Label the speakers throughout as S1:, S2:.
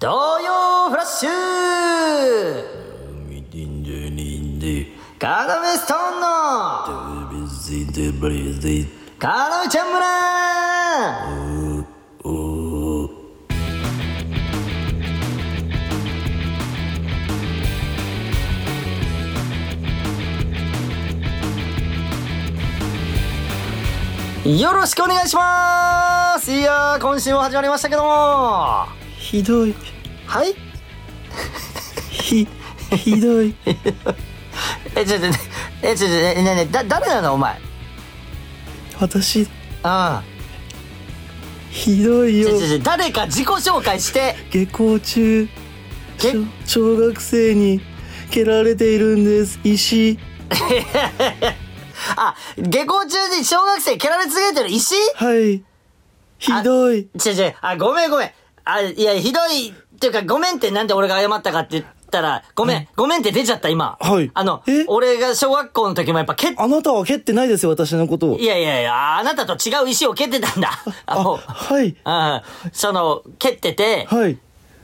S1: 童謡フラッシュカナメストーンのカナメちゃん村よろしくお願いしますいやー今週も始まりましたけどもは
S2: ひどい、
S1: い
S2: ひ、ひどい。
S1: えちょちょえちょちょえねえねえだ誰なのお前
S2: 私、
S1: ああ
S2: ひどい
S1: ち
S2: よ
S1: ょ。ちょちょ誰か自己紹介して
S2: 下校中、
S1: げ
S2: しょ小学生に蹴られているんです。石。
S1: あ下校中に小学生蹴られ続けてる石
S2: はい。ひどい。
S1: ちょちょあごめんごめんあいやひどいっていうかごめんってなんで俺が謝ったかって言ったらごめん、ごめんって出ちゃった今
S2: はい
S1: あの
S2: え
S1: 俺が小学校の時もやっぱ蹴っ
S2: あなたは蹴ってないですよ、私のことを
S1: い。やいやいやあなたと違う石を蹴ってたんだあ
S2: あ、
S1: の
S2: はい。
S1: あその蹴ってて、
S2: はい。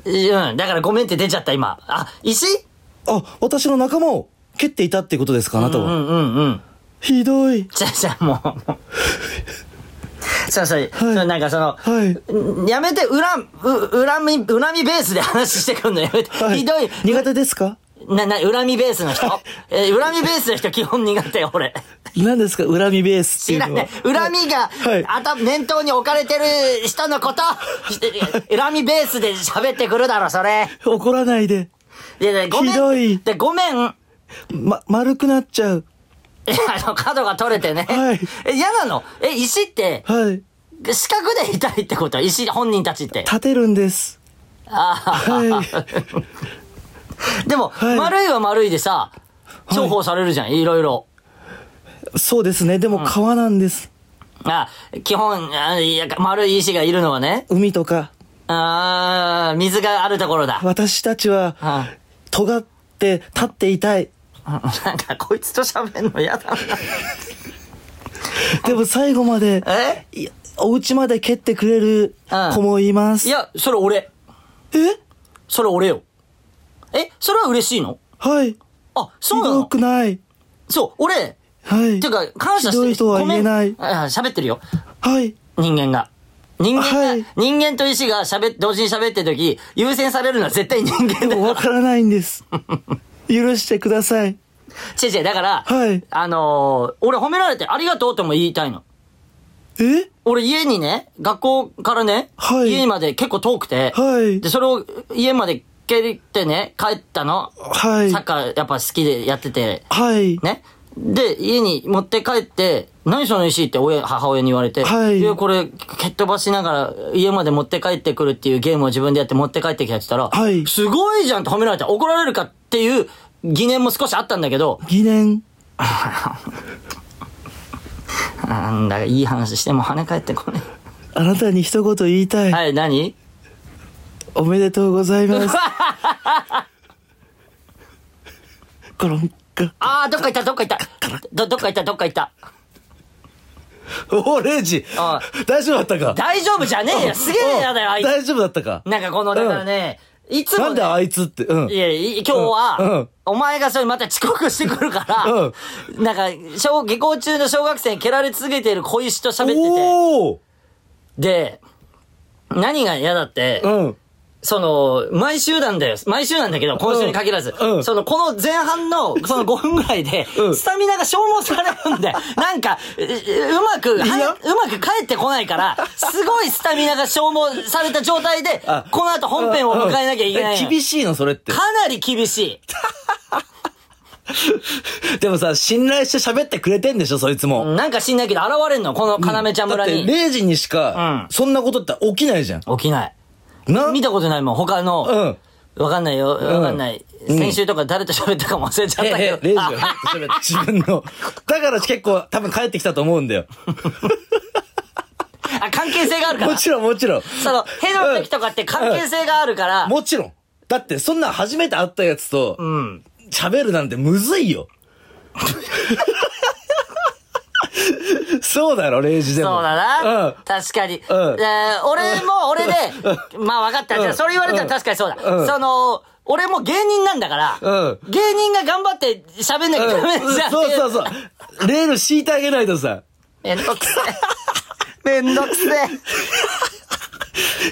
S1: うんだからごめんって出ちゃった今あ石
S2: あ、私の仲間を蹴っていたってことですか、あなた
S1: う
S2: は。
S1: んうんうん
S2: ひどい。
S1: じゃあじゃあもうもうそうそう、そうなんかその、
S2: はい。
S1: んやめて、恨、う、恨み、恨みベースで話してくんのやめて。
S2: は
S1: ひどい。
S2: 苦手ですか
S1: な、な、恨みベースの人、えー恨みベースの人基本苦手よ、俺。
S2: 何ですか恨みベースって
S1: 知
S2: いう
S1: ら
S2: のは。
S1: ない。恨みが、
S2: はい
S1: あた、念頭に置かれてる人のこと、恨みベースで喋ってくるだろ、それ。
S2: 怒らないで。
S1: で、でごめん。
S2: ひどい
S1: で、ごめん。
S2: ま、丸くなっちゃう。
S1: いやあの、角が取れてね。
S2: はい
S1: え、嫌なのえ、石って、
S2: はい。
S1: 四角で痛いってこと石、本人たちって。
S2: 立てるんです。 はい。
S1: でも、
S2: はい
S1: 丸いは丸いでさ、重宝されるじゃん、い、ろいろ。
S2: そうですね。でも川なんです。
S1: あ、基本、あいや丸い石がいるのはね、
S2: 海とか、
S1: あー水があるところだ。
S2: 私たちは、
S1: あ
S2: 尖って立っていたい。
S1: なんか、こいつと喋んの嫌だ
S2: でも最後まで
S1: な。、え
S2: いお家まで蹴ってくれる子もいま
S1: い
S2: す。
S1: や、それ俺。
S2: え
S1: それ俺よ。え、それは嬉しいの
S2: はい。ひ
S1: あ、そうな
S2: ど
S1: の
S2: くない。
S1: そう、俺、
S2: はい。
S1: てか、感謝してる
S2: ひどいとは言えない
S1: ごめんあ喋ってるよ。
S2: はい。
S1: 人間が。人間が、
S2: はい
S1: 人間と石が喋っ、同時に喋ってる時、優先されるのは絶対人間だ
S2: で
S1: よ
S2: もわからない んです。許してください。
S1: 違う違う、だから、
S2: はい
S1: あのー俺褒められてありがとうとも言いたいの。
S2: え
S1: 俺家にね、学校からね、
S2: はい
S1: 家まで結構遠くて、
S2: はい
S1: で、。それを家まで蹴ってね、帰ったの。
S2: はい
S1: サ。ッカーやっぱ好きでやってて、
S2: はい。
S1: ね。で、家に持って帰って、何その石って親、母親に言われて、
S2: はい
S1: やこれ、蹴っ飛ばしながら家まで持って帰ってくるっていうゲームを自分でやって持って帰ってきたって言ったら、
S2: はい
S1: すごいじゃんって褒められて怒られるかっていう疑念も少しあったんだけど、
S2: 疑念。
S1: なんだかいい話しても跳ね返ってこね
S2: あなたに一言言いた
S1: え。
S2: い。
S1: はい、何
S2: おめでとうござ います。コロンカ。
S1: ああ、どっか行った、どっか行った。ど、どっか行った、どっか行った。
S2: おレイジ
S1: あ
S2: 大丈夫だったか
S1: 大丈夫じゃねえよ。すげえ嫌だよ、あいつ。
S2: 大丈夫だったか
S1: なんかこの、だからね、いつも、ね。
S2: なんであいつって、うん。
S1: いやい今日
S2: うんう
S1: は
S2: ん、
S1: お前がそれまた遅刻してくるか
S2: う
S1: ら、なんか、小、下校中の小学生に蹴られ続けている小石と喋って
S2: おお
S1: て、で、何が嫌だって、
S2: うん。
S1: その、毎週なんだよ。毎週なんだけど、今週に限らず。
S2: うんうん
S1: その、この前半の、その5分ぐらいで、
S2: うん
S1: スタミナが消耗されるんだよ。なんか、ううまく、
S2: いいよ
S1: はうまく帰ってこないから、すごいスタミナが消耗された状態で
S2: あ、
S1: この後本編を迎えなきゃいけないの。
S2: 厳しいの、それって。
S1: かなり厳し
S2: でもさ、信頼して喋ってくれてんでしょ、そいつ
S1: い。
S2: も。
S1: なんか知んないけど、現れんの、この要ちゃん
S2: だっ
S1: 村
S2: て、
S1: に。
S2: 0時にしか
S1: う、ん
S2: そんなことって起きないじゃん。
S1: 起きない。
S2: な
S1: 見たことないもん、他の。
S2: うん。
S1: わかんないよ、わかんない。
S2: うん
S1: 先週とか誰と喋ったかも忘れちゃっ
S2: え
S1: たけ
S2: え
S1: ど、。
S2: レイジが
S1: あ
S2: ふっと喋って自分の。だから結構多分帰ってきたと思うんだよ。
S1: あ関係性があるから。
S2: もちろんもちろん。
S1: その、ヘの時とかって関係性があるから、
S2: もちろん。だってそんな初めて会ったやつと、
S1: うん。
S2: 喋るなんてむずいよ。そうだろ、0時でも。
S1: そうだな。
S2: うん。
S1: 確かに。え
S2: うん
S1: ー俺も俺で、まあ分かった。じゃ
S2: う
S1: あ
S2: ん
S1: それ言われたら確かにそうだ。
S2: うん
S1: その、俺も芸人なんだから、
S2: うん
S1: 芸人が頑張って喋んなきゃダメじゃん。
S2: そうそうそう。レール敷いてあげないとさ。
S1: めんどくせえ。めんどくせ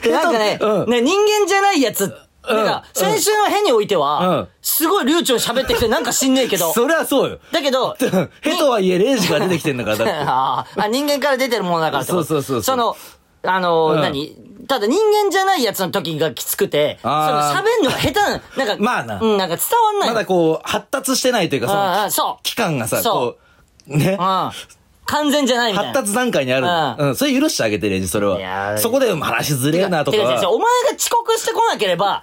S1: え。なんかね、
S2: うん
S1: ね、人間じゃないやつ、なんか、
S2: うん
S1: 先週のへにおいては、
S2: うん
S1: すごい流暢に喋ってきて、なんか知んねえけど。
S2: そりゃそうよ。
S1: だけど、
S2: へとはいえ、レイジが出てきてんだか ら、だって。
S1: あーあ、人間から出てるものだからってこと
S2: そうそうそうそ
S1: そうの、あのー
S2: うん
S1: 何ただ人間じゃないやつの時がきつくて、その
S2: あー
S1: 喋んのが下手な、なんか、
S2: まあな
S1: うん、なんか伝わんない。
S2: まだこう、発達してないというか、そ
S1: あーあー
S2: の、
S1: そう。
S2: 期間がさ、
S1: そ
S2: こう、ね
S1: う。う。ん。完全じゃないみたい
S2: 発
S1: な。
S2: 達段階にあるの。うん。それ許してあげて、レイジ、それ
S1: いやー
S2: は。そこで話ずれえなとか
S1: てかてかてか
S2: は。
S1: お前が遅刻してこなければ、あ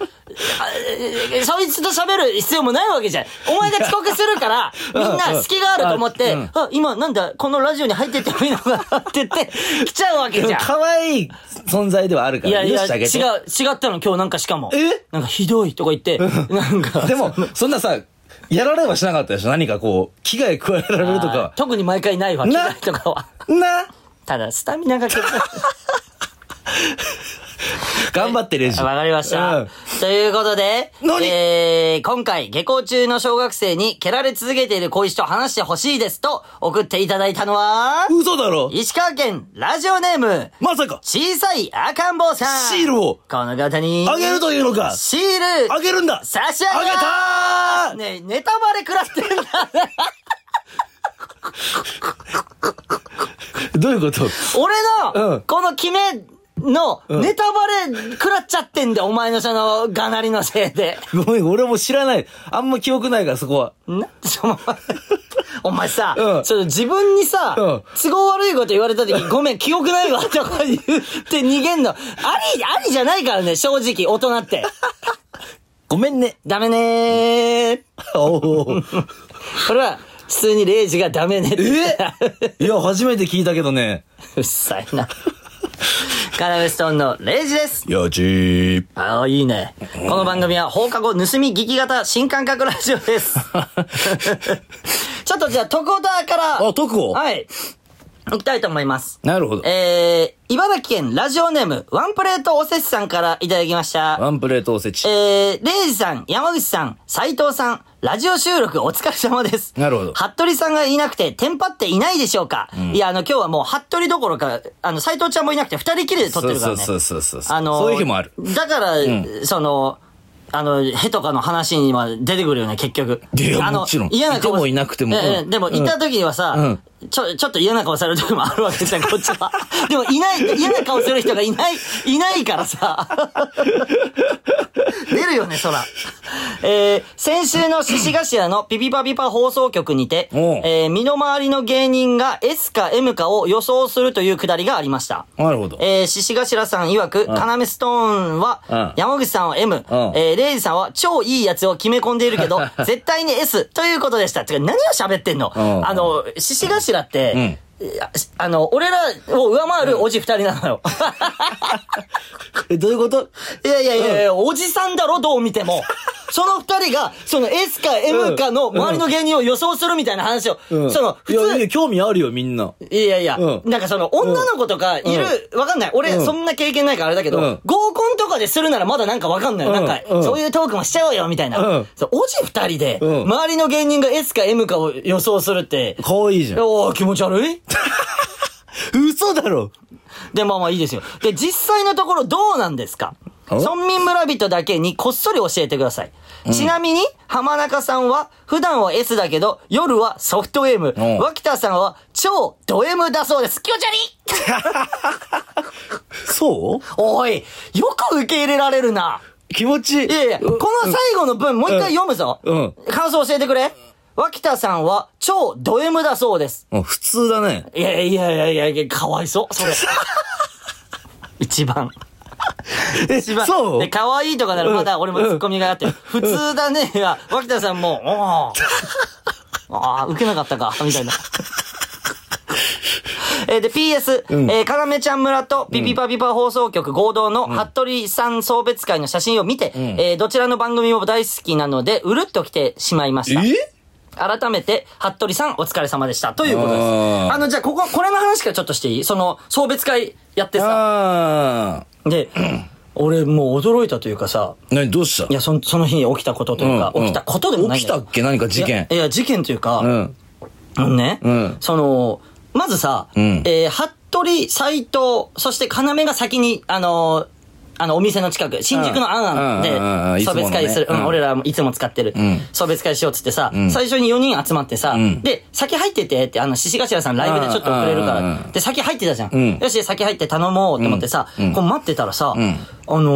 S1: えそいつと喋る必要もないわけじゃん。お前が遅刻するから、みんな隙があると思って、
S2: うん
S1: あ、今なんだ、このラジオに入ってってもいいのかなって言って、来ちゃうわけ
S2: で
S1: じ
S2: も
S1: ゃん。
S2: 可愛い存在ではあるか
S1: いや
S2: ら、
S1: い
S2: 許
S1: や、
S2: してあ
S1: 違う、違
S2: げて。
S1: ったの、今日なんかしかも。
S2: え
S1: なんかひどいとか言って、なんか。
S2: でも、そんなさ、やられはしなかったでしょ何かこう、危害加えられると
S1: あ
S2: か
S1: ー。特に毎回ないわ、機
S2: な
S1: 会とかは。
S2: な
S1: ただ、スタミナが結構。
S2: 頑張って、レイジ。
S1: わかりました。
S2: うん
S1: ということで、
S2: 何
S1: えー今回、下校中の小学生に蹴られ続けている小石と話してほしいですと送っていただいたのは、
S2: 嘘だろ
S1: 石川県ラジオネーム、
S2: まさか、
S1: 小さい赤ん坊さん。
S2: シールを
S1: この方に、
S2: あげるというのか
S1: シール
S2: あげるんだ
S1: 差し上げます
S2: あげ
S1: ねえ、ネタバレ食らってんだ。
S2: たーどういうこと
S1: 俺
S2: う
S1: の
S2: ん、
S1: この決めの、ネタバレ食らっちゃってんだよ、お前のその、がなりのせいで。
S2: ごめん、俺も知らない。あんま記憶ないから、そこは。
S1: な、その、お前さ、
S2: うん
S1: ちょっと自分にさ、
S2: うん
S1: 都合悪いこと言われた時、ごめん、記憶ないわ、とか言って逃げんの。あり、ありじゃないからね、正直、大人って。
S2: ごめんね。
S1: ダメねー。
S2: おお。
S1: これは、普通にレイジがダメねって。
S2: いや、初めて聞いたけどね。
S1: うっさいな。カラメストーンのレイジです。
S2: よちー。
S1: ああ、いいね。この番組は放課後盗み聞き型新感覚ラジオです。 ちょっとじゃあ、徳オタから。
S2: あ、徳を
S1: はい。行きたいと思います。
S2: なるほど。
S1: えー、茨城県ラジオネーム、ワンプレートおせちさんからいただきました。
S2: ワンプレートおせ
S1: え
S2: ち。
S1: ー、レイジさん、山口さん、斉藤さん、ラジオ収録お疲れ様です。
S2: なるほど
S1: 服部さんがいなくて、テンパっていないでしょうか、いや、あの、今日はもう、服部どころか、あの、斉藤ちゃんもいなくて、二人きりで撮って
S2: そう
S1: るから
S2: そ
S1: ね。
S2: うそうそうそう。
S1: あのー
S2: そういう日もある。
S1: だから、その、あの、へとかの話には出てくるよね、結局。
S2: いや
S1: あの
S2: もちろん
S1: 嫌な顔
S2: いてもいなくても
S1: ええ
S2: うん
S1: でも、いた時にはさ、ちょ、ちょっと嫌な顔される時もあるわけじゃん、こっちは。 でも、いない、嫌な顔する人がいない、いないから さ。出るよね、そら。えー、先週の獅子頭のピピパピパ放送局にて、
S2: おう
S1: えー身の回りの芸人が S か M かを予想するというくだりがありました。
S2: なるほど。
S1: えー、獅子頭さん曰く、カナメストーンは
S2: うん、
S1: 山口さんは M、えー、レイジさんは超いいやつを決め込んでいるけ ど、絶対に S ということでした。てか、何を喋ってんの
S2: うん
S1: あの、獅子頭って、いやあの、俺らを上回るおじ二人なのよ。
S2: え、 どういうこと
S1: いやいやい やいや、おじさんだろ、どう見て も。その二人が、その S か M かの周りの芸人を予想するみたいな話を、
S2: うん
S1: その、普
S2: いや、
S1: 通
S2: い、や興味あるよ、みんな。
S1: いやいや、
S2: うん
S1: なんかその、女の子とかいる、わかんない。俺、
S2: うん
S1: そんな経験ないからあれだけど、
S2: うん
S1: 合コンとかでするならまだなんかわかんない。
S2: うん
S1: なんか、
S2: うん
S1: そういうトークもしちゃおうよ、みたいな。
S2: うん
S1: そうおじ二人で、
S2: うん
S1: 周りの芸人が S か M かを予想するって、
S2: かわいいじゃん。
S1: おー、気持ち悪い
S2: 嘘だろ
S1: で、まあまあいいですよ。で、実際のところどうなんですか
S2: お
S1: 村民村人だけにこっそり教えてください。ちなみに、浜中さんは、普段は S だけど、夜はソフト M。
S2: うん
S1: 脇田さんは、超ド M だそうです。気持ち悪い
S2: そ
S1: おい、よく受け入れられるな。
S2: う気持ちいい。
S1: いやいや、この最後の文、もう一回読むぞ。
S2: うん
S1: 感想教えてくれ。脇田さんは、超ド M だそうです。
S2: うん普通だね。
S1: いやいやいやいやいや、かわいそう、それ。 一番。
S2: え、
S1: 一番。
S2: そう
S1: で、かわいいとかならまだ俺もツッコミがあって、普通だね。いや、脇田さんも、おーああ、受けなかったか、みたいな。えーで、PS、えーかなめちゃん村とピピパピパ放送局合同の服部さん送別会の写真を見て、えーどちらの番組も大好きなので、うるっと来てしまいました。
S2: え
S1: 改めて、服部さんお疲れ様でした。ということです。
S2: あ
S1: あ
S2: ー
S1: の、じゃあ、ここ、これの話からちょっとしていいその、送別会やってさ。
S2: ああ。
S1: で、俺もう驚いたというかさ、
S2: 何、どうした
S1: いや、その、その日に起きたことというか、
S2: うんうん
S1: 起きたことでもないんだよ
S2: 起きたっけ何か事件
S1: いや、いや事件というか、
S2: うん。
S1: あのね、
S2: うん
S1: その、まずさ、
S2: うん
S1: えー、服部、斎藤、そして要が先に、あのーあの、お店の近く、新宿のアンアン
S2: うんうんうんうん
S1: で、
S2: いつ
S1: 送
S2: ものね
S1: 別会する。う、
S2: うんん
S1: 俺らもいつも使ってる
S2: ん。
S1: 送別会しようっつってさ
S2: ん、
S1: 最初に4人集まってさ
S2: ん、
S1: で、先入っててって、あの、獅子頭さんライブでちょっと遅れるか
S2: うんうん
S1: ら
S2: う、ん
S1: で、先入ってたじゃん
S2: ん。
S1: よし、先入って頼もうと思ってさ、
S2: うん
S1: こう待ってたらさ、
S2: ん
S1: あの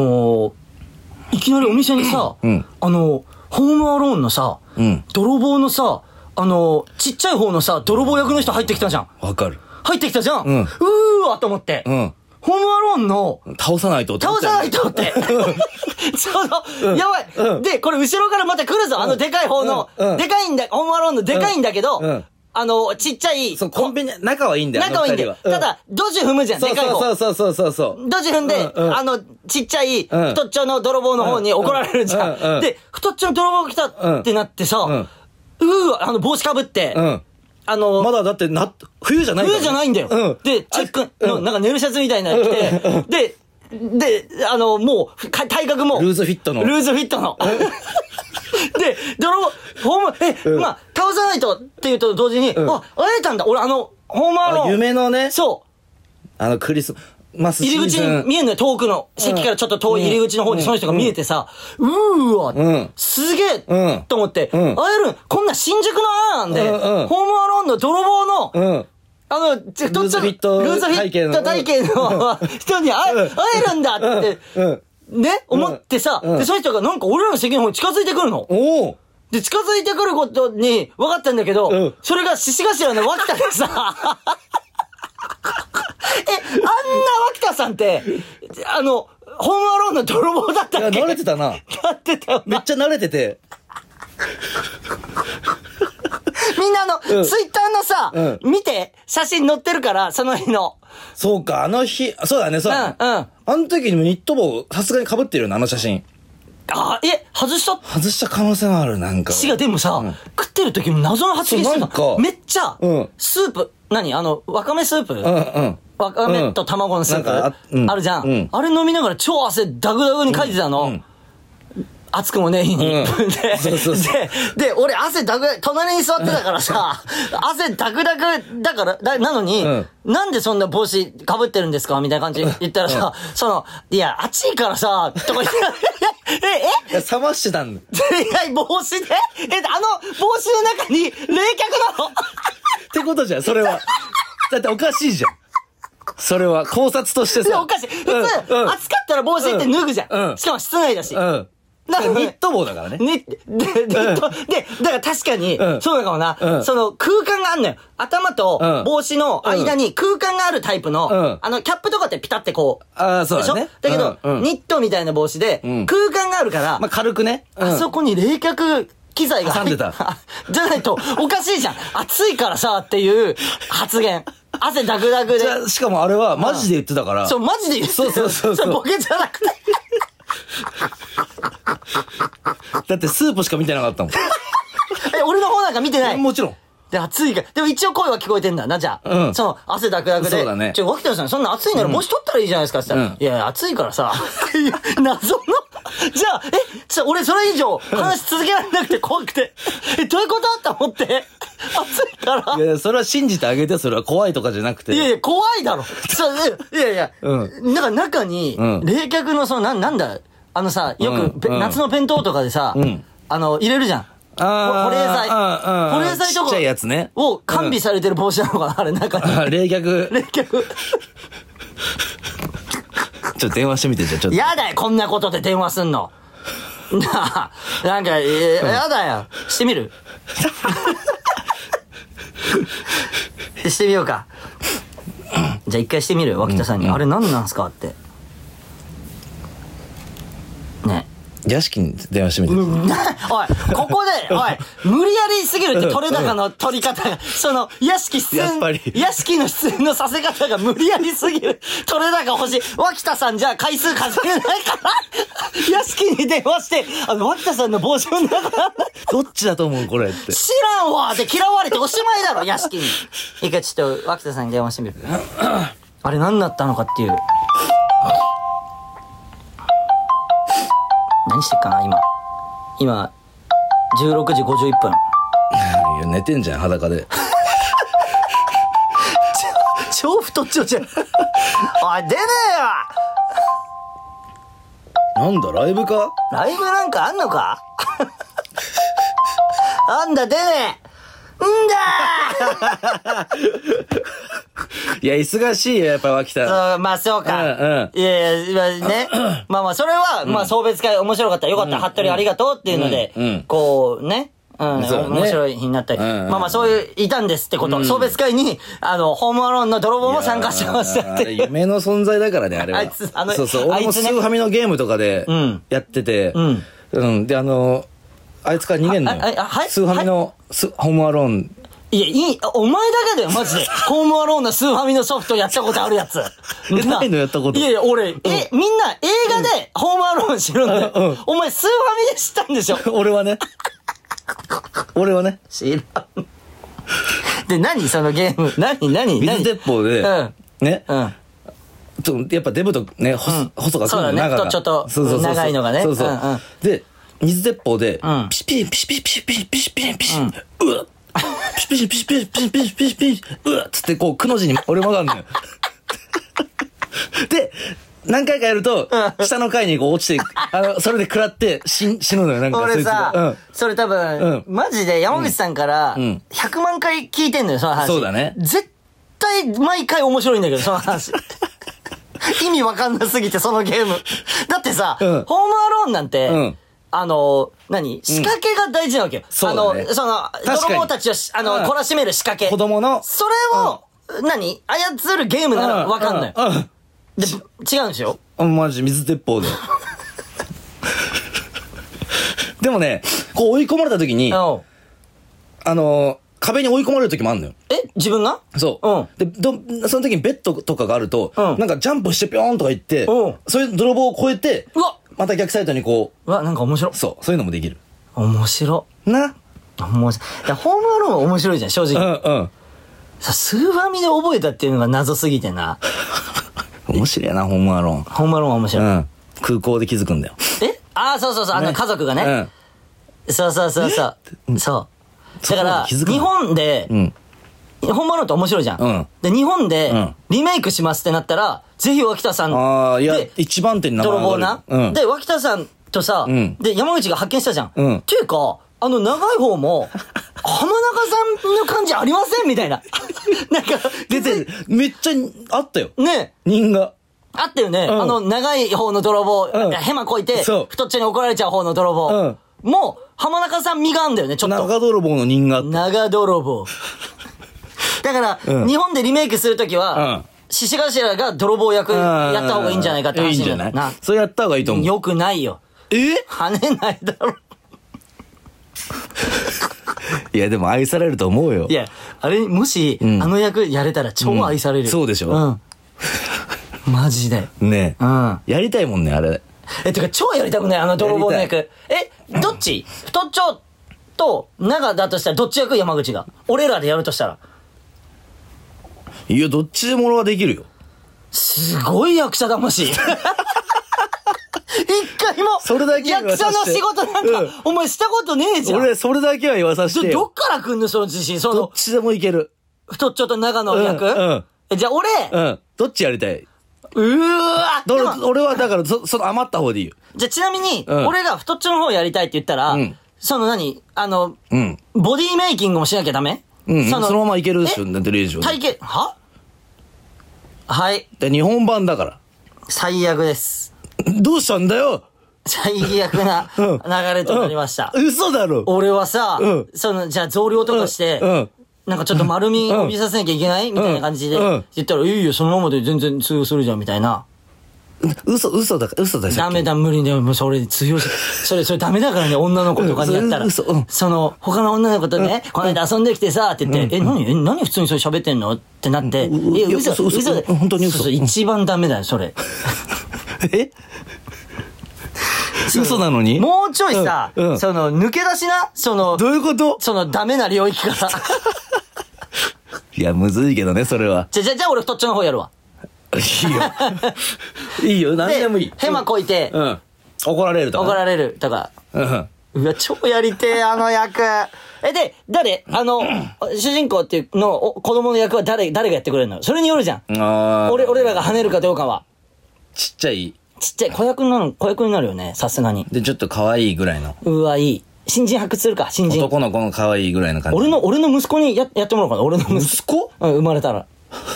S1: ーいきなりお店にさ、
S2: うん
S1: あのーホームアローンのさ、
S2: うん
S1: 泥棒のさ、あの、ちっちゃい方のさ、泥棒役の人入ってきたじゃん。
S2: わかる。
S1: 入ってきたじゃん。う
S2: うん
S1: ーわと思って。
S2: うん。
S1: ホームアローンの、
S2: 倒さないとって思
S1: 倒
S2: った
S1: さ
S2: よ
S1: な
S2: ね
S1: いと って。ちょうど、やばい。で、これ後ろからまた来るぞ。あのでかい方の、
S2: うんうん
S1: でかいんだ、ホームアローンのでかいんだけど、
S2: うんうん
S1: あの、ちっちゃい、
S2: そう、コンビニ、仲はいいんだよ。
S1: 仲はいいんだよ。
S2: あ
S1: た
S2: の二人は、
S1: だ、ドジ踏むじゃん、
S2: そ
S1: で
S2: う
S1: かい方。
S2: そうそうそうそうそう。
S1: ドジ踏んで、
S2: うんうん
S1: あの、ちっちゃい、
S2: ん
S1: 太っちょの泥棒の方に怒られるじゃん。
S2: うんうんうん
S1: で、太っちょの泥棒来たってなってさ、う
S2: うん
S1: ーわ、あの、帽子かぶって、
S2: うん。
S1: あの、
S2: まだだってな、冬じゃないから
S1: 冬じゃないんだよ。
S2: うん。
S1: で、チェックの、なんか寝るシャツみたいなの着て、で、で、あの、もう、か体格も。
S2: ルーズフィットの
S1: ルーズフィットの。 で、泥棒、ホーム、え、
S2: ん
S1: まあ、倒さないとっていうと同時に、あ、
S2: ん
S1: 会えたんだ。俺、あの、ホームアロー
S2: あ
S1: ン。
S2: 夢のね、
S1: そう。
S2: あの、クリスマスシ
S1: 入
S2: ー
S1: り口
S2: ズン。
S1: に見えんのよ、遠くの。席からちょっと遠い入り口の方にその人が見えてさ、うーわ、
S2: ん
S1: すげ
S2: う
S1: え
S2: ん
S1: と思って、
S2: うん
S1: 会える、こんな新宿のアーアンで、ホ
S2: うん
S1: ーム
S2: うん
S1: アローンの泥棒の、
S2: うん。
S1: あの、ちょ
S2: ルーズフィット
S1: ルーズフィット体
S2: 体
S1: 型の人に会え会えるんだって、
S2: うん。
S1: ね、思ってさ、
S2: うん
S1: で、その人がなんか俺らの席の方に近づいてくるの。
S2: おお
S1: で、近づいてくることに分かったんだけど、
S2: うん
S1: それが獅子頭の脇田で さ、え、あんな脇田さんって、あの、ホームアローンの泥棒だっ
S2: い
S1: た
S2: や、
S1: っけ
S2: 慣れ てたな。
S1: なってたよ
S2: め
S1: な
S2: っちゃ慣れてて。
S1: みんなあの、
S2: うん
S1: ツイッターのさ、
S2: う
S1: 見て、写真載ってるから、その日の。
S2: そうか、あの日、あそうだね、そうだね。
S1: うんうん
S2: あの時にもニット帽、さすがに被ってるよね、あの写真。
S1: あ、え、外した
S2: 外した可能性もある、なんか。
S1: 死がでもさ、
S2: ん
S1: 食ってる時も謎の発言して
S2: そうなんか
S1: た。めっちゃ
S2: うん、
S1: スープ、何あの、わかめスープ、
S2: うんうん。
S1: わかめと卵のスープ、
S2: うんなんかあうん
S1: あるじゃん,、
S2: うん
S1: あれ飲みながら超汗ダグダグにかいてたの。
S2: うん
S1: 熱くもねえ日に。
S2: うん
S1: で
S2: そうそうそう
S1: で、で、俺汗だぐ、隣に座ってたからさ、汗だぐだぐだから、だなのに、
S2: うん
S1: なんでそんな帽子かぶってるんですかみたいな感じで言ったらさ、その、いや、暑いからさ、とか言って、 え、え
S2: いや冷ましてたんだ。
S1: いや帽子でえ、あの帽子の中に冷却なの
S2: ってことじゃん、それ は。だっておかしいじゃん。それは、考察として
S1: いや
S2: さ。
S1: おかしい。普通、
S2: うんうん
S1: 暑かったら帽子って脱ぐじゃん。
S2: うん
S1: しかも室内だし。
S2: うん。
S1: なの
S2: ニ
S1: に
S2: ット帽だからね。
S1: ね、で、で、で、だから確かに
S2: う、ん
S1: そうだかも
S2: う
S1: な、
S2: ん
S1: その空間があんのよ。頭
S2: う
S1: と
S2: ん
S1: 帽子の間に空間があるタイプ
S2: う
S1: の
S2: ん、
S1: あの、キャップとかってピタってこう。
S2: ああ、そう
S1: でし
S2: だ
S1: ょ
S2: ね
S1: だ。けど、
S2: うんうん
S1: ニットみたいな帽子で、
S2: うん
S1: 空間があるから
S2: まあ、、軽くね。うん
S1: あそこに冷却機材が入っ
S2: 挟んでた。
S1: じゃないと、おかしいじゃん。暑いからさ、っていう発言。汗ダクダクで
S2: じ。ゃあしかもあれは、マジで言ってたから。
S1: そう、マジで言ってる
S2: そうそうそうそう
S1: れボケじゃなくて。
S2: だってスープしか見てなかったもん。
S1: え、俺の方なんか見てない。
S2: もちろん。
S1: で、暑いから。でも一応声は聞こえてんだな、じゃあ。
S2: うん
S1: その、汗だくだくで。
S2: そうだね
S1: ちょ、脇田さん、そんな暑いなら帽子取ったらいいじゃないですか、って言ったら。
S2: うん
S1: いやいや、暑いからさ。 っていう謎の。じゃあ、え、ちょ、俺それ以上話し続けられなくて怖くて。え、どういうことと思って。暑いから
S2: い。やいや、それは信じてあげて、それは怖いとかじゃなくて。
S1: いやいや、怖いだろ。そう、いやいや、
S2: う
S1: なんか中に、
S2: うん
S1: 冷却のその、なん、なんだ、あのさ、よ
S2: う
S1: く
S2: ん
S1: べ、
S2: うん
S1: 夏の弁当とかでさ、
S2: ん
S1: あの、入れるじゃん。
S2: あー
S1: 保冷剤。
S2: うんうん
S1: 保冷剤とか。
S2: ちっちゃいやつね
S1: を完備されてる帽子なのかな、あれ、中 に。
S2: あ冷却。
S1: 冷却。
S2: ちょっと電話してみて、じゃあちょっと。
S1: やだよ、こんなことで電話すんの。 なあ、なんか、えーやだよ。して みるしてみようか。じゃあ一回してみる脇田さんに。あれ何なんすかって。ね
S2: 屋敷に電話してみて。
S1: おい、ここ で、おい、無理やりすぎるって、取れ高の取り方が、その、屋敷出
S2: やっ
S1: 演
S2: ぱり、
S1: 屋敷の出演のさせ方が無理やりすぎ る。取れ高欲しい。脇田さんじゃ回数稼げないから、 屋敷に電話して、あの、脇田さんの帽子の中、
S2: どっちだと思うこれって。
S1: 知らんわで嫌われておしまいだろ、屋敷に。一回ちょっと、脇田さんに電話してみる。あれ何だったのかっていう。何してっかな、今。今、16時51分。
S2: いや寝てんじゃん、裸で。
S1: 超太っちょじゃん。おい、出ねえよ
S2: なんだ、ライブか
S1: ライブなんかあんのか あんだ、出ねえんだ
S2: いや、忙しいよ、やっぱ脇田。
S1: そうまあそうか。
S2: う
S1: いやいや、まあ ね。まあまあ、それは、まあ送別会面白かった。よかった。服部ありがとうっていうので
S2: うんうん、
S1: こうね。うん、
S2: そうだね
S1: 面白い日になったり。
S2: うん
S1: まあまあ、そういう、いたんですってこと。送別会に、あの、ホームアローンの泥棒も参加してましたっ
S2: い
S1: て。
S2: やあれ夢の存在だからね、あれは。
S1: あいつあの
S2: そうそう、俺
S1: あ
S2: も
S1: いつ
S2: ス
S1: ね
S2: ーファミのゲームとかで
S1: うん、
S2: やってて、
S1: ん
S2: うんで、あの、あいつから逃げんのよ
S1: あああはい
S2: スーファミの、スホームアローン。
S1: いや、いい、お前だけだよ、マ ジで。ホームアローンのスーファミのソフトやったことあるやつ。
S2: えないのやったこと
S1: いやいや、俺、え、みんな映画でホームアローン知るんだよ。
S2: うんうん
S1: お前、スーファミで知ったんでしょ
S2: 俺はね、俺はね、
S1: 知らん。で、何そのゲーム。何何何
S2: 水鉄砲で
S1: うん。、
S2: ね、
S1: うん。
S2: ちょっとやっぱデブとね、細
S1: うん
S2: 細が来る
S1: そうだ
S2: の
S1: ね
S2: 長が
S1: ちょっと
S2: そうそうそうそう
S1: 長いのがね
S2: そうそう
S1: うんうん
S2: で、水鉄砲で
S1: ん、
S2: ピシピシピシピシピシピシピシピシ、うわっピシピシピシピシピシピシピシピシ、うわっつってこう、くの字に俺もなんのよ。で、何回かやると、下の階にこう落ちていく。あの、それで食らって死ん死ぬのよ、なんかそ
S1: 俺
S2: いつが。
S1: さ、それ多
S2: うん
S1: 分、マジで山口さんから、
S2: ん
S1: 100万回聞いてんのよ、その話。
S2: そうだね
S1: 絶対、毎回面白いんだけど、その話。 意味わかんなすぎて、そのゲーム。だってさ、
S2: うん
S1: ホームアローンなんて、
S2: うん
S1: あの、何仕掛けが大事なわけよ。
S2: そうだね
S1: あの、その
S2: 確か、に
S1: 泥棒たちをし、あの、
S2: うん
S1: 懲らしめる仕掛け。
S2: うん。子供の、
S1: それを、何操るゲームならわかんない。
S2: うんうん
S1: で、違うんでしょ
S2: うん、マジ、水鉄砲で。でもね、こう追い込まれた時に、あ
S1: うん
S2: のー壁に追い込まれる時もあるのよ。
S1: え自分が
S2: そう。
S1: うん
S2: で、ど、その時にベッドとかがあると、
S1: うん
S2: なんかジャンプしてピョーンとか行って、
S1: うん
S2: そういう泥棒を越えて、
S1: うわ
S2: また逆サイトにこ
S1: うわ、なんか面白
S2: う、。そう、そういうのもできる。
S1: 面白。
S2: な
S1: 面白い。だホームアローンは面白いじゃん、正
S2: うん
S1: 直。
S2: うん。
S1: さ、スーファミで覚えたっていうのが謎すぎてな。
S2: 面白いな、ホームアローン。
S1: ホームアローンは面白い。
S2: うん。空港で気づくんだよ。
S1: えああ、そうそうそう、あの家族がね。
S2: うん。
S1: そうそうそうそう。そう。だから、
S2: そこまで気づかない
S1: 日本で、
S2: うん。
S1: ホームアローンって面白いじゃん。
S2: うん
S1: で、日本で、
S2: うん
S1: リメイクしますってなったら、ぜひ脇田さん、
S2: ああ、いや
S1: で、
S2: 一番手に名前
S1: 泥棒
S2: が
S1: な
S2: 挙がる。うん。
S1: で、脇田さんとさ、
S2: うん
S1: で、山口が発見したじゃん。
S2: うん
S1: っていうか、あの長い方 も、浜中さんの感じありませんみたいな。 なんか、
S2: 出て、めっちゃあったよ。
S1: ね
S2: 人が。
S1: あったよね、
S2: うん
S1: あの、長い方の泥棒、
S2: うん
S1: ヘマこいて、
S2: そう
S1: 太っちょに怒られちゃう方の泥棒。
S2: うん
S1: もう、浜中さん身があんだよね、ちょっと。
S2: 中泥棒の人があって。
S1: 長泥 棒。だから、
S2: うん
S1: 日本でリメイクするとき
S2: うん
S1: は、獅子頭が泥棒役やった方がいいんじゃないかって
S2: いい
S1: 話
S2: んじ
S1: に
S2: ゃ
S1: な
S2: な
S1: る
S2: い
S1: な。
S2: それやった方がいいと思う。
S1: よくないよ。
S2: え
S1: 跳ねないだろ。
S2: いや、でも愛されると思うよ。
S1: いや、あれ、もし、
S2: ん
S1: あの役やれたら超愛されるよ、
S2: うんそうでしょ
S1: うん。マジで。
S2: ねえ、
S1: うん
S2: やりたいもんね、あれ。
S1: え、てか超やりたくないあの泥棒の役
S2: や。
S1: え、どっち太っちょと長だとしたらどっち役山口が。俺らでやるとしたら。
S2: いや、どっちでも俺はできるよ。
S1: すごい役者 魂。一回も、
S2: それだけは
S1: 役者の仕事なんか、
S2: うん
S1: お前したことねえじゃん。
S2: 俺、それだけは言わさせて
S1: ど
S2: よ。
S1: どっから来んのその自信。そ
S2: どっ
S1: の、
S2: ちでもいける。
S1: 太っちょと長の役、
S2: うんうん
S1: えじゃあ俺、
S2: うん。どっちやりたいう
S1: ーわ
S2: どれ
S1: でも
S2: 俺はだから、そその余った方でいいよ。
S1: じゃあちなみに、
S2: うん
S1: 俺が太っちょの方やりたいって言ったら、
S2: うん
S1: その何あの、
S2: うん。
S1: ボディメイキングもしなきゃダメ
S2: うん。そのままいけるでしょ、
S1: え
S2: だってレイジは。
S1: 体型、ははい、
S2: で日本版だから。
S1: 最悪です。
S2: どうしたんだよ
S1: 最悪な
S2: うん
S1: 流れとなりました。
S2: うん嘘だろ
S1: 俺はさ、
S2: うん
S1: その、じゃあ増量とかして、
S2: うんうん
S1: なんかちょっと丸みを帯びさせなきゃいけない、みたいな感じで、
S2: うん
S1: 言ったら、いいよ、そのままで全然通用するじゃん、みたいな。
S2: 嘘、嘘だ、嘘だよ。
S1: ダメだ、無理だよ。もうそれ通用 し、それ、それダメだからね、女の子とかにやったら。
S2: うんそれ嘘うん
S1: その、他の女の子とね、この間遊んできてさ、って言って、え、何、え、何普通にそれ喋ってんのってなって、
S2: うんうん
S1: いや、
S2: いや
S1: 嘘、
S2: 嘘嘘
S1: 嘘だよ
S2: うん本当に嘘
S1: そうそう
S2: うん
S1: 一番ダメだよ、それ。
S2: え 嘘なのに
S1: もうちょいさ、
S2: うんうん
S1: その、抜け出しな、その、
S2: どういうこと
S1: その、ダメな領域 から。
S2: いや、むずいけどね、それは。
S1: じゃ、じゃ、じゃあ俺、とっちょの方やるわ。
S2: いいよ。いいよ、何でもいい。
S1: ヘマこいて、
S2: うん。怒られるとか。
S1: 怒ら
S2: れ
S1: れる。だから、
S2: うん。
S1: うわ、超やりてえ、あの役。え、で、誰あ の、主人公っていうの、お子供の役は誰、誰がやってくれるのそれによるじゃん。
S2: あー
S1: 俺、俺らが跳ねるかどうかは。
S2: ちっちゃい。
S1: ちっちゃい、子役になる、子役になるよね、さすがに。
S2: で、ちょっと可愛いぐらいの。
S1: うわ、いい。新人発掘するか、新人。
S2: 男の子の可愛いぐらいの感じ。
S1: 俺の、俺の息子にや、やってもらおうかな、俺の 息子。
S2: 息子
S1: うん、生まれたら。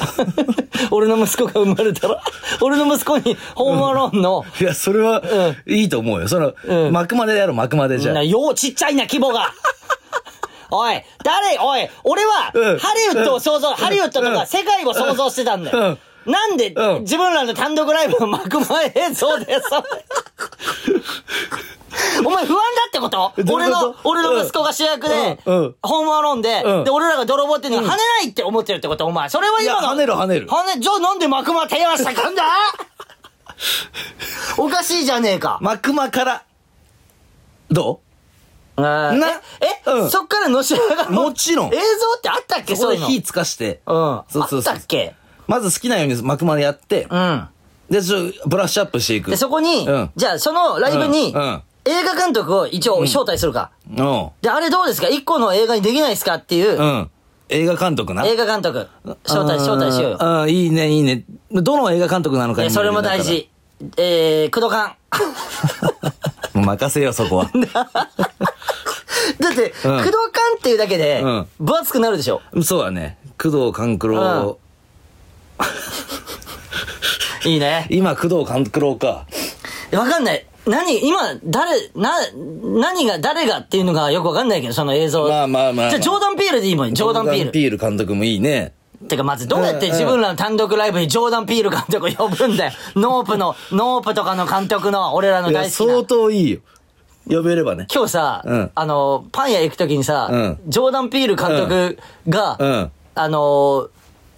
S1: 俺の息子が生まれたら、 俺の息子に、ホームアローンの、
S2: いや、それは、いいと思うよ。その、
S1: うん
S2: 幕までやろう、幕までじゃ
S1: な
S2: あ。
S1: ようちっちゃいな、規模 が。おい、誰、おい、俺は、
S2: うん
S1: ハリウッドを想像、ハリウッドと
S2: う
S1: か
S2: ん
S1: 世界を想像してたんだよ。なんで、
S2: うん
S1: 自分らの単独ライブの幕前映像で、 それお前不安だってこと
S2: どう
S1: 俺
S2: いうこと
S1: の、俺の息子が主役で、
S2: うんうん
S1: ホームアローンで、
S2: うん
S1: で、俺らが泥棒っていうのは跳ねないって思ってるってことお前。それはい
S2: や、
S1: 今の。
S2: 跳ねる跳ねる。
S1: 跳ね、じゃあなんで幕間提案したかん だおかしいじゃねえか。
S2: 幕間から、ど
S1: な
S2: な
S1: え、え
S2: うん
S1: そっからのし上が
S2: うもちろん
S1: 映像ってあったっけ
S2: うそ
S1: そ
S2: こ
S1: うい
S2: で
S1: うの。
S2: 火つかして、
S1: うん。
S2: そうそうそう
S1: あったっけ
S2: まず好きなように幕までやって、
S1: うん。
S2: で、ちょ、ブラッシュアップしていく。
S1: で、そこに、
S2: うん
S1: じゃあそのライブに、
S2: うんうん
S1: 映画監督を一応招待するか。
S2: うん。
S1: で、あれどうですか一個の映画にできないですかっていう、
S2: うん。映画監督な。
S1: 映画監督。招待、招待しようよ。
S2: よ。うん、いいね、いいね。どの映画監督なのか
S1: で、
S2: に
S1: そ
S2: よ
S1: れ
S2: るん
S1: も
S2: だから
S1: 大。事。えー、クドカン。
S2: もう任せよ、そこは。
S1: だって、クドカンっていうだけで
S2: うん、
S1: 分厚くなるでしょ。
S2: そうだね。工藤官九郎。
S1: いいね。
S2: 今、工藤官九郎か。
S1: わかんない。何、今、誰、な、何が、誰がっていうのがよくわかんないけど、その映像。
S2: まあまあまあまあ
S1: じゃ、ジョーダン・ピールでいいもん、ジョーダン・ピール。
S2: ピール監督もいいね。
S1: てか、まずどうやって自分らの単独ライブにジョーダン・ピール監督呼ぶんだよ。ノープの、ノープとかの監督の、俺らの
S2: いや
S1: 大好きな。
S2: 相当いいよ。呼べればね。
S1: 今日さ、
S2: うん
S1: あの、パン屋行くときにさ、
S2: うん
S1: ジョーダン・ピール監督が、
S2: うん
S1: あの、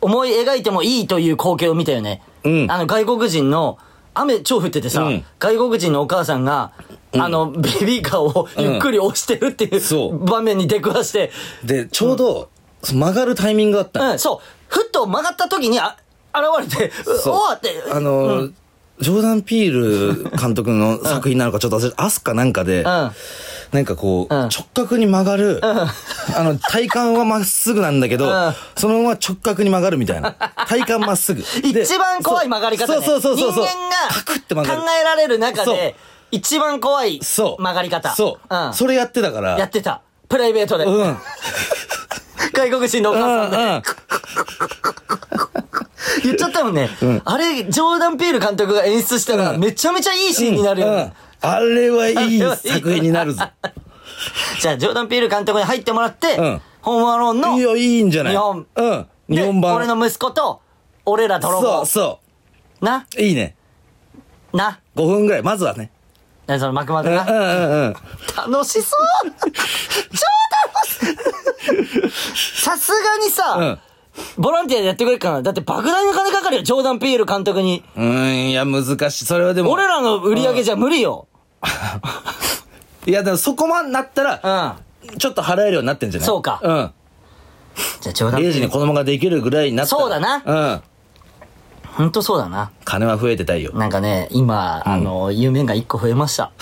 S1: 思い描いてもいいという光景を見たよね。
S2: うん
S1: あの、外国人の、雨超降っててさ、
S2: うん
S1: 外国人のお母さんが、あの、ベビーカーをゆっくり押してるっていう、
S2: そう
S1: 場面に出くわして、
S2: で、ちょうど、その曲がるタイミングがあったの
S1: うん、そう、ふっと曲がった時にあ、現れて、
S2: そう
S1: おーって、
S2: あの、ジョーダン・ピール監督の作品なのかちょっと忘れて、アスカなんかで、
S1: ん
S2: なんかこう、
S1: うん
S2: 直角に曲がる、あの、体幹はまっすぐなんだけど、
S1: うん
S2: そのまま直角に曲がるみたいな。体幹まっすぐ。で
S1: 一番怖い曲がり方、ね、
S2: そうそうそうそうそう。
S1: 人
S2: カクって
S1: 間
S2: 曲
S1: が
S2: が
S1: 考
S2: る。
S1: えられる中
S2: そう
S1: で、一番怖い
S2: そう。
S1: 曲がり方。
S2: そう。
S1: ん、
S2: それやってたから。
S1: やってた。プライベートで。
S2: うん。
S1: 外国人のお
S2: うん
S1: 母さんで。
S2: うん。
S1: 言っちゃったもんね。あれ、ジョーダン・ピール監督が演出したら、
S2: うん
S1: めちゃめちゃいいシーンになるよね。
S2: うんあれはいい作品になるぞ。
S1: じゃあ、ジョーダン・ピール監督に入ってもらって、
S2: うん
S1: ホームアローンの、
S2: いいよ、いいんじゃない
S1: 日本
S2: うん。
S1: で
S2: 日本版。
S1: 俺の息子と、俺ら泥
S2: そ
S1: 棒
S2: う、。そ
S1: な、
S2: う。いいね。
S1: な、
S2: 5分ぐらい。まずはね。
S1: なその幕ま
S2: う
S1: で
S2: んう
S1: な。
S2: んうんうん。
S1: 楽しそう超楽しいさすがにさ、ボランティアでやってくれるかなだって莫大な金かかるよ、ジョーダン・ピール監督に。
S2: うーん、いや、難しい。それはでも。
S1: 俺らの売り上げじゃ無理よ。
S2: いや、でもそこまでなった
S1: うん。じ
S2: ら、
S1: ゃ
S2: ちょっと払えるようになってんじゃない
S1: そうか
S2: うん。
S1: あ、ジョーダン・ピ
S2: 0
S1: ー
S2: 時
S1: ル
S2: に子供ができるぐらいになったら
S1: そうだな
S2: うん。
S1: ほんとそうだな。
S2: 金は増えてたいよ。
S1: なんかね、今、あの、夢が一個増えま した。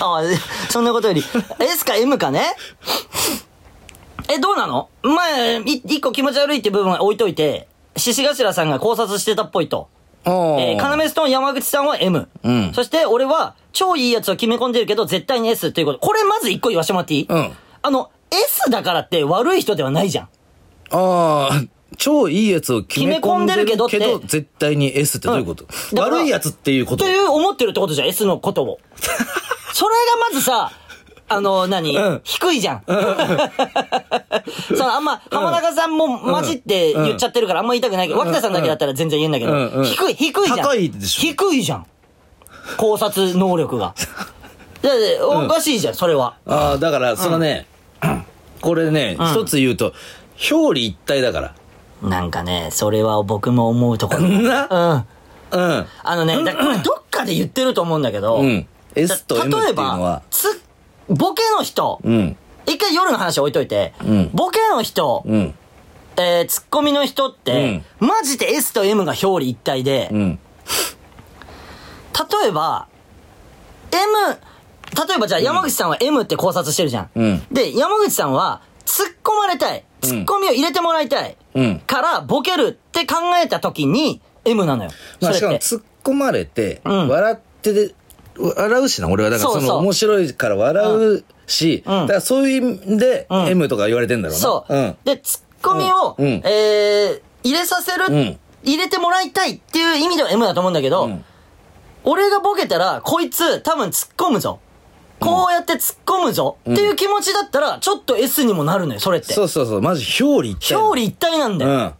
S1: あ、そんなことより、S か M かねえ、どうなの前、い一個気持ち悪いって部分は置いといて、獅子頭さんが考察してたっぽいと。
S2: お
S1: えー、カナメストーン山口さんは M。
S2: うん
S1: そして俺は、超いいやつを決め込んでるけど、絶対に S ということ。これまず一個言わしてもらっていい
S2: うん
S1: あの、S だからって悪い人ではないじゃん。
S2: ああ、超いいやつを決め込んでるけど、
S1: 決め込んでるけどって
S2: 絶対に S ってどういうこと、
S1: うんだから
S2: 悪いやつっていうこと
S1: という思ってるってことじゃん、S のこと を。それがまずさ、あの、何、
S2: うん
S1: 低いじゃん。 そのあんま、浜中さんも混じって言っちゃってるからあんま言いたくないけど、脇田さんだけだったら全然言えんだけ
S2: うんう
S1: ど、
S2: ん
S1: 低い、低いじゃん。
S2: 高いでしょ
S1: 低いじゃん。考察能力 が。だっておかしいじゃん、それは。
S2: ああ、だから、そのね、これ
S1: ん
S2: ね、一つ言うと、表裏一体だか
S1: なんかね、それは僕も思うところ。うん。
S2: ら。
S1: あ
S2: な、
S1: のね、だからどっかで言ってると思うんだけど、
S2: うん。うん。S と M って
S1: 例
S2: い
S1: え
S2: うの
S1: ば
S2: は、、
S1: つ、ボケの人、
S2: うん。
S1: 一回夜の話置いといて、
S2: うん
S1: ボケの人、
S2: うん。
S1: えー、ツッコミの人って、マジで S と M が表裏一体で、
S2: うん。
S1: 例えば、M、例えばじゃあ山口さんは M って考察してるじゃん。
S2: うん
S1: で、山口さんは、突っ込まれたい。突っ込みを入れてもらいたい。
S2: うん。
S1: から、ボケるって考えた時に、M なのよ。
S2: まあ、し
S1: そ
S2: かも
S1: れって。
S2: 突っ込まれて、
S1: うん
S2: 笑ってで、笑うしな、俺は。だから、
S1: そ
S2: そう
S1: そう
S2: の、面白いから笑うし、
S1: ん
S2: だからそういう意味で、
S1: ん
S2: M とか言われてんだろうな。
S1: そう。
S2: うん。
S1: で、突っ込みを、
S2: うんうん
S1: えー、入れさせる、
S2: うん
S1: 入れてもらいたいっていう意味では M だと思うんだけど、
S2: ん
S1: 俺がボケたら、こいつ多分突っ込むぞ。こうやって突っ込むぞ、っていう気持ちだったら、ちょっと S にもなるのよ、それって。
S2: そうそうそう、マジ表裏一体。
S1: 表裏一体なんだよ。
S2: うん。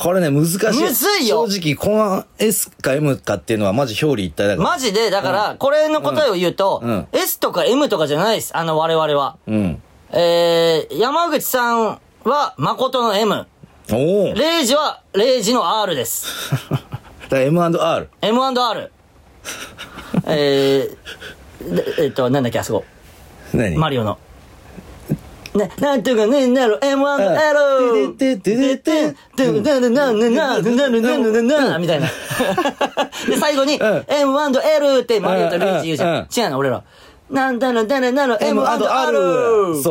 S2: これね、難しい。
S1: むずいよ
S2: 正直、この S か M かっていうのはマジ表裏一体だから。
S1: マジで、だから、これの答えを言うと、
S2: うん
S1: S とか M とかじゃないです。あの、我々は。
S2: うん。
S1: えー、山口さんは、誠の M。
S2: おお。だか
S1: レイジは、レイジの R です。
S2: ら M&R。
S1: M&R。えー、でえっと、なんだっけ、あそこ。
S2: 何
S1: マリオの。ね、なんていうか、ね、なる、M&R!
S2: ててててて
S1: みたいな。で、最後に、M&L ってマリオとルイージ言うじゃん。違うの、俺ら。なんだろ、だろ、なろ、M&R! う。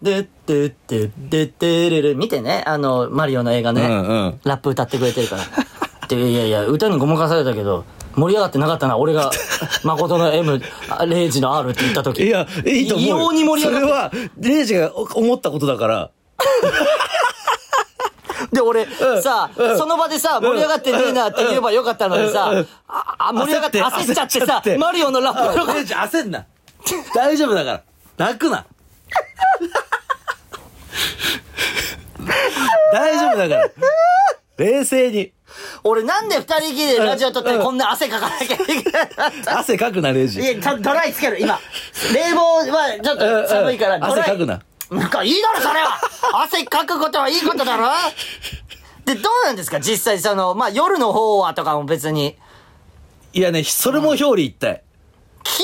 S1: で、で、で、で、で、れれ、見てね、あの、マリオの映画ね、ラップ歌ってくれてるから。で、いやいや、歌にごまかされたけど、盛り上がってなかったな、俺が、誠の M、レイジの R って言った時。
S2: いや、いいと思うよ。
S1: 異様に盛り上がって
S2: それは、レイジが思ったことだから。
S1: で、俺、
S2: ん
S1: さ、
S2: うん
S1: その場でさ、盛り上がってねえなって言えばよかったのにさ、ああ盛り上がって焦っちゃってさ
S2: 焦っちゃって、
S1: マリオのラップの
S2: あレイジ焦んな。大丈夫だから。泣くな。大丈夫だから。冷静に。
S1: 俺なんで二人きりでラジオ撮ったらこんな汗かかなきゃいけない
S2: 汗かくな、レイジ。
S1: いや、ちゃんとドライつける、今。冷房はちょっと寒いから、
S2: うん
S1: ド
S2: うん
S1: ライ。
S2: 汗かくな。
S1: なんかいいだろ、それは汗かくことはいいことだろで、どうなんですか実際、その、まあ、夜の方はとかも別に。
S2: いやね、それも表裏一体。
S1: 決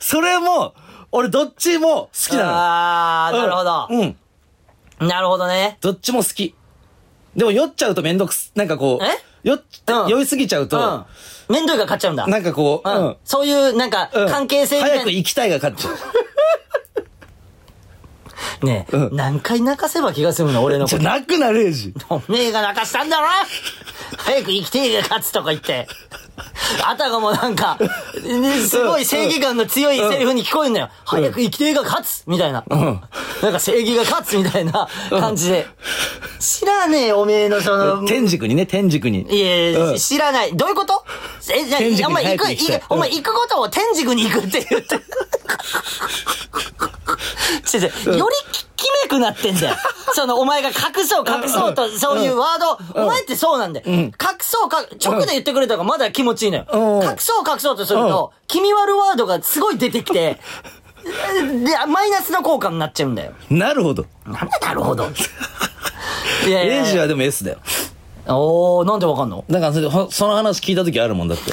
S2: それも、俺どっちも好き
S1: め
S2: な
S1: あー、
S2: の。
S1: なるほど。
S2: うんうん。
S1: なるほどね。
S2: どっちも好き。でも酔っちゃうとめんどくす、なんかこう、酔っ、
S1: うん
S2: 酔いすぎちゃう
S1: う
S2: と
S1: ん、。面倒いから買っちゃうんだ。
S2: なんかこう、
S1: うんそういう、なんか、
S2: うん
S1: 関係性みたい
S2: 早
S1: な。
S2: く行きたいが勝っちゃう。
S1: ねえ、
S2: うん
S1: 何回泣かせば気が済むの、俺の
S2: じ
S1: こ
S2: ゃ、泣くな、レイジ。
S1: と。おめえが泣かしたんだろ早く生きてえが勝つとか言って。あたかもなんか、ねすごい正義感の強いセリフに聞こえんのよ。早く生きてえが勝つみたいな。
S2: ん
S1: なんか正義が勝つみたいな感じで。知らねえ、おめえのその、
S2: 天竺にね、天竺に。
S1: いやいや、
S2: うん
S1: 知らない。どういうことえ、じゃあ
S2: 天竺に
S1: お前行
S2: 早く
S1: く、
S2: 行きたい
S1: 行くお前行くことを天竺に行くって言って。違う違うよりき、きめくなってんだ よ。その、お前が隠そう、隠そうと、そういうワード、お前ってそうなんだよ。隠そう、か、直で言ってくれた方がまだ気持ちいいのよ。
S2: うん
S1: 隠そう、隠そうとすると、気味悪ワードがすごい出てき て、で、マイナスの効果になっちゃうんだよ。
S2: なるほど。
S1: なんだ、なる ほど。いやいや
S2: レイジ
S1: いや
S2: はでも S だよ。
S1: おー、なんでわかんの
S2: だからそれほその話聞いた時あるもんだって。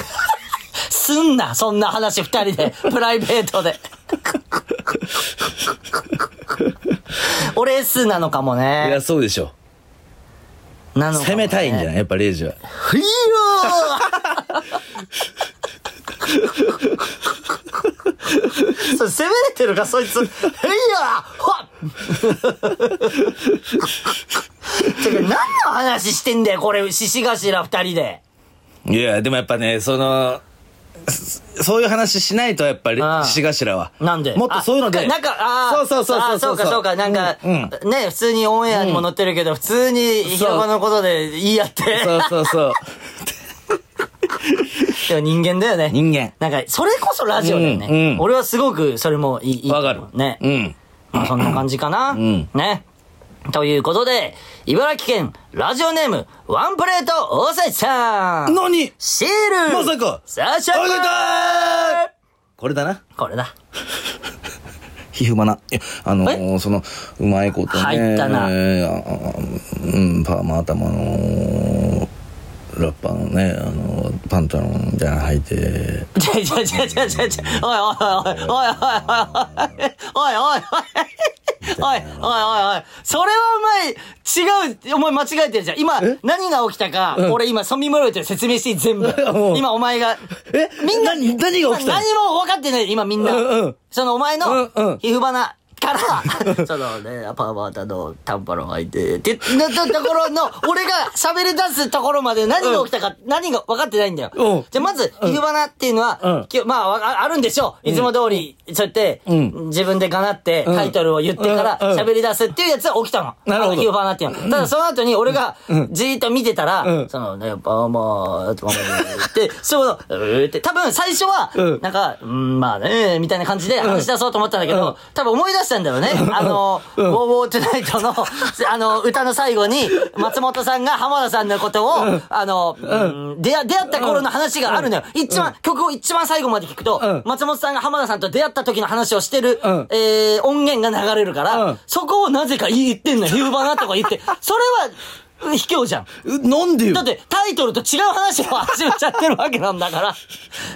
S1: すんな、そんな話二人 で、プライベートで。俺 S なのかも
S2: いや、
S1: ね。
S2: そうでしょ。
S1: なのかもね
S2: 攻めたいんじゃ
S1: い
S2: ないやっぱレイジは。
S1: ふいよーそれ攻めれてるか、そいつ。ふいよーほってか何の話してんだよ、これ、獅子頭二人で。
S2: いや、でもやっぱね、その、そそういう話しないと、やっぱり
S1: ああ、
S2: しがしらは。
S1: なんで
S2: もっとそういうので。
S1: なんか、あ
S2: そ
S1: あ、
S2: うそうそうそう。
S1: あそうか、そうか、なんか、
S2: うんうん
S1: ね、普通にオンエアにも載ってるけど、普通に、ひろこのことで言い合って、
S2: そうそうそう。
S1: でも人間だよね。
S2: 人間。
S1: なんか、それこそラジオだよね。
S2: うんうん
S1: 俺はすごく、それもいい。いい
S2: わかる。
S1: ね。
S2: うん。
S1: まあそんな感じかな。
S2: ん
S1: ね。ということで、茨城県ラジオネームワンプレート大崎さん
S2: 何
S1: シール
S2: まさか
S1: 差し
S2: あ
S1: 上
S2: げ
S1: げ
S2: た
S1: た
S2: ーこれだな。
S1: これだ。
S2: ひふまな。いや、あのーその、うまいことね。
S1: 入ったな
S2: えーああうん、パーマ頭の、ラッパーのね、あの、パンタロンみたいなの履いて、
S1: ちゃちゃちゃちゃちゃちゃ、おいおいおいおいおいおいおいおいおいおいおいおいおいそれはお前、違う、お前間違えてるじゃん。今、何が起きたか、俺今、ソミムロイって説明して全部
S2: う。ん
S1: 今、お前が。
S2: え
S1: みんな、
S2: 何何が起きたの
S1: 何も分かってない、今みんな
S2: うんうん。
S1: そのお前の
S2: うんうん、
S1: 皮膚花 から、そのね、パーマータのタンパロン履いて、って、なったところの、俺が喋り出すところまで何が起きたか、何が分かってないんだよ。
S2: うん
S1: じゃあ、まず、皮膚花っていうのは、
S2: うん
S1: きゅまあわあ、あるんでしょう。いつも通り、そうやって、
S2: ん
S1: 自分でがなって、
S2: ん
S1: タイトルを言ってから、
S2: うんうん
S1: 喋り出すっていうやつは起きたの。
S2: なるほど
S1: あの皮膚花っていうのは。ただ、その後に俺が、じーっと見てたら、
S2: うん
S1: そのね、パーマータ、パーマータって、そういうこと、うーって、多分最初は、
S2: うん
S1: なんか、うん、まあね、みたいな感じで話し出そうと思ったんだけど、多分思い出したんだよね。あの、ウォーウォートゥナイトの、あの、歌の最後に、松本さんが浜田さんのことを、あの、うん出会出会った頃の話があるのよ。一番、曲を一番最後まで聞くと、
S2: うん
S1: 松本さんが浜田さんと出会った時の話をしてる、
S2: うん
S1: えー、音源が流れるから、
S2: うん
S1: そこをなぜか言ってんのよ。言うばなとか言って。それは、うん卑怯じゃん。
S2: うなんでよ
S1: だ ってタイトルと違う話を始めちゃってるわけなんだから。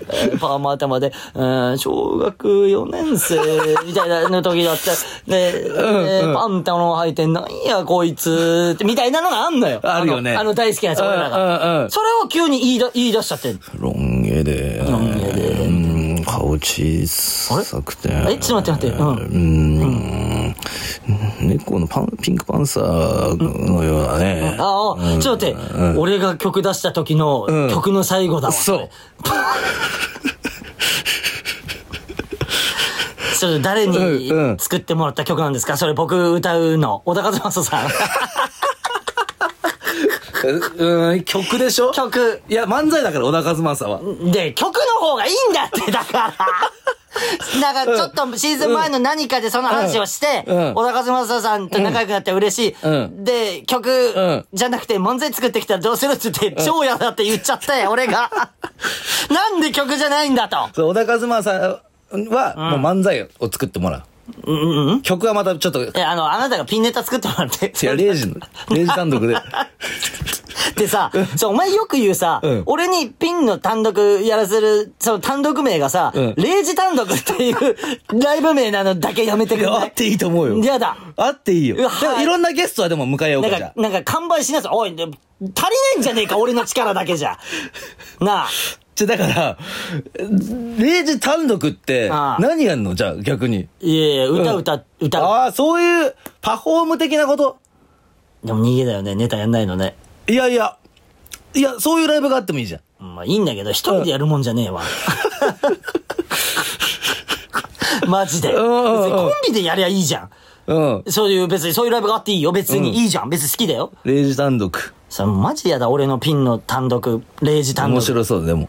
S1: えーパーマ頭で、うん小学4年生みたいなの時だって、ね、えーパンタロン履いてなんやこいつって、みたいなのがあんのよ。
S2: あるよね
S1: あのあの大好きなやつ、
S2: うん
S1: 俺ら
S2: うんう
S1: が。
S2: ん
S1: それを急に言いだ言い出しちゃってんの
S2: ロン毛で、ロン毛で、うん、顔小さくて。
S1: れえちょっと待って待って
S2: うん。猫のパン、ピンクパンサーのようなね。
S1: ああ、ちょっと待って、俺が曲出した時の
S2: うん
S1: 曲の最後だわ。
S2: そう。
S1: それ誰に
S2: うんうん
S1: 作ってもらった曲なんですかそれ僕歌うの。小田和正 さん。
S2: うん、曲でしょ
S1: 曲。
S2: いや、漫才だから、小田和正は。
S1: で、曲の方がいいんだって、だ から。なんか、ちょっとシーズン前の何かでその話をして、
S2: うん
S1: 小田和正さんと仲良くなって嬉しい。
S2: うん
S1: で、曲、
S2: ん
S1: じゃなくて漫才作ってきたらどうするって言って、超嫌だって言っちゃったよ、俺 が。なんで曲じゃないんだと。
S2: そう、小田和正は、もう漫才を作ってもらう。曲はまたちょっと、い
S1: え、あの、あなたがピンネタ作ってもらって。
S2: や、レイジの、レイジ単独で。
S1: でさ、そう、お前よく言うさ、
S2: うん
S1: 俺にピンの単独やらせる、その単独名がさ、
S2: うん
S1: レイジ単独っていうライブ名なのだけやめてくれ
S2: あ
S1: な
S2: っ
S1: い
S2: ていいと思うよ。
S1: 嫌だ。
S2: あっていいうよ。
S1: わ
S2: でもいろんなゲストはでも迎えよう
S1: な
S2: か、
S1: ん
S2: じゃ
S1: か
S2: あ、
S1: なんか完売しなさい。おい、でも足りないんじゃねえか、俺の力だけじゃ。なあ。
S2: じゃ、だから、レイジ単独って、
S1: ああ
S2: 何やんのじゃあ、逆に。
S1: いやいや、歌歌、歌う。
S2: ああ、そういう、パフォーム的なこと。
S1: でも逃げだよね、ネタやんないのね。
S2: いやいや、いや、そういうライブがあってもいいじゃん。
S1: まあいいんだけど、一人でやるもんじゃ ねえわ。マジで。別
S2: んうんうん
S1: にコンビでやりゃいいじゃん。
S2: うん。
S1: そういう、別にそういうライブがあっていいよ。別にいいじゃん。別に好きだよ。
S2: レイジ単独。
S1: それマジやだ、俺のピンの単独、レイジ単
S2: 面
S1: 独。
S2: 白そうだ、でも。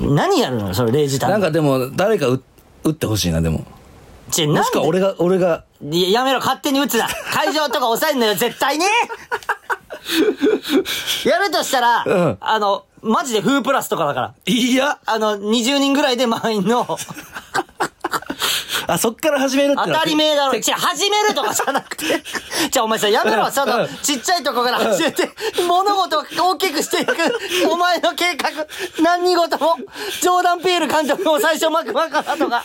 S1: 何やるのそれ、レイジ単
S2: なん
S1: 独。
S2: かでも、誰か打打ってほしいな、でも。
S1: ちぇ、な
S2: も
S1: ん
S2: しか
S1: で
S2: 俺が、俺が、
S1: いややめろ、勝手に打つな。会場とか抑えんの よ、絶対に。やるとしたら、
S2: うん
S1: あの、マジでフープラスとかだから。
S2: いや
S1: あの、20人ぐらいで満員の、
S2: あ、そっから始めるって
S1: 当
S2: のは
S1: たり前 だろ。じゃ始めるとかじゃなくて。じゃお前さ、やめろ、その、ちっちゃいとこから始めて、物事を大きくしていく、お前の計画、何事も、ジョーダン・ピール監督も最初マクマカだとか。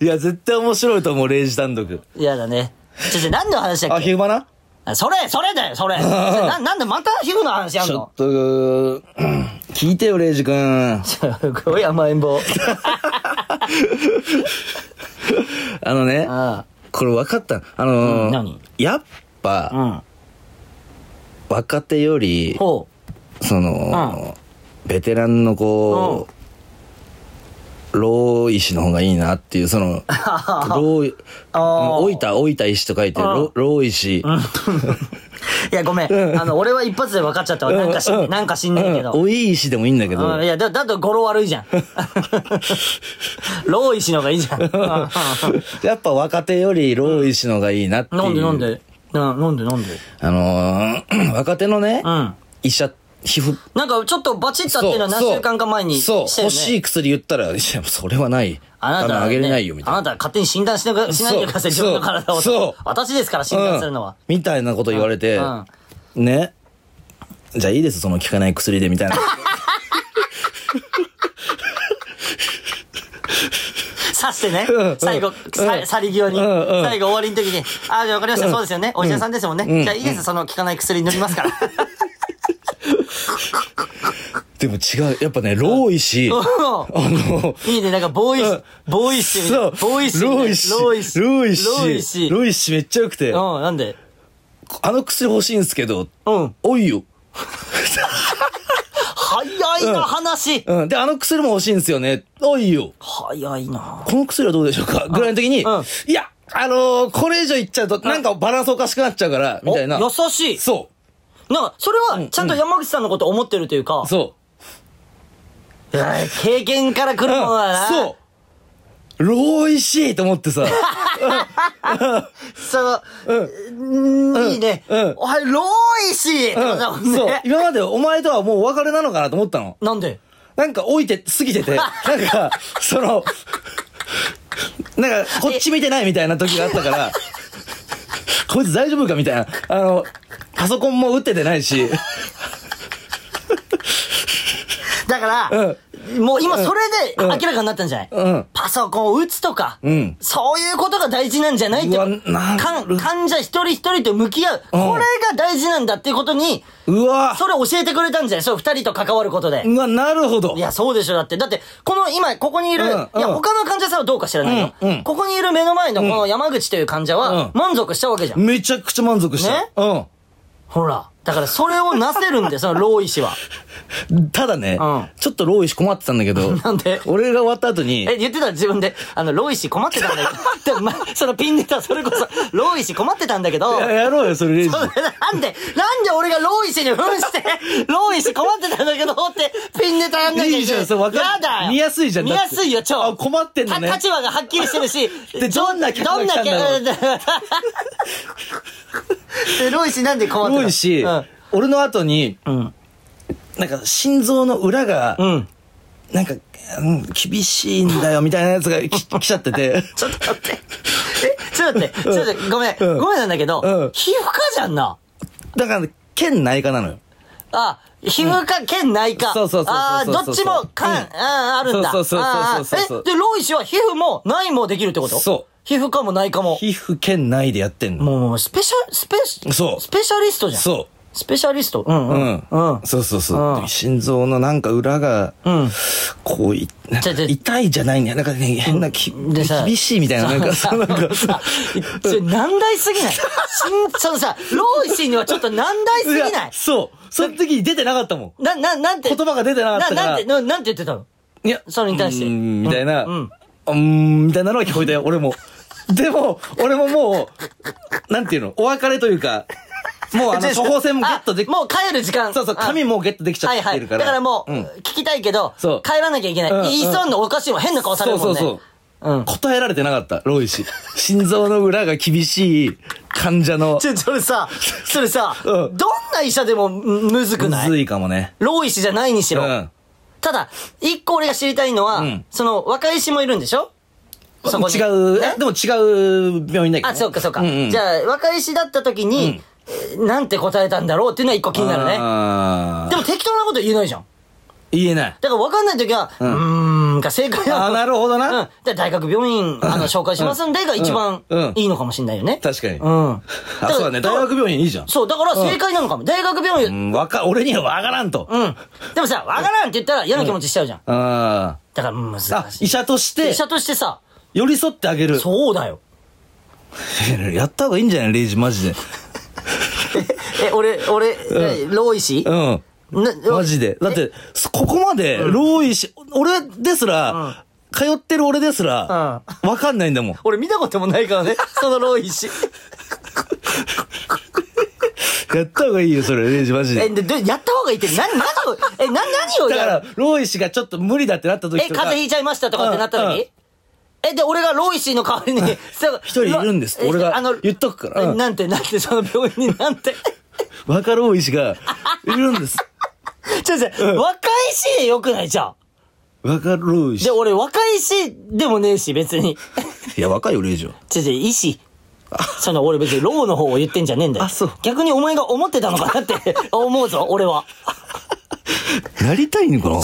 S2: いや、絶対面白いと思う、レイジ単独。
S1: いやだね。ちょ、ちょ、何の話だっ
S2: あ、
S1: け
S2: ヒューマな
S1: それ、それだよ、それ。それな、なんでまた皮膚の話やん
S2: ち
S1: の
S2: ょっと、うん聞いてよ、レイジくん。
S1: すごい甘えん 坊。
S2: あのね、
S1: あ
S2: これ分かった。あのー
S1: うん何
S2: やっぱ、
S1: あ
S2: 若手より、
S1: ほ
S2: その、ベテランのこう、老石の方がいいなっていう、その、老、
S1: あー
S2: 老いた、老いた石と書いて、
S1: うん
S2: 老老石。
S1: う。いや、ごめん。あの、俺は一発で分かっちゃったわ。なんかしんね、なんかしんねえけど。
S2: おいいしでもいいんだけ
S1: うん、
S2: ど。
S1: いや、だ、だと語呂悪 いじゃん。ローイシの方がいいじゃん。
S2: やっぱ若手より老いしのがいいなって いう。
S1: なんでなんでななんでなんで
S2: あのー、 若手のね
S1: うん、
S2: 医者、皮膚、
S1: なんかちょっとバチッとあっていうのは何週間か前に
S2: そう、
S1: し
S2: そ
S1: てる
S2: う
S1: ね。
S2: 欲しい薬言ったら、いや、それはない。
S1: あなたはね、
S2: のあげれないよ、みたい
S1: あ
S2: な。
S1: なたは勝手に診断しなくしないでください、自
S2: そう
S1: 分の体を。
S2: そう
S1: 私ですから診断するのは。
S2: うんみたいなこと言われて、
S1: うん
S2: ね。じゃあいいです、その効かない薬で、みたいな。
S1: 刺してね
S2: うんうん。
S1: 最後、さ去り際に。
S2: うんうん
S1: 最後終わりの時に。ああ、じゃあわかりました。そうですよね。お医者さんですもんね。じゃあいいです。その効かない薬塗りますから。
S2: でも違う。やっぱね、老いし、あ の、
S1: いいね。なんか、ボーイッシュ、ボーイッシュみたい
S2: そ
S1: な。
S2: う、
S1: ボーイッシュみたいな。
S2: 老いし、老
S1: ローイッ
S2: いし、
S1: シュ。
S2: 老
S1: ロー
S2: い
S1: イッシ
S2: し、
S1: ュ
S2: 老いしめっちゃ良くて、あ
S1: うん、なんで
S2: の薬欲しいんすけど、
S1: うん。
S2: おいよ。
S1: 早いな、話
S2: うん。で、あの薬も欲しいんすよね。おいよ。
S1: 早いな。
S2: この薬はどうでしょうかぐらいの時に、
S1: うん
S2: いや、あのーこれ以上いっちゃうと、なんかバランスおかしくなっちゃうから、みたいな。
S1: お優しい。
S2: そ
S1: なんか、それは、ちゃんと山口さんのこと思ってるというか
S2: う。、そう。
S1: いや経験から来るものだな。
S2: そう。ロイシーと思っ てさ。
S1: その、うん、いいね。
S2: うん
S1: おはよう、ローイシーってことだもん
S2: そう
S1: ね。。
S2: 今までお前とはもうお別れなのかなと思ったの。
S1: なんで
S2: なんか置いて、過ぎ てて、なんか、その、なんか、こっち見てないみたいな時があっ たから、こいつ大丈夫かみたいな。あの、パソコンも打っててないし、
S1: だから、もう今それで明らかになったんじゃない、
S2: うん
S1: パソコンを打つとか、
S2: ん
S1: そういうことが大事なんじゃないって
S2: うわなる
S1: かん患者一人一人と向き合う、これが大事なんだっていうことに、
S2: うわ
S1: それ教えてくれたんじゃないそう、二人と関わることで。
S2: うわ、なるほど
S1: い。や、そうでしょ。だって、だって、この今、ここにいる、
S2: うん
S1: い
S2: うん
S1: や、他の患者さんはどうか知らないよ。
S2: うんうん
S1: ここにいる目の前のこの山口という患者は、
S2: うん
S1: 満足したわけじゃん。
S2: めちゃくちゃ満足した。
S1: ねほら。だから、それをなせるんだよ、その、老医師は。
S2: うん。ただね、
S1: うん
S2: ちょっとロイシー困ってたんだけど、
S1: なんで
S2: 俺が終わった後に、
S1: え、言ってた自分で、あの、ロイシ困ってたんだけ ど。でも、ま、そのピンネタ、それこそ、ロイシ困ってたんだけど、
S2: いややろうよ、それ、レイジ。
S1: なんで、なんで俺がロイシに扮して、ロイシ困ってたんだけどって、ピンネタやんなきゃいけない。
S2: いいじゃんそうわかる
S1: やだよ
S2: 見やすいじゃん
S1: 見
S2: だって
S1: やすいよ、超。
S2: あ困ってんのね
S1: た立場がはっきりしてるし、
S2: でどんな客が来たんだろう
S1: どんな客でロイシなん で困ってたの
S2: ロイシ
S1: うん
S2: ー、俺の後に、
S1: うん。
S2: なんか心臓の裏が
S1: う、ん。
S2: なんか、うん厳しいんだよ、みたいなやつがき来ちゃってて。
S1: ちょっと待って。え、ちょっと待って。ちょっと待って、ごめん。
S2: うん
S1: ごめんなんだけど、
S2: うん
S1: 皮膚科じゃんな。
S2: だから、県内科なのよ。
S1: あ、皮膚科兼内科。
S2: そうそうそうそう
S1: あーどっちも
S2: う
S1: か
S2: ん
S1: ん、あーあるんだ。
S2: そうそうそうそうそう
S1: あーえ、で、ロイ氏は皮膚も内もできるってこと
S2: そう。
S1: 皮膚科も内科も。
S2: 皮膚県内でやってんの。
S1: もうもう、スペシャ、スペシ、
S2: そう
S1: スペシャリストじゃん。う。
S2: そ
S1: スペシャリスト。うん
S2: う。
S1: う。
S2: うんん。
S1: うん。
S2: そうそうそう
S1: う。ん
S2: 心臓のなんか裏が、
S1: ん
S2: こうい、なんか
S1: ちょちょ
S2: 痛いじゃないんだよ。なんかね、変なき、
S1: でさ
S2: 厳しいみたいな。なんか、
S1: さ
S2: そう なんか、
S1: さちょ難題すぎないしんそのさ、ロイ氏にはちょっと難題すぎ
S2: い
S1: な
S2: や
S1: い
S2: そう。その時に出てなかったもん。
S1: な、な、なんて。
S2: 言葉が出てなかったから
S1: な、なんて、ななんて言ってたの
S2: いや、
S1: それに対して
S2: うーんみたいな、
S1: う
S2: うん
S1: うん
S2: ん、ん、みたいなのは聞こえたよ、俺も。でも、俺ももう、なんていうの、お別れというか、も うあの、処方箋もゲットでき
S1: あ、もう帰る時間。
S2: そうそう、紙もゲットできちゃ
S1: はい
S2: っ
S1: は
S2: て
S1: い。
S2: る
S1: だ
S2: か。
S1: かららもう、
S2: ん
S1: 聞きたいけど、
S2: そう
S1: 帰らなきゃいけない。
S2: うんうん
S1: 言いそうなおかしいもん変な顔され
S2: そう
S1: るも
S2: そ
S1: ん
S2: う
S1: ね。
S2: そう。
S1: うん。
S2: 答えられてなかった、ロイ氏。心臓の裏が厳しい患者の、
S1: ちょ、それ さ、それさ、
S2: うん
S1: どんな医者でもむむずく
S2: む
S1: ない
S2: ずいかもね。
S1: 老医師じゃないにし
S2: う
S1: ろ。
S2: ん。
S1: ただ、一個俺が知りたいのは、
S2: ん
S1: その、若い医師もいるんでしょそこに。
S2: 違う、
S1: ね
S2: えでも違う病院だけどね、
S1: あ、そうかそうか。
S2: んん
S1: じゃあ、若い医師だった時に、えーなんて答えたんだろうっていうのは一個気になるね。
S2: あー
S1: でも適当なこと言えないじゃん。
S2: 言えない。
S1: だから分かんないときは、うーん、が正解
S2: あーなるほどな
S1: うん。で、大学病院、あの、紹介しますんでが一番
S2: うんうん
S1: いいのかもしれないよね。
S2: 確かに。
S1: うん。あ
S2: あ、そうだね。大学病院いいじゃん。
S1: そう、だから正解なのかも。大学病
S2: う
S1: 院、
S2: ん、わか、俺にはわからんと。
S1: うん。でもさ、分からんって言ったら嫌な気持ちしちゃうじゃん。
S2: あ
S1: だから難しい。
S2: あ。あ、医者とし
S1: 医
S2: て、
S1: 者としてさ、
S2: 寄り添ってあげる。
S1: そうだよ。
S2: やった方がいいんじゃないレイジ、マジで。
S1: え、俺、俺、え老医師
S2: うん。
S1: な
S2: マジで。だって、そここまで、老医師、俺ですら、通ってる俺ですら、わかんないんだもん。
S1: 俺見たこともないからね、その老医師。
S2: やった方がいいよ、それ、レイジマジ
S1: え、
S2: で。
S1: で、でやった方がいいって、な、何を、え、な、何を
S2: だか
S1: や
S2: ら
S1: る、
S2: ロイ氏がちょっと無理だってなった時
S1: え、
S2: と
S1: 風
S2: か
S1: 邪、ひいちゃいましたとかってなった
S2: うんうん
S1: 時え、で、俺がロイシーの代わりに、一
S2: 一人いるんですって俺が言っとくからうん
S1: なんて、なんて、その病院になんて。
S2: 若ロイ氏がいるん です。
S1: ちょっと待って、
S2: うん
S1: 若いしでよくないじゃん。
S2: 若ロイ氏
S1: で、。俺若いしでもねえし、別に。
S2: いや、若いよ、レイジは。
S1: ちょちょ、医師。その、俺別にローの方を言ってんじゃねえんだよ。
S2: あそう
S1: 逆にお前が思ってたのかなって思うぞ、俺は。
S2: なりたいのかな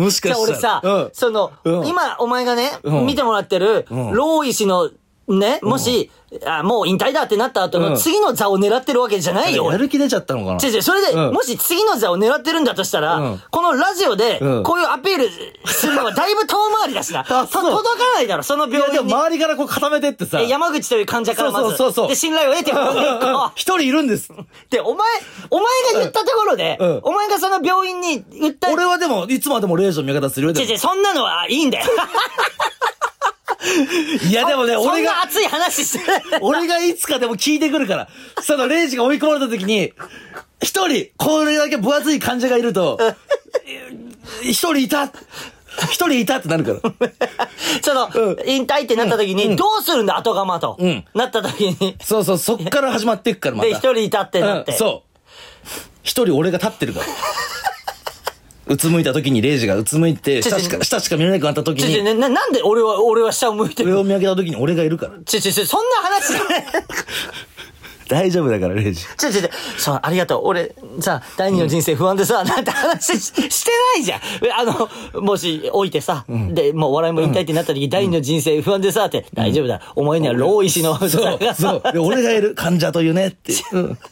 S2: もし
S1: じ
S2: か
S1: ゃあ俺
S2: したら
S1: さ。、その、
S2: うん
S1: 今お前がね、
S2: うん
S1: 見てもらってる、
S2: うん
S1: ロー医師の、ね、もし、あ、もう引退だってなった後
S2: う
S1: の
S2: ん
S1: 次の座を狙ってるわけじゃないよ、
S2: や
S1: 俺。
S2: る気出ちゃったのかな
S1: 違う違う、それで、
S2: うん
S1: もし次の座を狙ってるんだとしたら、
S2: うん
S1: このラジオで、
S2: うん
S1: こういうアピールするのはだいぶ遠回りだしな。
S2: あ
S1: と
S2: そう
S1: 届かないだろ、その
S2: い
S1: 病
S2: や、で
S1: 院
S2: も
S1: に。
S2: 周りからこう固めてってさ。
S1: え山口という患者からまず。
S2: そうそうそうそう
S1: で、信頼を得てもらう
S2: 一人いるんです。
S1: で、お前、お前が言ったところで、
S2: うんうん
S1: お前がその病院に言った、
S2: 俺はでも、いつまでもレイジの味方するよ。で
S1: 違う違
S2: も
S1: う、そんなのはいいんだよ。
S2: いや、でもね、
S1: そ
S2: 俺
S1: んな
S2: が、
S1: 熱い話してない。
S2: 俺がいつかでも聞いてくるから。その、レイジが追い込まれた時に、一人、これだけ分厚い患者がいると、一人いた一人いたってなるから。
S1: その、
S2: うん
S1: 引退ってなった時に、どうするんだ、後釜と。
S2: うん
S1: なった時に。
S2: そうそう、そっから始まっていくから、また。
S1: で、一人いたってなって。
S2: うん、そう一人俺が立ってるからうつむいた時にレイジがうつむいて
S1: ちょち
S2: 下
S1: ょ
S2: しか下しか見れなくなった時
S1: ちょちょ、
S2: に
S1: な、なんで俺は、俺は下を向いて
S2: 上
S1: る
S2: を見上げた時に俺がいるから
S1: ちょちょちょ、そんな 話じゃない。
S2: 大丈夫だからレイジ
S1: ちょちょちょ、そう、ありがとう。俺、さ、第二の人生不安でさ、なんて話ししてないじゃん。あの、もし置いてさ、で、もうお笑いも引退ってなった時、第二の人生不安でさ、って、大丈夫だ。お前には老医師の、
S2: そうそうで俺がいる患者というねっていう、うん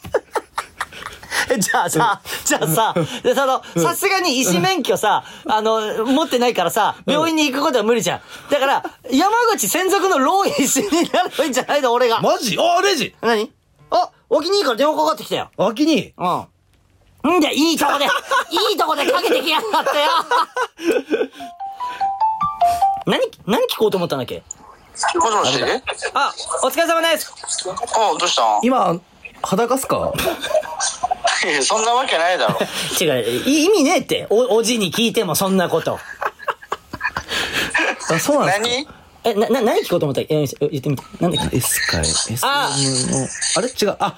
S1: じゃあさ、じゃあさ、で、その、さすがに医師免許さ、あの、持ってないからさ、病院に行くことは無理じゃん。だから、山口専属の老医師になるんじゃないの、俺が。
S2: マジあレイジ
S1: 何あ、お気に入りから電話かかってきたよ。
S2: 脇に
S1: うん。んで、いいとこで、いいとこでかけてきやがったよ。何、何聞こうと思ったんだっけ
S3: もしもし
S1: あ、お疲れ様です。
S3: あ、どうしたん
S2: 今裸っすか
S3: いやそんなわけないだろ。
S1: 違う、い意味ねえって、お、おじに聞いてもそんなこと。
S2: あそうなんですか
S3: 何
S1: え、な、な、何聞こうと思ったっけえ言ってみて。なんだっけ
S2: S か S
S1: あ
S2: のあれ違うあ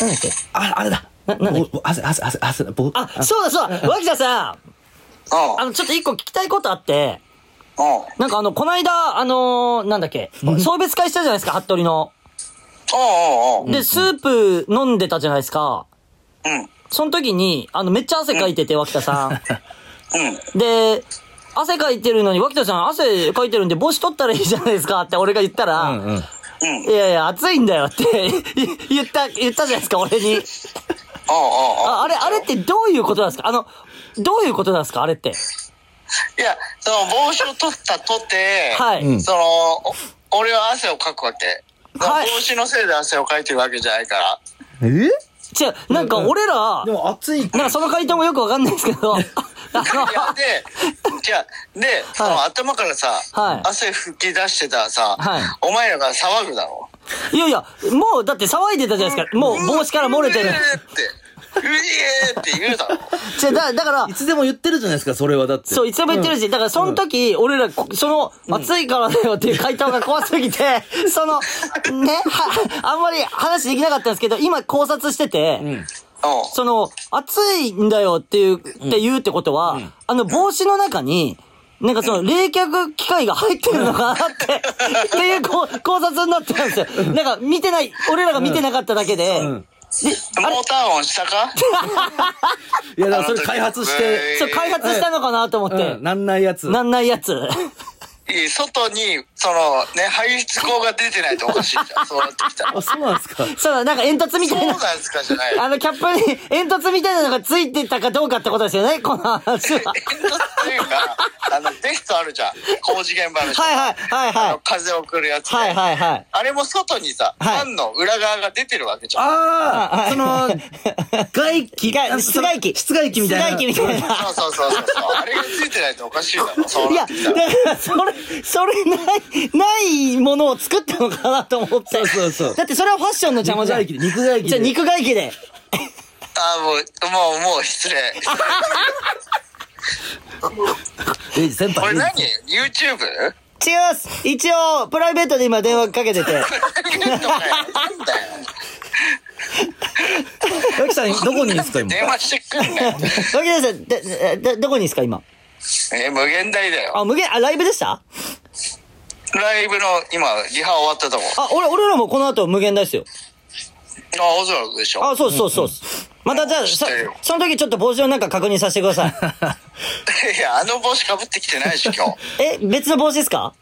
S1: なんだっけ
S2: ああれだ
S1: ななんだっけ
S2: ぼ汗汗汗汗ぼ
S1: あ、そうだそうだ脇田さんあの、ちょっと一個聞きたいことあって、
S3: うん。うん。
S1: なんかあの、この間、あのーなんだっけ、送別会したじゃないですか、服部の。
S3: うんうんうん。
S1: で、スープ飲んでたじゃないですか。
S3: うん。
S1: その時に、あの、めっちゃ汗かいてて、脇田さ
S3: うん。
S1: ん。で、汗かいてるのに、脇田さん、汗かいてるんで、帽子取ったらいいじゃないですかって俺が言ったら、
S2: うんうん
S3: うん。うん。うん。うん。
S1: いやいや、暑いんだよって 言った、言ったじゃないですか、俺に。ああれ、あれってどういうことなんですかあの、どういうことなんですかあれって。
S3: いや、その帽子を取ったとて、
S1: はいうん
S3: その、お俺は汗をかくわけ。
S1: はい
S3: 帽子のせいで汗をかいてるわけじゃないから。
S2: え
S1: 違う、なんか俺ら、
S2: でも暑い
S1: なんかその回答もよくわかんないですけど、あ の、
S3: いや、で、じゃあで、その頭からさ、
S1: はい
S3: 汗吹き出してたらさ、
S1: はい
S3: お前らが騒ぐだろ。
S1: いやいや、もうだって騒いでたじゃないですか。もう帽子から漏れてる
S3: うえ。ーって、うえーって言うだろ。
S1: じゃだだから
S2: い、つでも言ってるじゃないですかそれはだって
S1: そう、いつでも言ってるし、だからその時、俺ら、こその、暑いからだよっていう回答が怖すぎて、その、ね、はあんまり話できなかったんですけど、今考察してて、
S3: うん。
S1: その、暑いんだよっていう、って言うってことは、あの、帽子の中に、なんかその、冷却機械が入ってるのかな って、っていうこう考察になってるんですよ。なんか、見てない、俺らが見てなかっただけで、
S2: ん
S1: で、あれ
S3: モーター音した か
S2: いやだからそれ開発して
S1: そう開発したのかなと思って、
S2: うんなんないやつ
S1: なんないやつ。
S3: いい外に、そのね、排出口が出てないとおか しいじゃん。そうなってきたら。
S2: あそうなんですか
S1: そう、なんか煙突み
S3: そ
S1: た
S3: う
S1: いな、
S3: なんですかじゃない。
S1: あの、キャップに煙突みたいなのがついてたかどうかってことですよね、この話は。
S3: 煙突っていうか、あの、デストあるじゃん。工事現場の人。
S1: はいはい、はい
S3: あの
S1: は
S3: 風を送るやつ
S1: い。
S3: で。
S1: はいはいはい。
S3: あれも外にさ、
S1: はい
S3: ファンの裏側が出てるわけじゃん。
S2: ああ、その、外気
S1: 外室外機
S2: 室外機みたいな。
S1: 室外機みたいな。
S3: そうそうそうそう。あれがついてないとおかしいだろ。そう
S1: い
S3: な
S1: や、
S3: ってきたら。
S1: だから、それ、それないないものを作ったのかなと思って。
S2: そうそうそう
S1: だってそれはファッションの邪魔じゃん。
S2: 肉外気で肉外気
S1: じゃあ肉外
S2: で
S1: 気で。
S3: あーもう、もう、もう失礼。
S2: エイジ先
S3: こ
S2: 輩
S3: れ何
S2: エイジ
S3: ?YouTube?
S1: 違います一応、プライベートで今電話かけて て。
S3: なんだ よ。
S2: 脇さんどこにいるんですか今
S3: 電話してくんなよ。
S1: 脇田さん、で、で、どこにいですか今。
S3: え、無限大だよ。
S1: あ、無限、あ、ライブでした
S3: ライブの、今、リハ終わったと思う。
S1: あ、俺、俺らもこの後無限大ですよ。
S3: あ、おそらくでしょ。
S1: あ、そうですそうですそうです。またじゃあ、さ
S3: 知ってるよ
S1: その時ちょっと帽子をなんか確認させてくだ さい。
S3: いや、あの帽子かぶってきてないでしょ、今日。
S1: え、別の帽子ですか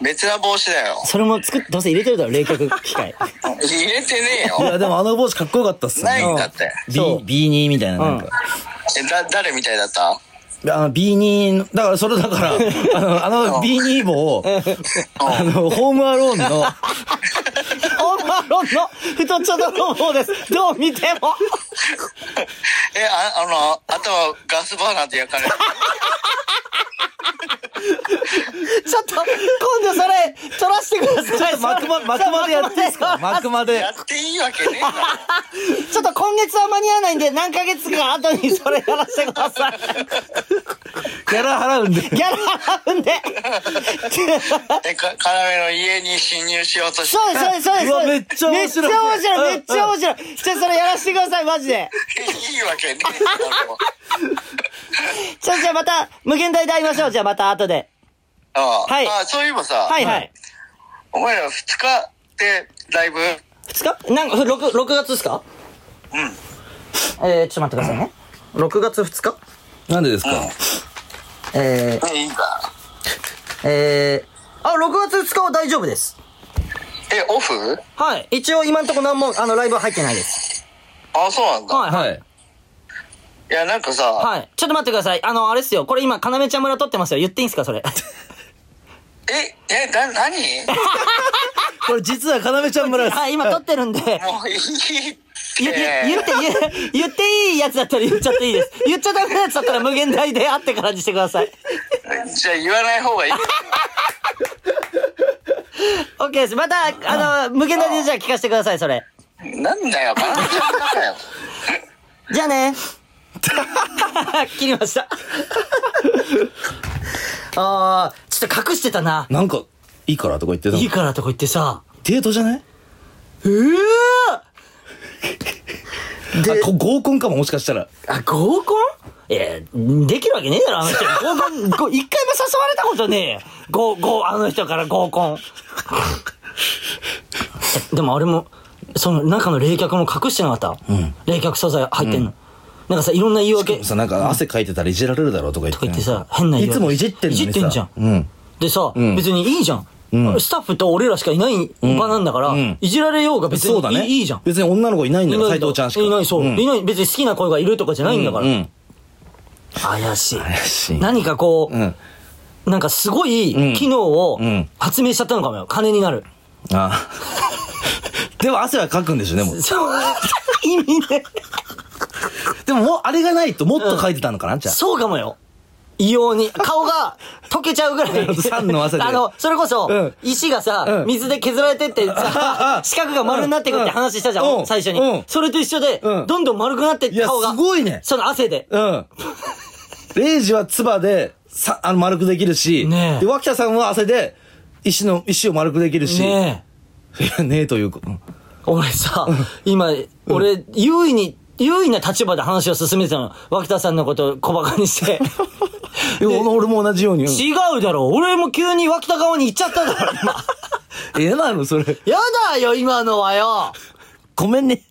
S3: 別な帽子だよ。
S1: それも作っ、どうせ入れてるだろ、冷却機 械。
S3: 入れてねえ
S2: い
S3: よ。
S2: やでもあの帽子かっこよかったっすね
S3: ないんだって。
S2: B
S1: そう
S2: B2 みたいななんか、
S3: え、だ、誰みたいだった
S2: あの B2 の、だからそれだから、あの、あの B2 帽を、あの、ホームアローンの、
S1: オーバーロンの太っちょどの方です。どう見ても。
S3: え、あ、あの、頭ガスバーナーで焼かれてる。
S1: ちょっと、今度それ、撮らせてください。ちょ
S2: 幕間、幕間でやっていいですか幕間で
S3: や。っていいわけねえだろ。
S1: ちょっと今月は間に合わないんで、何ヶ月か後にそれやらせてくだ さい。
S2: ギャラ払うんで。
S1: ギャラ払うんで。
S3: え、か、カラメの家に侵入しようとして。
S1: そうです、そうです、そうです。
S2: うわめっちゃ面白
S1: め
S2: い
S1: っちゃ面白い、
S2: うん
S1: めっちゃ面白い。じゃあそれやらせてください、マジで。
S3: いいわけねえだろ。
S1: じゃあ、じゃあまた、無限大で会いましょう。じゃあまた後で。
S3: ああ、
S1: はい
S3: あそういえばさ、
S1: はいはい。
S3: お前ら2日でライブ
S1: 2日なんか、6、6月ですかうん。えー、ちょっと待ってくださいね。6月2日
S2: なんでですか
S1: えー、
S3: え、いいか。
S1: えー、あ、6月2日は大丈夫です。
S3: え、オフ
S1: はい。一応今んとこ何も、あの、ライブは入ってないです。
S3: あ、そうなんだ。
S1: はいはい。
S2: はい。
S3: いや、なんかさ、
S1: はい。ちょっと待ってください。あの、あれっすよ。これ今、かなめちゃん村撮ってますよ。言っていいんすか、それ。
S3: え、え、だ、何
S2: これ実は要ちゃん村です。
S1: はい、今撮ってるんで。
S3: もういいって。
S1: 言言って、言言っていいやつだったら言っちゃっていいです。 言っちゃダメなやつだったら無限大で会ってからにしてください。
S3: じゃあ言わない方がいい。
S1: OK です。また、あの、無限大でじゃあ聞かせてください、それ。
S3: なんだよ、バランちゃんだよ。
S1: じゃあね。 切りました。 あー、ちょっと隠してたな。
S2: なんか、いいからとか言ってたの
S1: いいからとか言ってさ。
S2: デートじゃないう
S1: ー
S2: あ、こ合コンかも、もしかしたら。
S1: あ、合コンいや、できるわけねえだろ、あの人。合コン、ご一回も誘われたことねえよ。ご、ご、あの人から合コン。でもあれも、その中の冷却も隠してなかった。冷却素材入ってんの。なんかさ、いろんな言い訳。
S2: さ、なんか汗かいてたらいじられるだろうとか言っ
S1: と
S2: て。
S1: か言ってさ、変な言
S2: い
S1: 訳
S2: つもいじってんのにさ。
S1: いじってんじゃん。
S2: うん。
S1: でさ、
S2: ん
S1: 別にいいじゃん。
S2: うん
S1: スタッフと俺らしかいない場なんだから、
S2: うん
S1: いじられようが別にい
S2: そ
S1: い,、
S2: うだね。
S1: いいじゃん。
S2: 別に女の子いないんだよ、斎藤ちゃんしか。
S1: いない、そう。
S2: ん
S1: いない、別に好きな子がいるとかじゃないんだから。
S2: うん。
S1: 怪しい。
S2: 怪しい。
S1: 何かこう、
S2: うん。
S1: なんかすごい機能を
S2: うん
S1: 発明しちゃったのかもよ。金になる。
S2: あ でも汗はかくんでしょ、でも。
S1: そう、意味ね。
S2: でももう、あれがないともっとかいてたのかな、じゃあ。
S1: そうかもよ。異様に。顔が溶けちゃうぐらい。
S2: 酸の汗で
S1: あの、それこそ、
S2: うん
S1: 石がさ、
S2: うん、
S1: 水で削られてってさ 四角が丸になってくって話したじゃん、
S2: うん
S1: 最初に、
S2: うん
S1: それと一緒で、
S2: うん
S1: どんどん丸くなって
S2: いや、
S1: 顔が。
S2: すごいね。
S1: その汗で。
S2: うん。レイジは唾で、さ、あの、丸くできるし、
S1: ねえ
S2: で、脇田さんは汗で、石の、石を丸くできるし、
S1: ねえ。
S2: いや、ねえというか、うん
S1: 俺さ、今、俺、優位に、優位な立場で話を進めてたの。脇田さんのことを小馬鹿に して。
S2: で俺俺も同じように。うん
S1: 違うだろ俺も急に脇田側に行っちゃっただろ今。
S2: え、なのそれ。
S1: やだよ、今のはよ。
S2: ごめんね。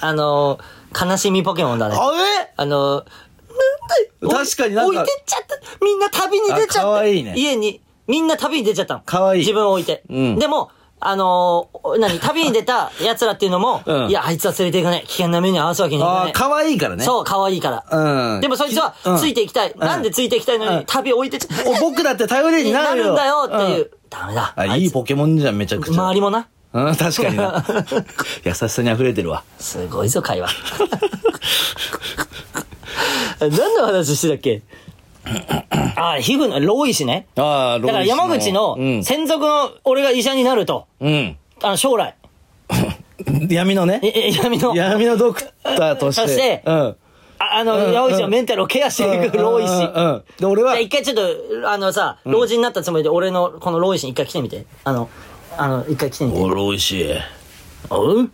S1: あの、悲しみポケモンだね。
S2: あ、え
S1: あの、なんだよ
S2: 確かになんか
S1: 置いてっちゃった。みんな旅に出ちゃった。
S2: あ可愛いね
S1: 家に、みんな旅に出ちゃったの。
S2: 可愛い
S1: 自分を置いて。
S2: うん
S1: でも、あのー、お何、旅に出た奴らっていうのも、
S2: うん
S1: いや、あいつは連れていかない。危険な目に遭わすわけにはいか
S2: あ
S1: な
S2: ー、
S1: い。
S2: 可愛いからね。
S1: そう、可愛いから。
S2: うん
S1: でもそいつは
S2: うん、
S1: ついていきたい。なんでついていきたいの
S2: う
S1: に
S2: ん、
S1: 旅置いてっちゃった。
S2: お僕だって頼りにな
S1: な
S2: る
S1: る
S2: よ。
S1: んだよっていう。
S2: ん。
S1: ダメだ。
S2: あ、いいポケモンじゃん、めちゃくちゃ。
S1: 周りもな。
S2: うん、確かに な。優しさに溢れてるわ。
S1: すご いぞ、会話。何の話してたっけああ、皮膚の、老医師ね。
S2: ああ、
S1: だから山口の
S2: うん。
S1: 専属の俺が医者になると。
S2: うん。
S1: あの、将来。
S2: 闇のね。
S1: え、え闇の。
S2: 闇のドクターとして。
S1: として
S2: うん。
S1: ああの、
S2: うん
S1: 山口のメンタルをケアしていく老医師。
S2: うんうんうんうんで、俺
S1: じゃ
S2: は
S1: あ、一回ちょっと、あのさ、老人になったつもりで、俺のこの老医師に一回来てみて。あの、あの、一回来てみて。
S2: お、老医師。
S1: うん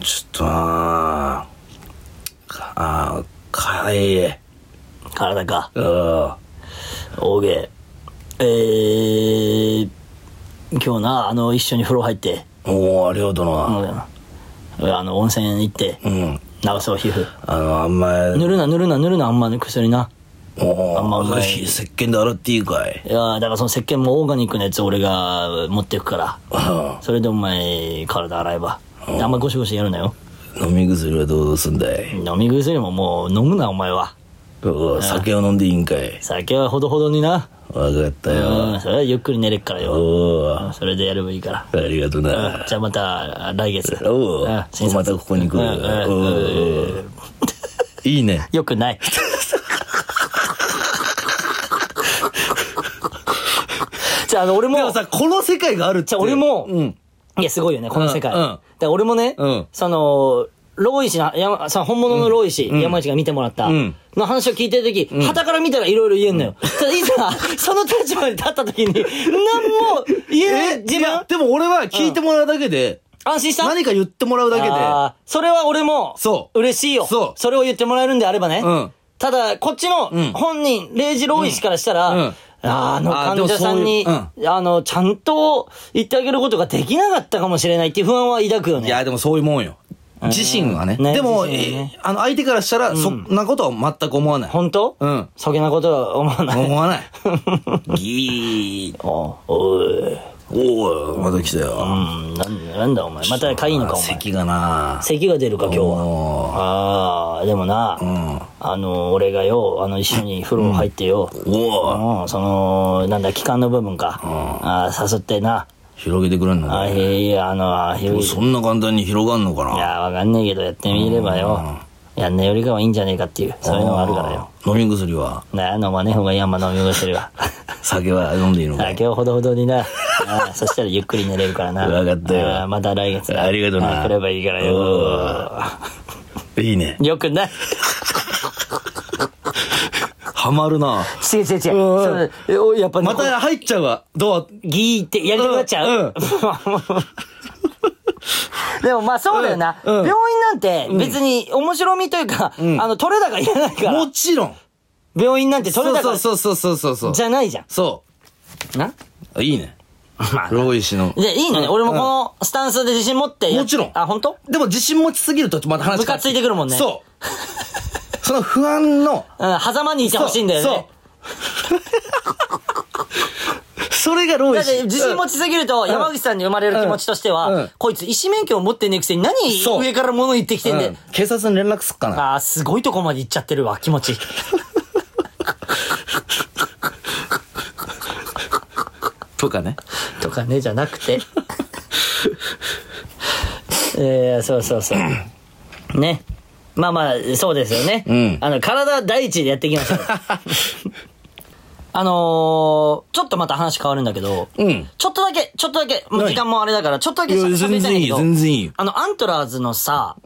S2: ちょっとなかあー、かい。
S1: 体か。
S2: うん。
S1: 大げえー、今日な、あの、一緒に風呂入って、
S2: おー、ありがとうな。
S1: あの、温泉行って、
S2: うん。
S1: 流そう、皮膚。
S2: あの、あんまり、
S1: 塗るな、塗るな、塗るな、あんまり薬な。
S2: お
S1: あんまうまい
S2: ひ石鹸で洗っていいかい
S1: いやーだからその石鹸もオーガニックのやつ俺が持ってくから。
S2: う
S1: それでお前、体洗えば。あんまゴシゴシやるなよ。
S2: ん飲み薬はどうすんだい
S1: 飲み薬ももう飲むな、お前は。
S2: おう酒を飲んでいいんかい
S1: 酒はほどほどにな。
S2: わかった
S1: う
S2: よ。
S1: ん、それはゆっくり寝れっからよ。
S2: おう
S1: それでやればいいから。
S2: ありがとうな。
S1: じゃあまた来月。
S2: おう
S1: うん診察
S2: またここに来る
S1: うんうん
S2: おういいね。
S1: よくない。 じゃあ、あの、俺も、
S2: でもさ、この世界があるって。
S1: じゃあ俺も
S2: うん。
S1: いや、すごいよね、この世界。
S2: うんうん
S1: だから俺もね、
S2: うん
S1: その、ロイ氏の、山その本物のロイ氏、山内が見てもらった、
S2: うん
S1: の話を聞いてるとき、旗から見たらいろいろ言えんのよ。ただいざ、その立場に立ったときに、何も言えない
S2: え
S1: 自
S2: いや
S1: 分、
S2: でも俺は聞いてもらうだけで、
S1: 安心した
S2: 何か言ってもらうだけで、
S1: あーそれは俺も、
S2: そう
S1: 嬉しいよ。
S2: そう
S1: それを言ってもらえるんであればね。
S2: うん
S1: ただ、こっちの
S2: うん
S1: 本人、レイジ・ロイ氏からしたら、
S2: うんうん
S1: あーあの
S2: あー
S1: 患
S2: でも
S1: 者さんに、
S2: そう
S1: あ
S2: い
S1: の、ちゃんと言ってあげることができなかったかもしれないっていう不安は抱くよね。
S2: いや、でもそういうもんよ。自身はね。
S1: ね
S2: でも、
S1: 自身はね
S2: えあの、相手からしたら、そんなことは全く思わない。
S1: 本当
S2: うん。
S1: そげなことは思わない。
S2: 思わ ない。ギー。
S1: おおい。
S2: おおまた来た
S1: う
S2: よ。
S1: ん、なんなんだお前。またかいいのかお前。
S2: 咳がな
S1: 咳が出るか今日は。
S2: お
S1: ああ、でもな、
S2: ん
S1: あの、俺がよ、あの、一緒に風呂入ってよ、
S2: ーおー
S1: うん、その、なんだ、気管の部分か。ああ、誘ってな。
S2: 広げてくれんの
S1: あいやいや、あの、ひい
S2: そんな簡単に広がんのかな
S1: や、わかんねえけど、やってみればよ。やんねえよりかはいいんじゃねえかっていう、そういうのがあるからよ。
S2: 飲み薬は
S1: なあ、飲まねえ方がいいやん、ま飲み薬 は。
S2: 酒は飲んでいいの
S1: あ
S2: か
S1: 今日ほどほどにな。ああそしたらゆっくり寝れるからな。
S2: わかったよ
S1: ああまた来月。
S2: ありがとう
S1: あ
S2: な
S1: あ来ればいいからよ。
S2: いいね。
S1: よくない。
S2: ハマるな。
S1: 違う違う違うそう。えおやっぱね
S2: また入っちゃうわ。ドア。
S1: ギーってやりたくなっちゃう、 でもまあそうだよな、
S2: うんうん
S1: 病院なんて別に面白みというか、あの、取れ高いらないか
S2: も
S1: ら、
S2: ちろん。
S1: 病院なんて取れ
S2: そ
S1: 高
S2: うそうそうそうそうそう。
S1: じゃないじゃん。
S2: そ
S1: な
S2: う。いいね。
S1: まあ、
S2: ロイ氏の。
S1: で、いいのね、俺もこのスタンスで自信持ってやっ
S2: もちろん
S1: あ、本当？
S2: でも自信持ちすぎるとまた話
S1: ムカついてくるもんね
S2: そう。 その不安の。
S1: うん、狭間にいてほしいんだよね。
S2: そう。それがロ
S1: だ
S2: イ
S1: っ
S2: 氏。
S1: て自信持ちすぎると山口さんに生まれる気持ちとしては、
S2: うん
S1: こいつ医師免許を持ってねえくせに何
S2: そう
S1: 上から物言ってきてんで、
S2: うん警察に連絡すっかな。
S1: ああ、すごいとこまで行っちゃってるわ、気持ち。
S2: とかね。
S1: とかね、じゃなくて。 えー、そうそうそう。ね。まあまあ、そうですよね。
S2: ん
S1: あの、体第一でやっていきま しょう。あのー、ちょっとまた話変わるんだけど、
S2: うん
S1: ちょっとだけ、ちょっとだけ、もう時間もあれだから、ちょっとだけ
S2: いや
S1: しゃ喋りたいんだけど
S2: 全然いいよ
S1: あの、アントラーズのさ、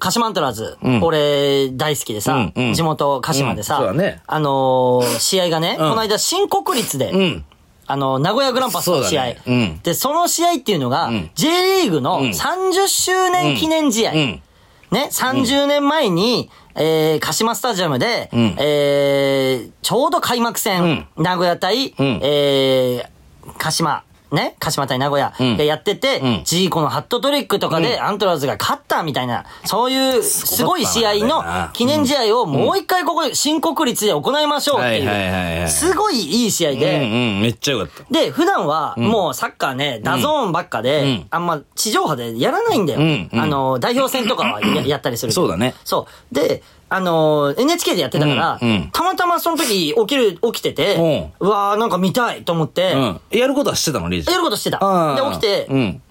S1: 鹿島アントラーズ、
S2: ん
S1: 俺大好きでさ、
S2: うんうん
S1: 地元鹿島でさ、
S2: うんそうだね
S1: あのー、試合がね、この間新国立で、
S2: うん。
S1: あの、名古屋グランパスの試合。
S2: そうだねうん
S1: で、その試合っていうのが、
S2: ん
S1: J リーグの30周年記念試合。
S2: うん。
S1: ね、30年前に、えー、鹿島スタジアムで、
S2: ん
S1: えー、ちょうど開幕戦、名古屋対、
S2: ん
S1: えー、鹿島、ね、鹿島対名古屋
S2: ん
S1: でやってて、
S2: ん
S1: ジーコのハットトリックとかでアントラーズが勝ったみたいな、そういうすごい試合
S2: そうだった
S1: の
S2: な
S1: 記念試合をもう一回ここで新国立で行いましょうって
S2: はいはいは
S1: い
S2: いは
S1: う、
S2: い
S1: すごいいい試合で、
S2: うんうん。めっちゃよかった。
S1: で、普段は、もうサッカーね、ダゾーンばっかで、
S2: ん
S1: あんま地上波でやらないんだよ。
S2: うんうん
S1: あの、代表戦とかはややったりするけど
S2: そうだね
S1: そう。で、あの、NHK でやってたから、
S2: うんうん
S1: たまたまその時起きる、起きてて、うわーなんか見たいと思って、
S2: うん。やることはしてたの、レイジ。
S1: やることしてた。
S2: あ
S1: で、
S2: ー
S1: 起きて、
S2: うん。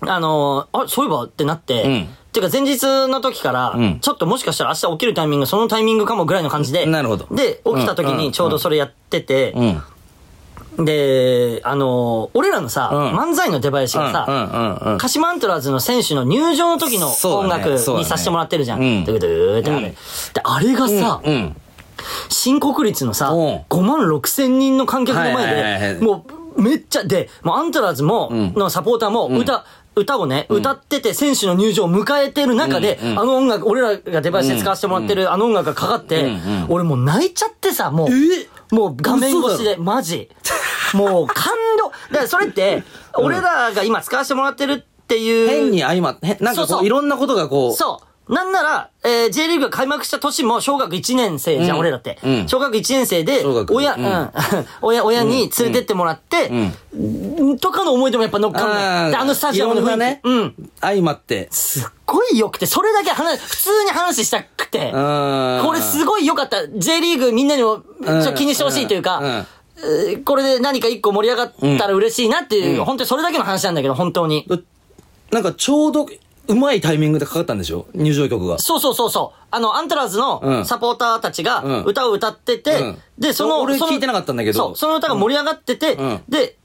S1: あの、あ、そういえばってなって、
S2: うん
S1: ていうか前日の時から、
S2: うん
S1: ちょっともしかしたら明日起きるタイミング、そのタイミングかもぐらいの感じで。
S2: なるほど
S1: で、起きた時
S2: うんうんう
S1: に
S2: ん
S1: ちょうどそれやってて、
S2: うん。
S1: で、あの、俺らのさ、
S2: うん
S1: 漫才の出囃子がさ、
S2: うんうんうんうん
S1: 鹿島アントラーズの選手の入場の時の
S2: そう
S1: 音
S2: だね
S1: 楽
S2: そうだ
S1: に
S2: ね
S1: させてもらってるじゃん。
S2: うん
S1: ドゥドゥーってあれ。
S2: うん
S1: で、あれがさ、
S2: うん。
S1: 新国立のさ、
S2: うん
S1: 5万6千人の観客の
S2: はいはいはい
S1: 前
S2: はい
S1: で、もうめっちゃ、で、もうアントラーズも、
S2: ん
S1: のサポーターも歌、歌をね、歌ってて選手の入場を迎えてる中で、
S2: うんうん
S1: あの音楽、俺らが出囃子で使わせてもらってるあの音楽がかかって、
S2: うんうん
S1: 俺もう泣いちゃってさ、もう、もう画面越しで、マジ。もう感動。だからそれって、俺らが今使わせてもらってるっていう。
S2: 変に相まって、へなんか
S1: そう
S2: こ
S1: そう
S2: う、いろんなことがこう、
S1: そう。なんなら、えー J リーグが開幕した年も小学1年生じゃん、
S2: うん
S1: 俺らって、
S2: うん
S1: 小学1年生で、
S2: 小学
S1: 親、う
S2: うんん
S1: 親、親に連れてってもらって、とかの思い出もやっぱ乗っかんな
S2: あー
S1: い。であのスタジアムの雰囲気。
S2: いろんなね
S1: うん。
S2: 相まって。
S1: すっごい良くて、それだけ話、普通に話したくて、こ
S2: こ
S1: れすごい良かった。J リーグみんなにも、ちょっと気にしてほしいというか、えーこれで何か一個盛り上がったら嬉しいなっていう、
S2: うん
S1: 本当にそれだけの話なんだけど、本当に。
S2: なんかちょうど、うまいタイミングでかかったんでしょ入場曲が。
S1: そうそうそうそう。あの、アントラーズ
S2: う
S1: の
S2: ん
S1: サポーターたちが
S2: うん
S1: 歌を歌ってて、
S2: うん
S1: で、その、
S2: 俺
S1: その
S2: 聞いてなかったんだけど
S1: そう、その歌が盛り上がってて、
S2: うん
S1: で、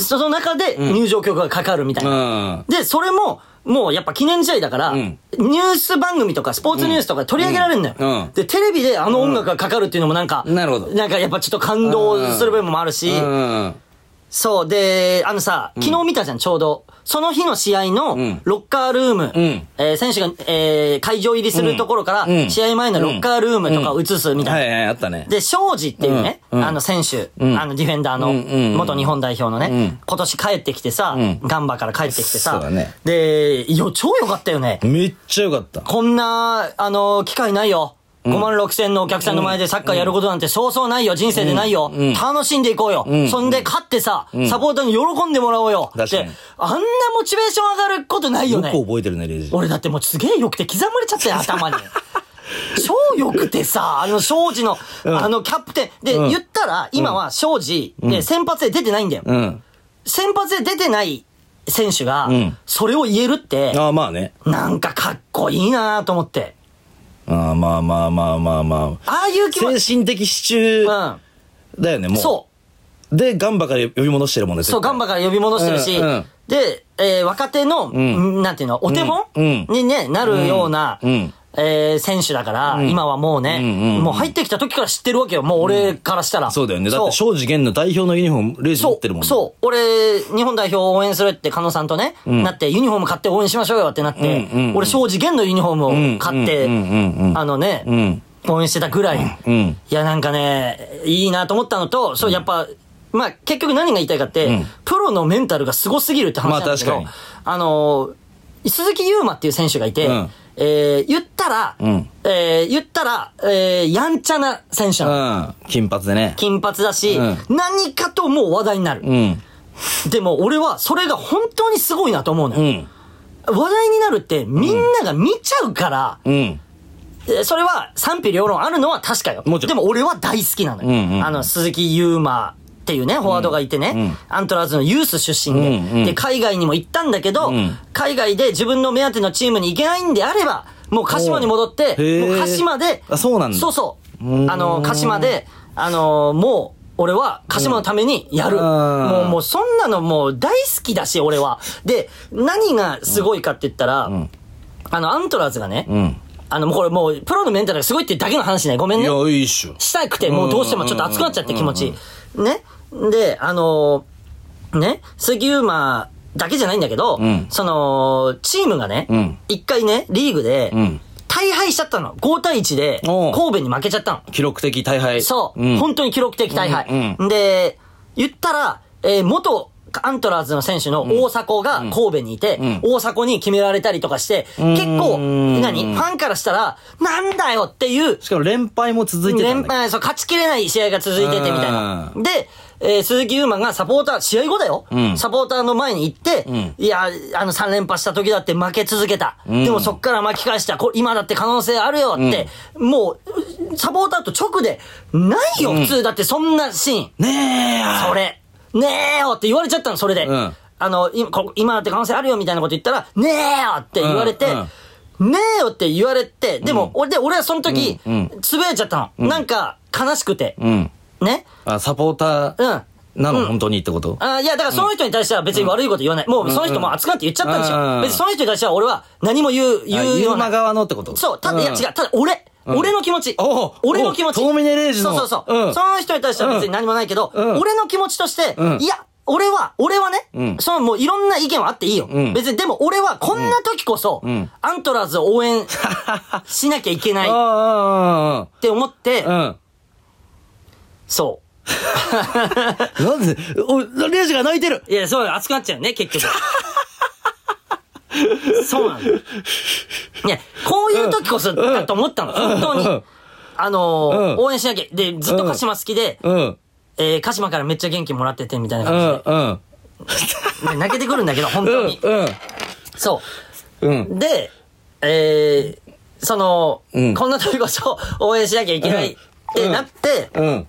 S1: その中で入場曲がかかるみたいうな。
S2: ん。
S1: で、それも、もうやっぱ記念試合だから、
S2: うん
S1: ニュース番組とかスポーツニュースとかで取り上げられるのよ、
S2: うんうん
S1: で、テレビであの音楽がかかるっていうのもなんか、
S2: うんなるほど
S1: んかやっぱちょっと感動する部分もあるし、
S2: うん。
S1: そう、で、あのさ、昨日見たじゃん、ちょうど。その日の試合の
S2: うん
S1: ロッカールーム、
S2: うん
S1: えー選手が、えー会場入りするところから、
S2: うん
S1: 試合前のロッカールームとかを映すみたいな。
S2: はいはい、あったね。
S1: で、庄司っていうね、
S2: うんうん
S1: あの選手、
S2: ん
S1: あのディフェンダーの
S2: うんうんうん
S1: 元日本代表のね、
S2: うん
S1: 今年帰ってきてさ、
S2: うん
S1: ガンバから帰ってきてさ、
S2: そうだね
S1: で、よ、超良かったよね。
S2: めっちゃよかった。
S1: こんな、あの、機会ないよ。5万6千のお客さんの前でサッカーやることなんてそうそうないよ。人生でないよ。
S2: うん
S1: 楽しんでいこうよ。
S2: ん
S1: そんで勝ってさ、サポーターに喜んでもらおうよ。
S2: 確かに
S1: であんなモチベーション上がることないよ
S2: よく
S1: ね。
S2: 覚えてるね、レイジ。
S1: 俺だってもうすげえ良くて刻まれちゃ ったよ、頭に。超良くてさ、あの、庄司の、あの、キャプテン。で、言ったら、今は庄司、で、先発で出てないんだよ。
S2: うん。
S1: 先発で出てない選手が
S2: うん、
S1: それを言えるって、
S2: ああ、まあね。
S1: なんかかっこいいなと思って。
S2: ああ、まあまあまあまあまあ。
S1: ああいう気持ち。
S2: 精神的支柱
S1: う
S2: だよね、も
S1: ん。
S2: う。
S1: そ
S2: で、ガンバから呼び戻してるもんね、
S1: う。そう、ガン
S2: バ。
S1: バから呼び戻してるし、
S2: うんうん
S1: で、えー若手の、
S2: ん
S1: なんていうの、お手本、
S2: うんうん
S1: に、ね、なるような、
S2: うんうん
S1: えー選手だから、今はもうね、
S2: うんうん
S1: もう入ってきた時から知ってるわけよ、もう俺からしたら。
S2: そうだよね。だって、
S1: そう
S2: 庄司玄の代表のユニフォーム、レイジ持ってるもんね。
S1: そう。俺、日本代表を応援するって、加野さんとね、なって、ユニフォーム買って応援しましょうよってなって、
S2: うんうんうん
S1: 俺、庄司玄のユニフォームを買って、
S2: うんうんうんうん
S1: あのね、
S2: ん
S1: 応援してたぐらい、
S2: うん
S1: いや、なんかね、いいなと思ったのと、そう、やっぱ、まあ、結局何が言いたいかって、
S2: うん
S1: プロのメンタルがすごすぎるって話なんだけど、
S2: ま
S1: あ
S2: あ、確か
S1: のー、鈴木優馬っていう選手がいて、
S2: うん
S1: えー言ったら、
S2: うん
S1: えー言ったら、えーやんちゃな選手なの。
S2: うん。金髪でね。
S1: 金髪だし、
S2: う
S1: 何かともう話題になる。
S2: うん。
S1: でも俺はそれが本当にすごいなと思うの
S2: う
S1: よ。
S2: ん。
S1: 話題になるってみんなが見ちゃうから、
S2: うん。
S1: えーそれは賛否両論あるのは確かよ。
S2: もちろ
S1: で
S2: ん
S1: も俺は大好きなのよ。
S2: うんうんうん
S1: あの、鈴木優馬っていうね、フォワードがいてね、
S2: うん
S1: アントラーズのユース出身で、
S2: うんうん
S1: で、海外にも行ったんだけど、
S2: うん
S1: 海外で自分の目当てのチームに行けないんであれば、もう鹿島に戻って、
S2: おうへー
S1: もう鹿島で、
S2: あそうなんだ
S1: そうそう
S2: うー。ん
S1: あの、鹿島で、あの、もう、俺は鹿島のためにやる。
S2: うん
S1: もう、もうそんなのもう大好きだし、俺は。で、何がすごいかって言ったら、あの、アントラーズがね、
S2: うん。
S1: あの、もうこれもう、プロのメンタルがすごいってだけの話ね。ごめん
S2: い
S1: ね
S2: や。、いいっしょ。
S1: したくて、もうどうしてもちょっと熱くなっちゃって気持ち。ね。で、あのーね、杉馬だけじゃないんだけど、
S2: うん
S1: その、チームがね
S2: うん、
S1: 一、回ね、リーグで
S2: うん、
S1: 大敗しちゃったの。5対1で、
S2: お
S1: 神
S2: う
S1: 戸に負けちゃったの。
S2: 記録的大敗。
S1: そう、
S2: ん
S1: 本当に記録的大敗。
S2: うん
S1: で、言ったら、えー元アントラーズの選手の大迫が神戸にいて、
S2: ん
S1: 大迫に決められたりとかして、結構、
S2: うん
S1: 何ファンからしたら、なんだよっていう、
S2: しかも連敗も続いてたん
S1: 連
S2: だけど
S1: 敗、そう、勝ちきれない試合が続いててみたいな。で、えー鈴木優馬がサポーター、試合後だよ、
S2: うん
S1: サポーターの前に行って、
S2: ん
S1: いや、あの3連覇した時だって負け続けた。でもそっから巻き返した。こ今だって可能性あるよって、もう、サポーターと直で、ないよ、普通。だってそんなシーン。
S2: ねえ
S1: それ、ねえよって言われちゃったの、それで。
S2: うん
S1: あの、今こ今だって可能性あるよみたいなこと言ったら、ねえよって言われて、
S2: うんうん
S1: ねえよって言われて、でも、俺、で、俺はその時
S2: うんう、
S1: つぶやいちゃったの。なんか、悲しくて。
S2: うん。
S1: ね
S2: あ、サポータ
S1: う
S2: ー
S1: ん。
S2: なの、本当にってこと
S1: あいや、だからその人に対しては別に悪いこと言わない。もうその人も熱くなって言っちゃったんです
S2: うん
S1: よ。別にその人に対しては俺は何も言う、
S2: あ
S1: 言う
S2: ユ
S1: よ
S2: ー
S1: う
S2: マ
S1: な。
S2: 側のってこと
S1: そう、ただ、いや
S2: ん
S1: 違う、ただ俺、俺の気持ち
S2: おう。
S1: 俺の気持ち。
S2: おうトーミネレージの
S1: そうそうそうう。
S2: ん
S1: その人に対しては別に何もないけど、
S2: うん
S1: 俺の気持ちとして
S2: う、ん
S1: いや、俺は、俺は
S2: う
S1: ね、
S2: ん
S1: そのもういろんな意見はあっていいよ
S2: うん。
S1: 別に、でも俺はこんな時こそ
S2: ん、
S1: アントラーズを応 援しなきゃいけないっ
S2: あ
S1: て思って
S2: あ、あ、ああ、うん。
S1: そ
S2: なんで、お、レイジが泣いてる
S1: う。いや、そうよ熱くなっちゃうよね、 結局。そうなんだよ。いや、こういう時こそだと思ったの、本当
S2: うん
S1: に。あのー
S2: うん
S1: 応援しなきゃ。で、ずっと鹿島好きで、
S2: うん。
S1: えー、鹿島からめっちゃ元気もらってて、みたいな
S2: うん、
S1: 感じ
S2: うん。
S1: で。ね泣けてくるん だけど、本
S2: う
S1: 当
S2: ん
S1: に、。
S2: うん。
S1: そ
S2: うん。
S1: う。で、えー、その、
S2: うん
S1: こんな時こそ応援しなきゃいけないってなって、
S2: うん。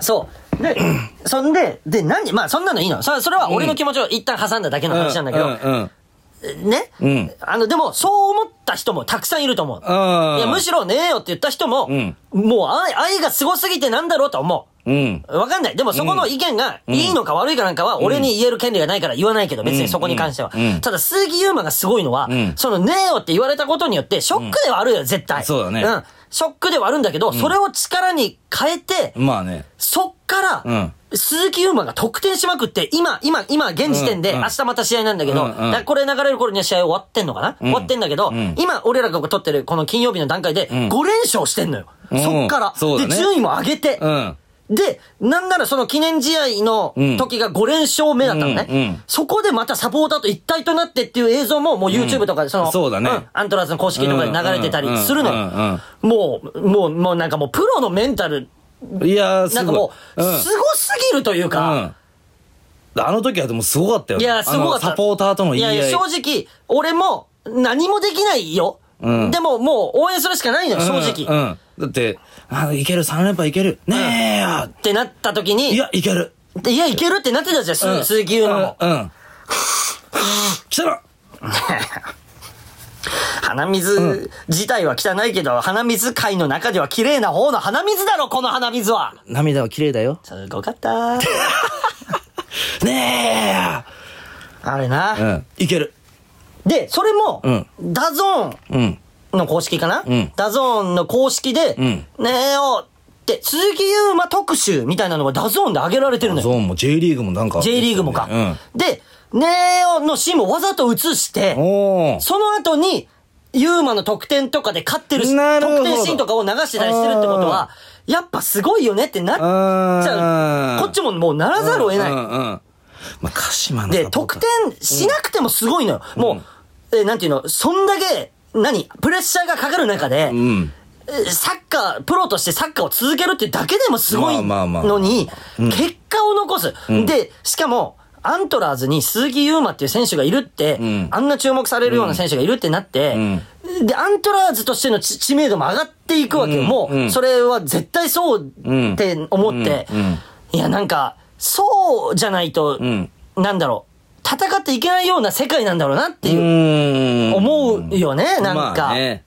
S1: そう。 で、そんで、で、何まあ、そんなのいいの。そそれは俺の気持ちを一旦挟んだだけの話なんだけど、
S2: うん。
S1: ね、
S2: うん
S1: あの、でも、そう思った人もたくさんいると思う。
S2: ああ。
S1: いや、むしろねえよって言った人も、
S2: うん
S1: もう愛愛がすごすぎてなんだろうと思う。
S2: うん。
S1: わかんない。でもそこの意見がいいのか悪いかなんかは俺に言える権利がないから言わないけど、別にそこに関しては
S2: うんうん。
S1: ただ、鈴木優馬がすごいのは
S2: ん、
S1: そのねえよって言われたことによって、ショックではあるよ、絶対。
S2: そうだね
S1: ん。ショックではあるんだけど、それを力に変えて、
S2: まあね。
S1: そっか
S2: うん
S1: ら、鈴木優馬が得点しまくって、今、今、今、現時点で、
S2: うんうん
S1: 明日また試合なんだけど、
S2: うんう
S1: だ
S2: ん
S1: からこれ流れる頃には試合終わってんのかな終わってんだけど
S2: ん、
S1: 今、俺らが撮ってるこの金曜日の段階で、
S2: ん
S1: 5連勝してんのよ。そっから
S2: そう。だ
S1: で、
S2: ね
S1: 順位も上げて
S2: う。ん。
S1: で、なんならその記念試合の
S2: うん
S1: 時が5連勝目だったのね。
S2: うんうん
S1: そこでまたサポーターと一体となってっていう映像ももう YouTube とかでその、
S2: そうだね
S1: んアントラーズの公式とかで流れてたりするの
S2: うんうん
S1: よ。もう、もう、もうなんかもうプロのメンタル、
S2: いやー、すご
S1: な
S2: い。
S1: んかもう、
S2: うん
S1: すごすぎるというか、
S2: うん。あの時はでもすごかったよ
S1: い
S2: ね。
S1: や、すごかっ
S2: あ
S1: た。
S2: のサポーターとの言い合い。
S1: やや正直、俺も何もできないよ。
S2: うん
S1: でももう応援するしかないのよ、正直。
S2: うん。うんだって、あ、いける、3連覇いける。ねえよ、
S1: ってなった時に、
S2: いや、いける。
S1: でいや、いけるってなってたじゃん、す
S2: うん
S1: 鈴木優馬も。
S2: うんうん。来たら
S1: 鼻水自体は汚いけど、鼻水界の中では綺麗な方の鼻水だろ、この鼻水は
S2: 涙は綺麗だよ。
S1: すごか った。
S2: ね
S1: あれな、
S2: えよ。うん。いける。
S1: で、それも、
S2: うん
S1: ダゾ
S2: うん。
S1: ーンの公式かな、
S2: うん
S1: ダゾーンの公式で、
S2: ん
S1: ねえよって、鈴木優馬特集みたいなのがダゾーンで上げられてるの
S2: ゾ
S1: よ。
S2: ーンも J リーグもなんか。
S1: J リーグもか。
S2: う
S1: で、ねえよのシーンもわざと映して、
S2: ん。おー。
S1: その後に、ユーマの得点とかで勝ってるし、
S2: なるほど
S1: 得点シーンとかを流してたりしてるってことは、やっぱすごいよねってなっちゃ
S2: あ
S1: う。
S2: ー
S1: こっちももうならざるを得
S2: うん
S1: な
S2: う
S1: ん
S2: うん。まあ、鹿島
S1: い。
S2: の
S1: で、
S2: サポー
S1: 得
S2: ター
S1: 点しなくてもすごいのよ。もう、えー、なんていうの、そんだけ、何プレッシャーがかかる中で、
S2: うん。
S1: えーサッカー、プロとしてサッカーを続けるってだけでもすごい
S2: まあまあまあ
S1: のに、結果を残す。で、しかも、アントラーズに鈴木優馬っていう選手がいるって、
S2: ん
S1: あんな注目されるような選手がいるってなって、で、アントラーズとしての知知名度も上がっていくわけよ。
S2: うん
S1: もう、
S2: うん
S1: それは絶対そうって思って、
S2: うんうん
S1: いや、なんか、そうじゃないと、
S2: ん
S1: なんだろう、戦っていけないような世界なんだろうなって
S2: う
S1: いう、
S2: ーん。
S1: 思うよね、なんか。
S2: まあね。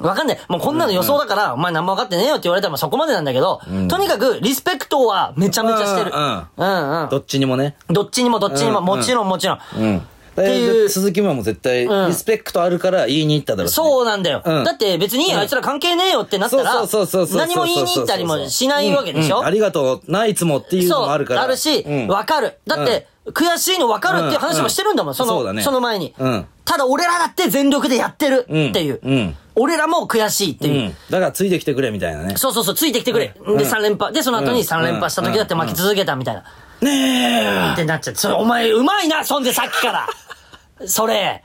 S1: わかんない。もうこんなの予想だから、お前何も分かってねえよって言われたらまあそこまでなんだけど、とにかくリスペクトはめちゃめちゃしてる。
S2: う
S1: うんうん。
S2: どっちにもね。
S1: どっちにもどっちにも、
S2: うん
S1: もちろんもちろん。
S2: うん。って
S1: いう
S2: 鈴木もも絶対、
S1: うん
S2: リスペクトあるから言いに行っただろうね
S1: そうなんだよ。
S2: うん
S1: だって別にあいつら関係ねえよってなったら
S2: そうそうそうそう、
S1: 何も言いに行ったりもしないわけでしょ、
S2: うんうんありがとう、ないつもっていうの
S1: そう、
S2: もあるから。
S1: あるし、
S2: うん
S1: わかる。だって、悔しいのわかるっていう話もしてるんだもん、
S2: うん
S1: その、
S2: そうだね
S1: その前に、
S2: うん
S1: ただ俺らだって全力でやってるっていう。
S2: うんうん
S1: 俺らも悔しいっていう。
S2: うんだからついてきてくれみたいなね。
S1: そうそうそう、ついてきてくれ。で、3連覇。で、その後
S2: う
S1: に
S2: ん
S1: 3連覇した時だって負け続けたみたいな。ねえってなっちゃって。それ、お前、うまいな、そんでさっきから。それ。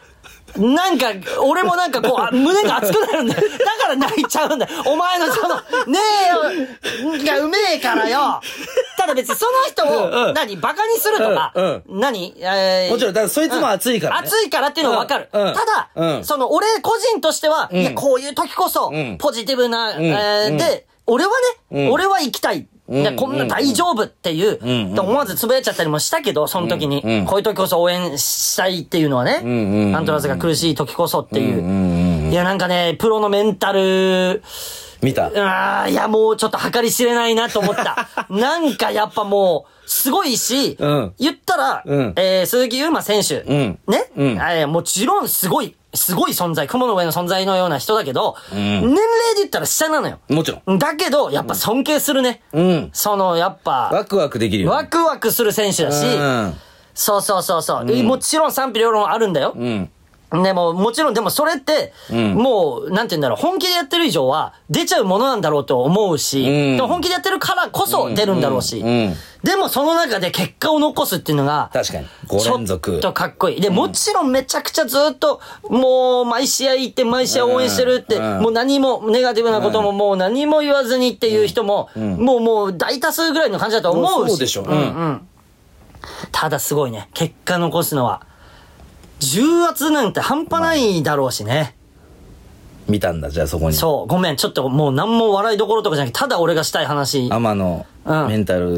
S1: なんか、俺もなんかこうあ、胸が熱くなるんだよ。だから泣いちゃうんだよ。お前のその、ねえよ、がうめえからよ。ただ別にその
S2: うん
S1: 人
S2: う
S1: を、
S2: ん
S1: 何、バカにするとか、
S2: う
S1: 何、えー
S2: もちろんだからそいつも熱いからね
S1: 熱いからっていうのはわかる。
S2: うんうん
S1: ただ、
S2: うん
S1: その、俺個人としては、いや、こういう時こそ
S2: ん、
S1: ポジティブな、
S2: ん
S1: えー
S2: うん
S1: で、俺はね、
S2: うん
S1: 俺は行きたい。いや
S2: うん
S1: こんな大丈夫っていう、
S2: ん
S1: と思わずつぶやいちゃったりもしたけど、その時に、
S2: うん
S1: こういう時こそ応援したいっていうのはね、
S2: んうんうん
S1: アントラーズが苦しい時こそっていう、
S2: うんうんうん
S1: いや、なんかね、プロのメンタル、
S2: 見た。
S1: あーいや、もうちょっと計り知れないなと思 った。なんかやっぱもう、すごいし、
S2: うん
S1: 言ったら、
S2: うん
S1: えー鈴木優馬選手、
S2: ん
S1: ね、
S2: うん
S1: えーもちろんすごい、すごい存在、雲の上の存在のような人だけど、年齢で言ったら下なのよ。
S2: もちろん。
S1: だけど、やっぱ尊敬するね。
S2: うん。
S1: その、やっぱ、
S2: ワクワクできるよ。
S1: ワクワクする選手だし、
S2: うん。
S1: そうそうそうそう、もちろん賛否両論あるんだよ。
S2: うん。
S1: でも、もちろん、でもそれって、
S2: ん
S1: もう、なんて言うんだろう、本気でやってる以上は、出ちゃうものなんだろうと思うし、
S2: うん
S1: でも本気でやってるからこそ出るんだろうし、
S2: うんうん
S1: でもその中で結果を残すっていうのが、
S2: 確かに。5連
S1: ちょ
S2: 続
S1: っ。とかっこいい。で、もちろんめちゃくちゃずっと、もう、毎試合行って、毎試合応援してるって、
S2: うん
S1: もう何も、ネガティブなことももう何も言わずにっていう人も、もうもう大多数ぐらいの感じだと思うし。
S2: そうでしょ。う
S1: うん
S2: ん。
S1: うん。ただすごいね、結果残すのは、重圧なんて半端ないだろうしね。
S2: 見たんだ、じゃあそこに。
S1: そう、ごめん、ちょっともう何も笑いどころとかじゃなくて、ただ俺がしたい話、
S2: 天の
S1: うん
S2: メンタル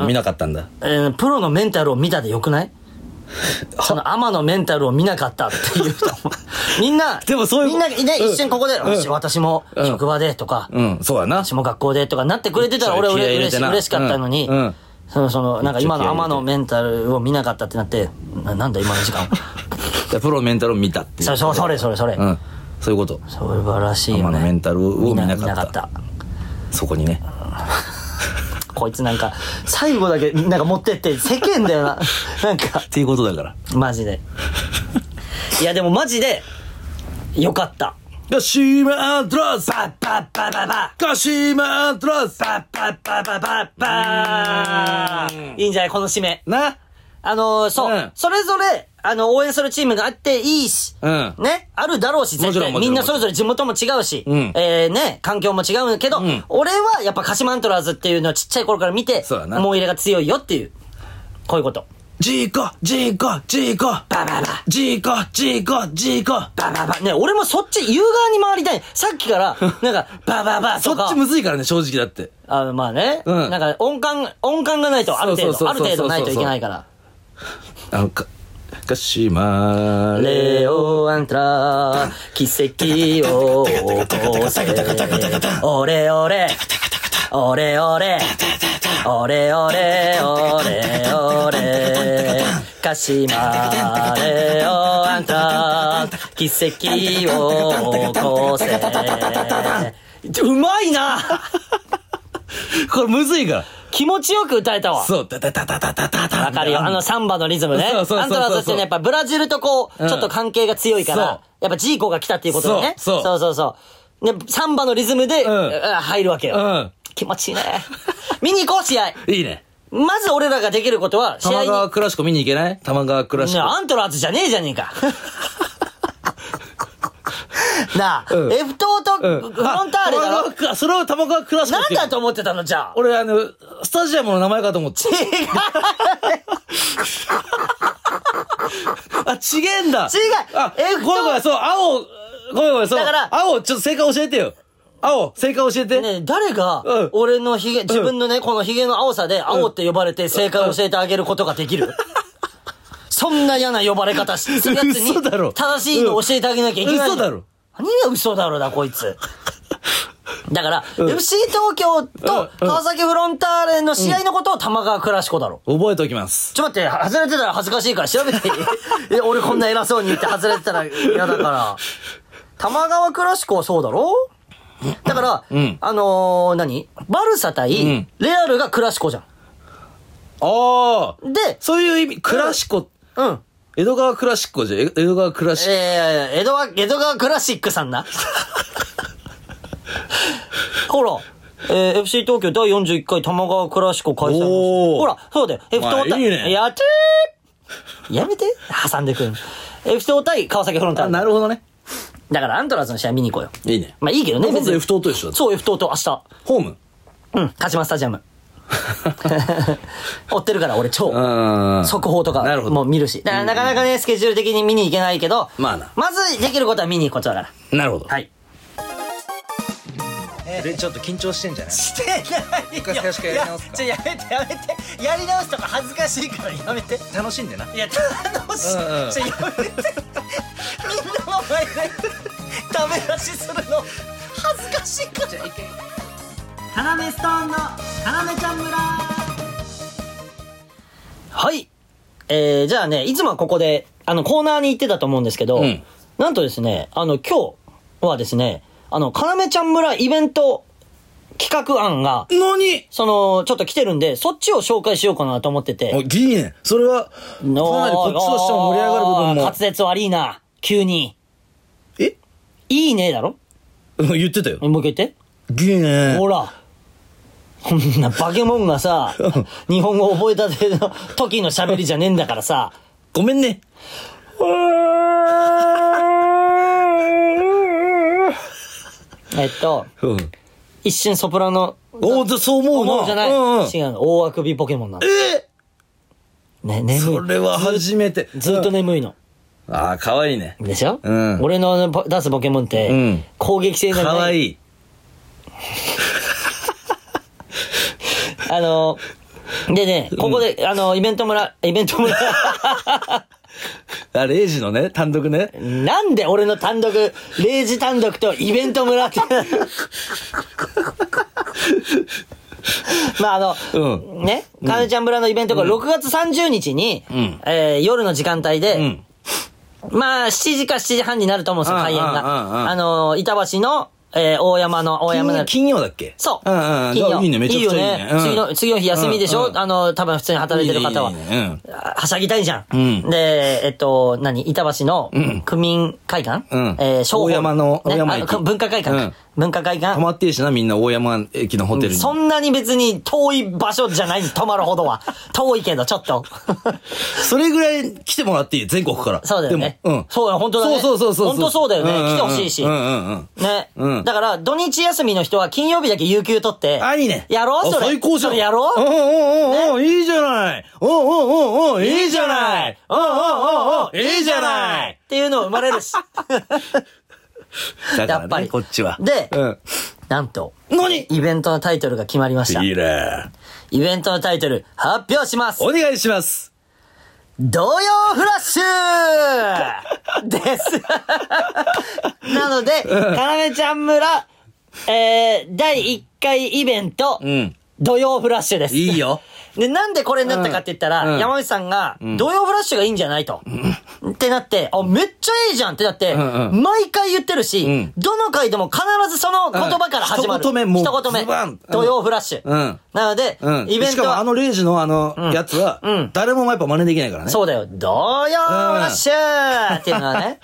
S2: を見なかったんだ。
S1: えープロのメンタルを見たでよくないそのアマのメンタルを見なかったっていう人もみんな、
S2: でもそういう
S1: みんな、ね、
S2: うん
S1: 一瞬ここで、
S2: うん
S1: 私私も
S2: うん
S1: 職場でとか、
S2: うん、そうやな。
S1: 私も学校でとかなってくれてたら俺
S2: 気合い入れ
S1: 嬉
S2: て
S1: し
S2: な
S1: 嬉しかったのに、
S2: うんうん
S1: その、その、なんか今
S2: めっち
S1: の
S2: ゃ気合い入れて
S1: 天のメンタルを見なかったってなって、ななんだ今の時 間。
S2: じゃあプロのメンタルを見たっていう。
S1: そう、そう、それ、それ、それ。
S2: うん。そういうこと。
S1: 素晴らしいよ
S2: 天
S1: ね。
S2: のメンタルを見なかった
S1: 見
S2: そこにね。
S1: こいつなんか、最後だけ、なんか持ってって、世間だよ な。なんか、
S2: っていうことだから。
S1: マジで。いや、でもマジで、よかった。
S2: ガシマアントラス
S1: バッバッバッバッバ
S2: ガシマアントラス
S1: ッバッバッバッバッバッいいんじゃないこの締め。
S2: な
S1: あのーそう、
S2: うん
S1: それぞれ、あの、応援するチームがあっていいし、
S2: うん
S1: ね、あるだろうし、
S2: も
S1: 絶
S2: ちろ
S1: 対
S2: んもちろ
S1: みん
S2: ん
S1: なそれぞれ地元も違うし、
S2: うん
S1: えー、ね、環境も違うけど、
S2: ん
S1: 俺はやっぱ鹿島アントラーズっていうのはちっちゃい頃から見て、
S2: そうだな
S1: 思い入れが強いよっていう、こういうこと。
S2: ジーコジーコジーコ
S1: バババ
S2: ジーコジーコジーコ
S1: バババね、俺もそっち、言う側に回りたい。さっき から、なんか、バババ
S2: そ
S1: とか。
S2: っちむずいからね、正直だって。
S1: あの、まあね。
S2: うん
S1: なんか、音感、音感がないと、ある程
S2: そ
S1: 度、
S2: う
S1: あ
S2: そう
S1: る
S2: そうそう
S1: 程度ないといけないから。
S2: あの、か、ガシマ
S1: レオアントラー、奇跡を起こせ。オレオレ、オレオレ、オレオレ、オレオレ。鹿島レオアントラー、奇跡を起こせ。うまいな
S2: これむずいか
S1: 気持ちよく歌えたわ
S2: ら。。そう、タタタタタタタタ
S1: わかるよ。あの、サンバのリズムね。
S2: そうそうそうそう
S1: アントラーズってね、やっぱブラジルとこう、
S2: うん
S1: ちょっと関係が強いから、
S2: そう
S1: やっぱジーコが来たっていうことでね。
S2: そう
S1: そ
S2: そう
S1: そうそうね、サンバのリズムで、
S2: ん
S1: あ入るわけよ。
S2: うん
S1: 気持ちいいね。見に行こう、試合。
S2: いいね。
S1: まず俺らができることは、試合
S2: 玉
S1: に。
S2: 川クラシコ見に行けない玉川クラシ
S1: ね
S2: コ。
S1: アントラーズじゃねえじゃねえ か。なあ、
S2: うん
S1: F 党と
S2: うん
S1: フロンターレだ
S2: あ
S1: ろ、
S2: 玉川クラそれは玉川クラシコっ
S1: なん
S2: ていう。
S1: だと思ってたの、じゃあ。
S2: 俺、あの、スタジアムの名前かと思っ
S1: 違
S2: て。
S1: う
S2: あ、ちげえん
S1: 違
S2: だ。
S1: う
S2: あ、
S1: え
S2: え、ごめんごめん、そう、青、ごめんごめん、そう。
S1: だから
S2: 青、ちょっと正解教えてよ。青、正解教えて。
S1: ねえ誰
S2: う
S1: が
S2: ん、
S1: 俺のヒゲ、自分のね、このヒゲの青さで、青って呼ばれて正解を教えてあげることができるそんな嫌な呼ばれ方 するやつに
S2: 嘘だろ、
S1: 正しいのを教えてあげなきゃいけないの。
S2: 嘘だろ
S1: 何が嘘だろだ、こいつ。だから、FC 東京と川崎フロンターレの試合のことを玉川クラシコだろ。
S2: 覚えておきます。
S1: ちょっと待って、外れてたら恥ずかしいから調べていい え俺こんな偉そうに言って外れてたら嫌だから。玉川クラシコはそうだろだから、
S2: ん
S1: あのー、何バルサ対、
S2: ん
S1: レアルがクラシコじゃ
S2: ああ。
S1: ん。で、
S2: そういう意味、クラシコ、
S1: うん。
S2: 江戸川クラシコじゃ、江江戸川クラシコ。
S1: えー、江戸川、江戸川クラシックさんな。 ほら。えー、FC 東京第41回玉川クラシコ開催。
S2: おー
S1: ほら、そうだよ。F 東
S2: まあ
S1: 対、
S2: いいね
S1: やってーやめて挟んでくる。F 東対川崎フロンター
S2: あ、
S1: レ。
S2: なるほどね。
S1: だからアントラーズの試合見に行こうよ。
S2: いいね。
S1: まあいいけどね、
S2: 今度
S1: に
S2: F 党と一緒だ。
S1: そう、F 党と明日。
S2: ホーム
S1: うん、鹿島スタジアム。追ってるから俺超。
S2: うん。
S1: 速報とか
S2: なるほど
S1: もう見るし。だからなかなかね、スケジュール的に見に行けないけど、
S2: まあな
S1: まずできることは見に行くことだから。
S2: なるほど。
S1: はい。
S2: で、ちょっと緊張してんじゃない
S1: してないよ
S2: 回正しくやり直すか
S1: いやちょやめてやめてやり直すとか恥ずかしいからやめて
S2: 楽しんでな。
S1: いや楽しい、
S2: うんうん
S1: ちょやめてみんなの前でダメ出しするの恥ずかしいからタナメストーンのタナメちゃん村はいえー、じゃあねいつもはここであのコーナーに行ってたと思うんですけど、
S2: うん
S1: なんとですねあの今日はですねあのカナメちゃん村イベント企画案が
S2: 何
S1: そのちょっと来てるんでそっちを紹介しようかなと思ってて
S2: お、いいね。それは、かなりこっちとしても盛り上がる部分
S1: おー
S2: も
S1: 滑。舌悪いな。急に。
S2: え
S1: いいねだろ
S2: うん言ってたよ。
S1: もう一回言って。
S2: いいね。
S1: ほら。こんな化け物が さ、日本語覚えたての時の喋りじゃねえんだからさ。
S2: ごめんね。
S1: えっと、
S2: うん。
S1: 一瞬ソプラノ、
S2: おーそう思うな。
S1: 思うじゃない。
S2: うんうん
S1: 違うの。大あくびポケモンなの。
S2: え
S1: ね、眠い。
S2: それは初めて。
S1: ずっと
S2: ね。
S1: 眠いの。
S2: ああ、かわいいね。
S1: でしょ
S2: うん
S1: 俺のあのポ出すポケモンっ
S2: う
S1: て
S2: ん、
S1: 攻撃性が
S2: か
S1: ない。
S2: わいい。
S1: あの、でね、ここで、あの、イベント村、イベント村、
S2: あ、レイジのね、単独ね。
S1: なんで俺の単独、0時単独とイベント村って。まああの、ね、カヌちゃん村のイベントが6月30日に、
S2: ん
S1: えー夜の時間帯で、
S2: うん。
S1: まあ7時か7時半になると思うんですよ、
S2: うん
S1: 開演
S2: うんうんうん
S1: が。あの、板橋の、えー大山の、大山の
S2: 金。金曜だっけ
S1: そう。
S2: んんうん。
S1: 金曜
S2: いいね、めちゃくちゃいいね。
S1: よね。次の、次の日休みでしょ、
S2: うんうん
S1: あの、多分普通に働いてる方は。
S2: いいねいいねいいね
S1: あはしゃぎたいじゃん。
S2: うん
S1: で、えっと、何板橋の
S2: ん
S1: 区民会館、
S2: うん
S1: えー、商法
S2: 大山の
S1: ね
S2: 大山
S1: あ
S2: 駅
S1: く文化会館、
S2: うん
S1: 文化会
S2: 泊
S1: 館。
S2: まってるしな、みんな大山駅のホテルに。
S1: そんなに別に遠い場所じゃない、泊まるほど は。遠いけど、ちょっと。
S2: それぐらい来てもらっていい、全国から。
S1: そうだよね。
S2: でもうん。
S1: そうだよ、本当だね。
S2: そうそうそうそう。
S1: 本当そうだよね。
S2: んんん
S1: 来てほしいし。
S2: うんうんうん。
S1: ね、
S2: うん
S1: だから、土日休みの人は金曜日だけ有給取って。
S2: あ、いいね。
S1: やろう
S2: あ
S1: それ。
S2: 最高じゃ
S1: そ
S2: ん。
S1: れやろう
S2: うんうんうんうん、いいじゃない。うんうんうんうん、いいじゃない。うんうんうんうん、いいじゃない
S1: っ。ていうの生まれ るし。
S2: だ
S1: やっ
S2: か
S1: ぱ
S2: ら
S1: り
S2: ね、こっちは。
S1: で
S2: うん。
S1: なんと、
S2: 何
S1: イベントのタイトルが決まりました。
S2: いいね。
S1: イベントのタイトル、発表します
S2: お願いします。
S1: 童謡フラッシュ です。なので、かなめちゃん村、えー、第1回イベント、
S2: うん。
S1: 土曜フラッシュです。
S2: いいよ。
S1: で、なんでこれになったかって言ったら、
S2: うん
S1: 山内さんが、土曜フラッシュがいいんじゃないと。ってなって、あ、めっちゃいいじゃんってなって、
S2: うんう
S1: 毎回言ってるし、
S2: ん
S1: どの回でも必ずその言葉から始まる。
S2: うん一言目もう
S1: 一言目
S2: ズバンうん
S1: 土曜フラッシュ。
S2: うん
S1: なので、
S2: うん。
S1: イベン
S2: し
S1: ト
S2: かも
S1: は
S2: あ、のレイジのあの、やつは
S1: うん、
S2: 誰もやっぱ真似できないからね。
S1: そうだよ、土曜フラッシュっていうのは ね、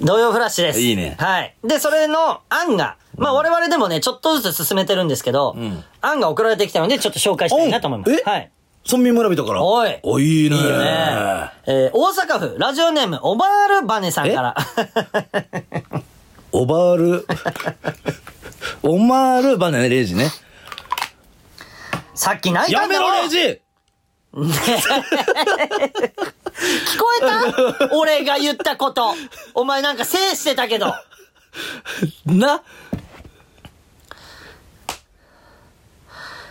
S1: 土曜フラッシュです。
S2: いいね
S1: はい。で、それの案が、まあ我々でもね、ちょっとずつ進めてるんですけど、案が送られてきたので、ちょっと紹介したいなと思います。
S2: おんえ
S1: はい。
S2: 村民村人から。
S1: おい
S2: お、いいね。
S1: いいよね。えー大阪府、ラジオネーム、オバールバネさんから。
S2: オバール。オマールバネね、レイジね。
S1: さっき泣いた
S2: や
S1: んだ
S2: めろ、
S1: ろ
S2: レイジ
S1: 聞こえ た俺が言ったこと。お前なんか制してたけど。
S2: な。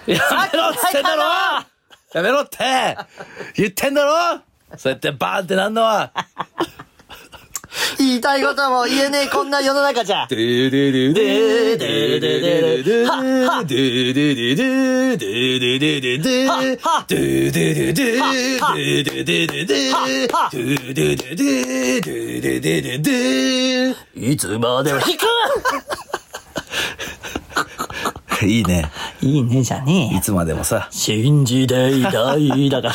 S2: や
S1: さっき
S2: めろっつっ
S1: 泣
S2: て
S1: い
S2: んだ
S1: たん
S2: ろ
S1: だろ
S2: やめろって言ってんだろそうやってバーンってなんのは。
S1: 言 いたいことも言えねえこんな世の中じ ゃ。いつまでも引く
S2: いいね。
S1: いいねじゃねえ
S2: い
S1: よ。
S2: つまでもさ。
S1: 信じていたい だから。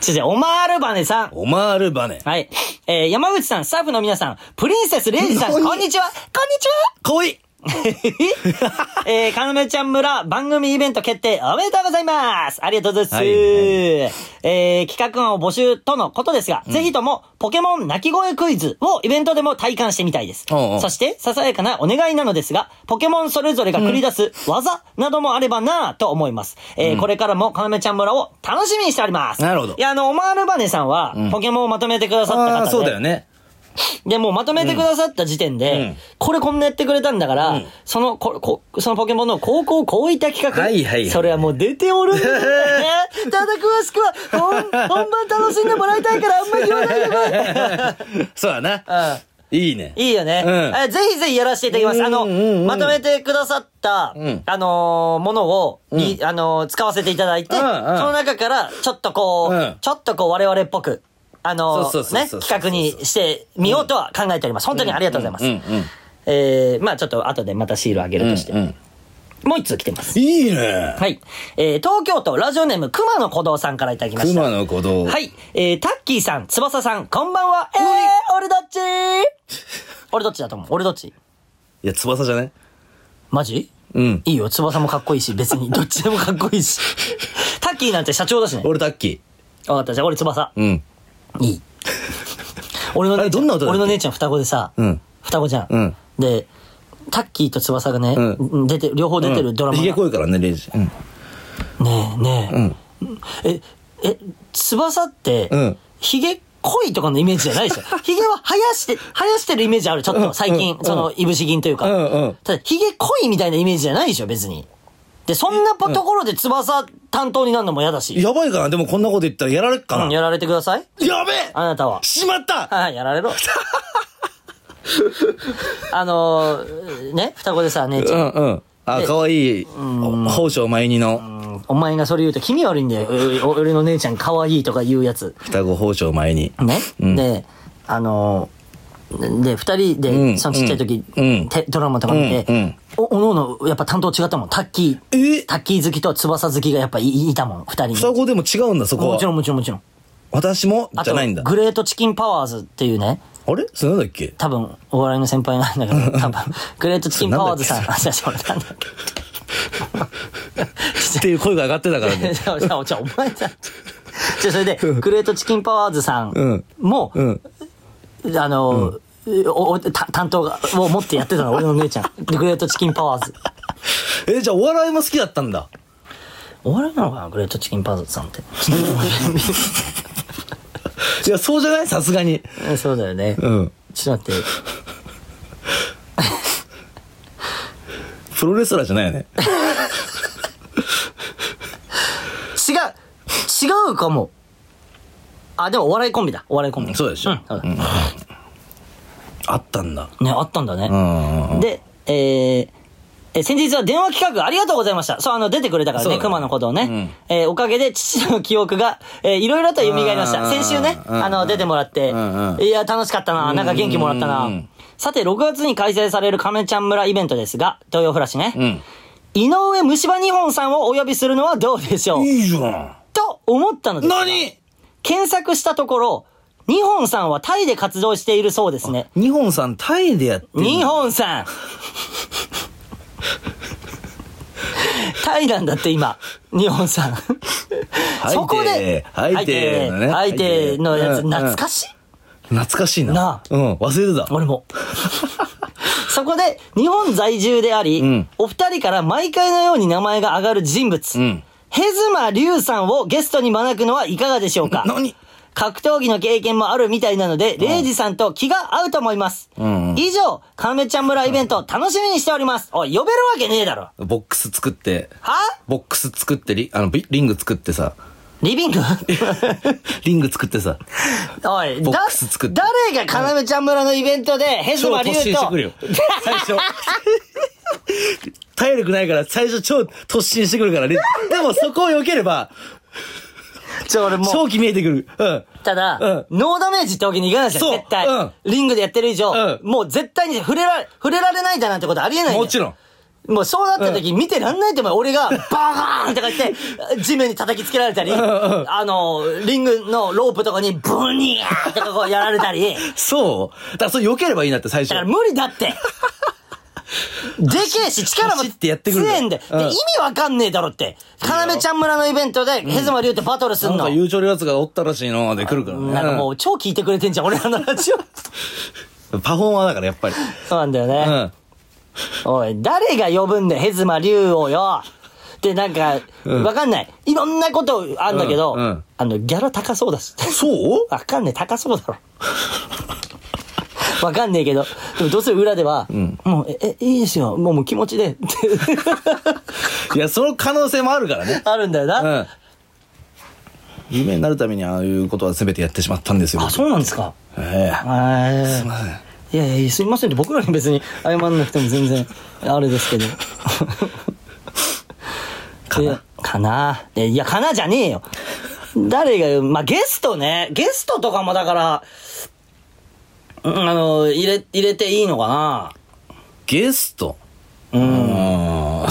S1: ちょちょ、オマールバネさん。
S2: オマールバネ。
S1: はい。えー山口さん、スタッフの皆さん、プリンセスレイジさん、こ
S2: 何
S1: んにちはこんにちは
S2: 来い
S1: えー、かなめちゃん村番組イベント決定おめでとうございますありがとうございます、
S2: はい
S1: えー、企画案を募集とのことですが、ぜひともポケモン鳴き声クイズをイベントでも体感してみたいです。
S2: おうおう
S1: そして、ささやかなお願いなのですが、ポケモンそれぞれが繰り出す技などもあればなぁと思います。えーこれからもかなめちゃん村を楽しみにしております。
S2: なるほど
S1: いや、あの、オマールバネさんは、ポケモンをまとめてくださった方で、
S2: ああ、そうだよね。
S1: で、もうまとめてくださった時点で、
S2: うん
S1: これこんなやってくれたんだから、その、こ、こ、そのポケモンの高校こういった企画。
S2: はいはいはい
S1: それはもう出ておるんだよ ね。ただ詳しくは、本、本番楽しんでもらいたいからあんま言わないでこい。
S2: そうだな。
S1: うん
S2: いいね。
S1: いいよね。
S2: うん
S1: えぜひぜひやらせていただきます。あの、
S2: うんうんうん
S1: まとめてくださった、
S2: うん
S1: あのーものを、
S2: うん
S1: いあのー使わせていただいて、
S2: うんうん
S1: その中から、ちょっとこう、
S2: うん
S1: ちょっとこう、我々っぽく、あのー
S2: そうそうそうそう
S1: ね、企画にしてみようとは考えております。本当にありがとうございます。えー、まあちょっと後でまたシールあげるとして。
S2: うんうん
S1: もう一通来てます。
S2: いいね。
S1: はい。えー、東京都ラジオネーム熊野古道さんからいただきました。
S2: 熊の鼓動。
S1: は。い。えー、タッキーさん、翼さん、こんばんは。えー、俺どっち俺どっちだと思う俺どっち
S2: いや、翼じゃね
S1: マジ
S2: うん。
S1: いいよ、翼もかっこいいし、別 に、どっちでもかっこいいし。タッキーなんて社長だしね。わ
S2: 俺タッキ
S1: かった、じゃあ俺翼。
S2: ー。うん。
S1: いい。俺の
S2: あ
S1: 姉
S2: れ
S1: ちゃ
S2: どんな音だっけ
S1: 俺の姉ちゃん双子でさ、
S2: うん
S1: 双子じゃん。
S2: うん
S1: で、タッキーと翼がね、
S2: う
S1: 出て、両方出てるドラマ
S2: ひ
S1: が、
S2: げ濃いからね、レイジ。うん。
S1: ねえねえ、
S2: うん
S1: ええ翼って、
S2: うん
S1: ひげ濃いとかのイメージじゃ ないでしょひげは生やして生やしてるイメージあるちょっと最近、
S2: うん
S1: そのいぶし銀というか、
S2: うんうん
S1: ただひげ濃いみたいなイメージじゃないでしょ別にでそんなところで翼担当になるのも嫌だし、
S2: やばいかなでもこんなこと言ったらやられっか
S1: うん
S2: な
S1: やられてください
S2: やべえ
S1: あなたは
S2: しまった
S1: はい、やられ ろ。あのーね、双子でさ、姉ちゃ
S2: う
S1: ん。
S2: んうん。あ、
S1: で
S2: かわいい。宝生舞にの、
S1: お前がそれ言うと気味悪いんだよ。おお俺の姉ちゃん可愛いとか言うやつ。
S2: 双子宝生舞に。
S1: ね、
S2: うん
S1: であので二人で、
S2: うん
S1: そのちっちゃい時、
S2: うん
S1: てドラマとか見て、
S2: うんうん
S1: おおのおのやっぱ担当違ったもんタッキー
S2: え
S1: タッキー好きと翼好きがやっぱいいたもん二人に
S2: 双子でも違うんだ、そこは。
S1: もちろんもちろんもちろん
S2: 私も
S1: あ
S2: じゃ
S1: と
S2: ないんだ。
S1: グレートチキンパワーズっていうね
S2: あれそれなんだっけ
S1: 多分お笑いの先輩なんだけ ど多分グレートチキンパワーズさん
S2: それ
S1: あ違う違う俺 なんだっけ
S2: っていう声が上がってたから
S1: じゃ
S2: ね。
S1: あ、じゃあ、じゃあ、お 前さん。じゃあ、それで、グレートチキンパワーズさんも、
S2: うん。
S1: あの、おおた担当がを持ってやって たの、俺の姉ちゃん。グレートチキンパワー ズ。
S2: え、じゃあお笑いも好きだったんだ。
S1: お笑いなのかなグレートチキンパワーズさんって。
S2: いや、そうじゃないさすがに。
S1: えそうだよね。
S2: うん。
S1: ちょっと待って。
S2: プロレスラーじゃないよね。
S1: 違う違うかも。あ、でもお笑いコンビだ。お笑いコンビ。
S2: そうでしょ
S1: んそうだ
S2: あったんだ。
S1: ね、あったんだね
S2: う。ん。
S1: で、えーえー先日は電話企画ありがとうございました。そう、あの、出てくれたから
S2: そうだ
S1: ね、
S2: ね
S1: 熊のことをね。えーおかげで父の記憶が、えーいろいろと蘇りまし
S2: う
S1: た。
S2: ん
S1: 先週ね、
S2: うん
S1: あの、出てもらって
S2: うん、うん
S1: いや、楽しかったな、なんか元気もらった
S2: う。
S1: なんさて、6月に開催される亀ちゃん村イベントですが、東洋フラッシュね。
S2: うん。
S1: 井上虫歯日本さんをお呼びするのはどうでしょう
S2: いいじゃん。
S1: と思ったのですが
S2: 何
S1: 検索したところ、日本さんはタイで活動しているそうですね。
S2: 日本さんタイでやってんの
S1: 日本 さんタイなんだって今、日本 さん。
S2: い
S1: そこで、
S2: はい
S1: 相手
S2: のね
S1: 相手のやつ、
S2: うんうん
S1: 懐かしい
S2: 懐かしいな。
S1: なあ
S2: うん、忘れてた。
S1: 俺も。 そこで、日本在住であり、
S2: ん
S1: お二人から毎回のように名前が上がる人物、
S2: うん
S1: ヘズマリュウさんをゲストに招くのはいかがでしょうか
S2: 何
S1: 格闘技の経験もあるみたいなので、レイジさんと気が合うと思います。
S2: んうん
S1: 以上、カメちゃん村イベント楽しみにしております。おい、呼べるわけねえだろ。
S2: ボックス作って、
S1: は
S2: ボックス作ってリ、あの、ビリング作っ てさ、
S1: リビング
S2: リング作ってさ、
S1: おい、
S2: ボ
S1: だ
S2: ックス作って
S1: 誰がカメちゃん村のイベントで、ヘズ
S2: 超
S1: マリ
S2: 突
S1: ュ
S2: 進
S1: ウ
S2: してくる
S1: と
S2: よ。最初。 体力ないから最初超突進してくるからね。でもそこを避ければ、
S1: ちょ、俺もう
S2: 正気見えてくる。うん。
S1: ただ、
S2: う
S1: ノーダメージってわけにいかないですよ、
S2: そう
S1: 絶対、
S2: うん
S1: リングでやってる以上、
S2: うん
S1: もう絶対に触れられ、触れられないだなんてことありえない
S2: もち
S1: ん
S2: ろん。
S1: だよ。もうそうなった時、見てらんないと思う。俺が、バーンって書い て、地面に叩きつけられたり、あの、リングのロープとかに、ブニャーとかこうやられた り、
S2: そうだからそれ避ければいいなって最
S1: だから
S2: 初。
S1: 無理だ って。でけえし、力も
S2: 走ってやってくるん
S1: 強
S2: だ
S1: えんだよ。で
S2: うん
S1: 意味わかんねえだろって。かなめちゃん村のイベントで、ヘズマリュウとバトルすん
S2: なん
S1: の
S2: か。悠長なやつがおったらしいので来るからね。
S1: なんかもう超聞いてくれてんじゃん、俺らのラ ジオ。
S2: うんパフォーマーだからやっぱり。
S1: そうなんだよね。
S2: うん。
S1: おい、誰が呼ぶんだよ、ヘズマ竜をよ。で、なんか、
S2: うん
S1: わかんない。いろんなことあんだけど、
S2: うんうん
S1: あの、ギャラ高そうだし。
S2: そう
S1: わかんねえ、高そうだ ろ。わかんねえけど、でもどうせ裏では、もう、え、えいいですよ、もうもう気持ち で、って
S2: いや、その可能性もあるからね。
S1: あるんだよな。
S2: うん。夢になるためにああいうことは全てやってしまったんですよ。
S1: あ、そうなんですか。
S2: ええ
S1: す
S2: すいません。
S1: いやいや、すいませんって僕らに別に謝らなくても全然、あれ ですけど。
S2: かない
S1: やかないや、かなじゃねえよ。誰が、まあ、ゲストね。ゲストとかもだから、うんあの、入れ、入れていいのか
S2: ゲスト
S1: な。うん。
S2: うん。あ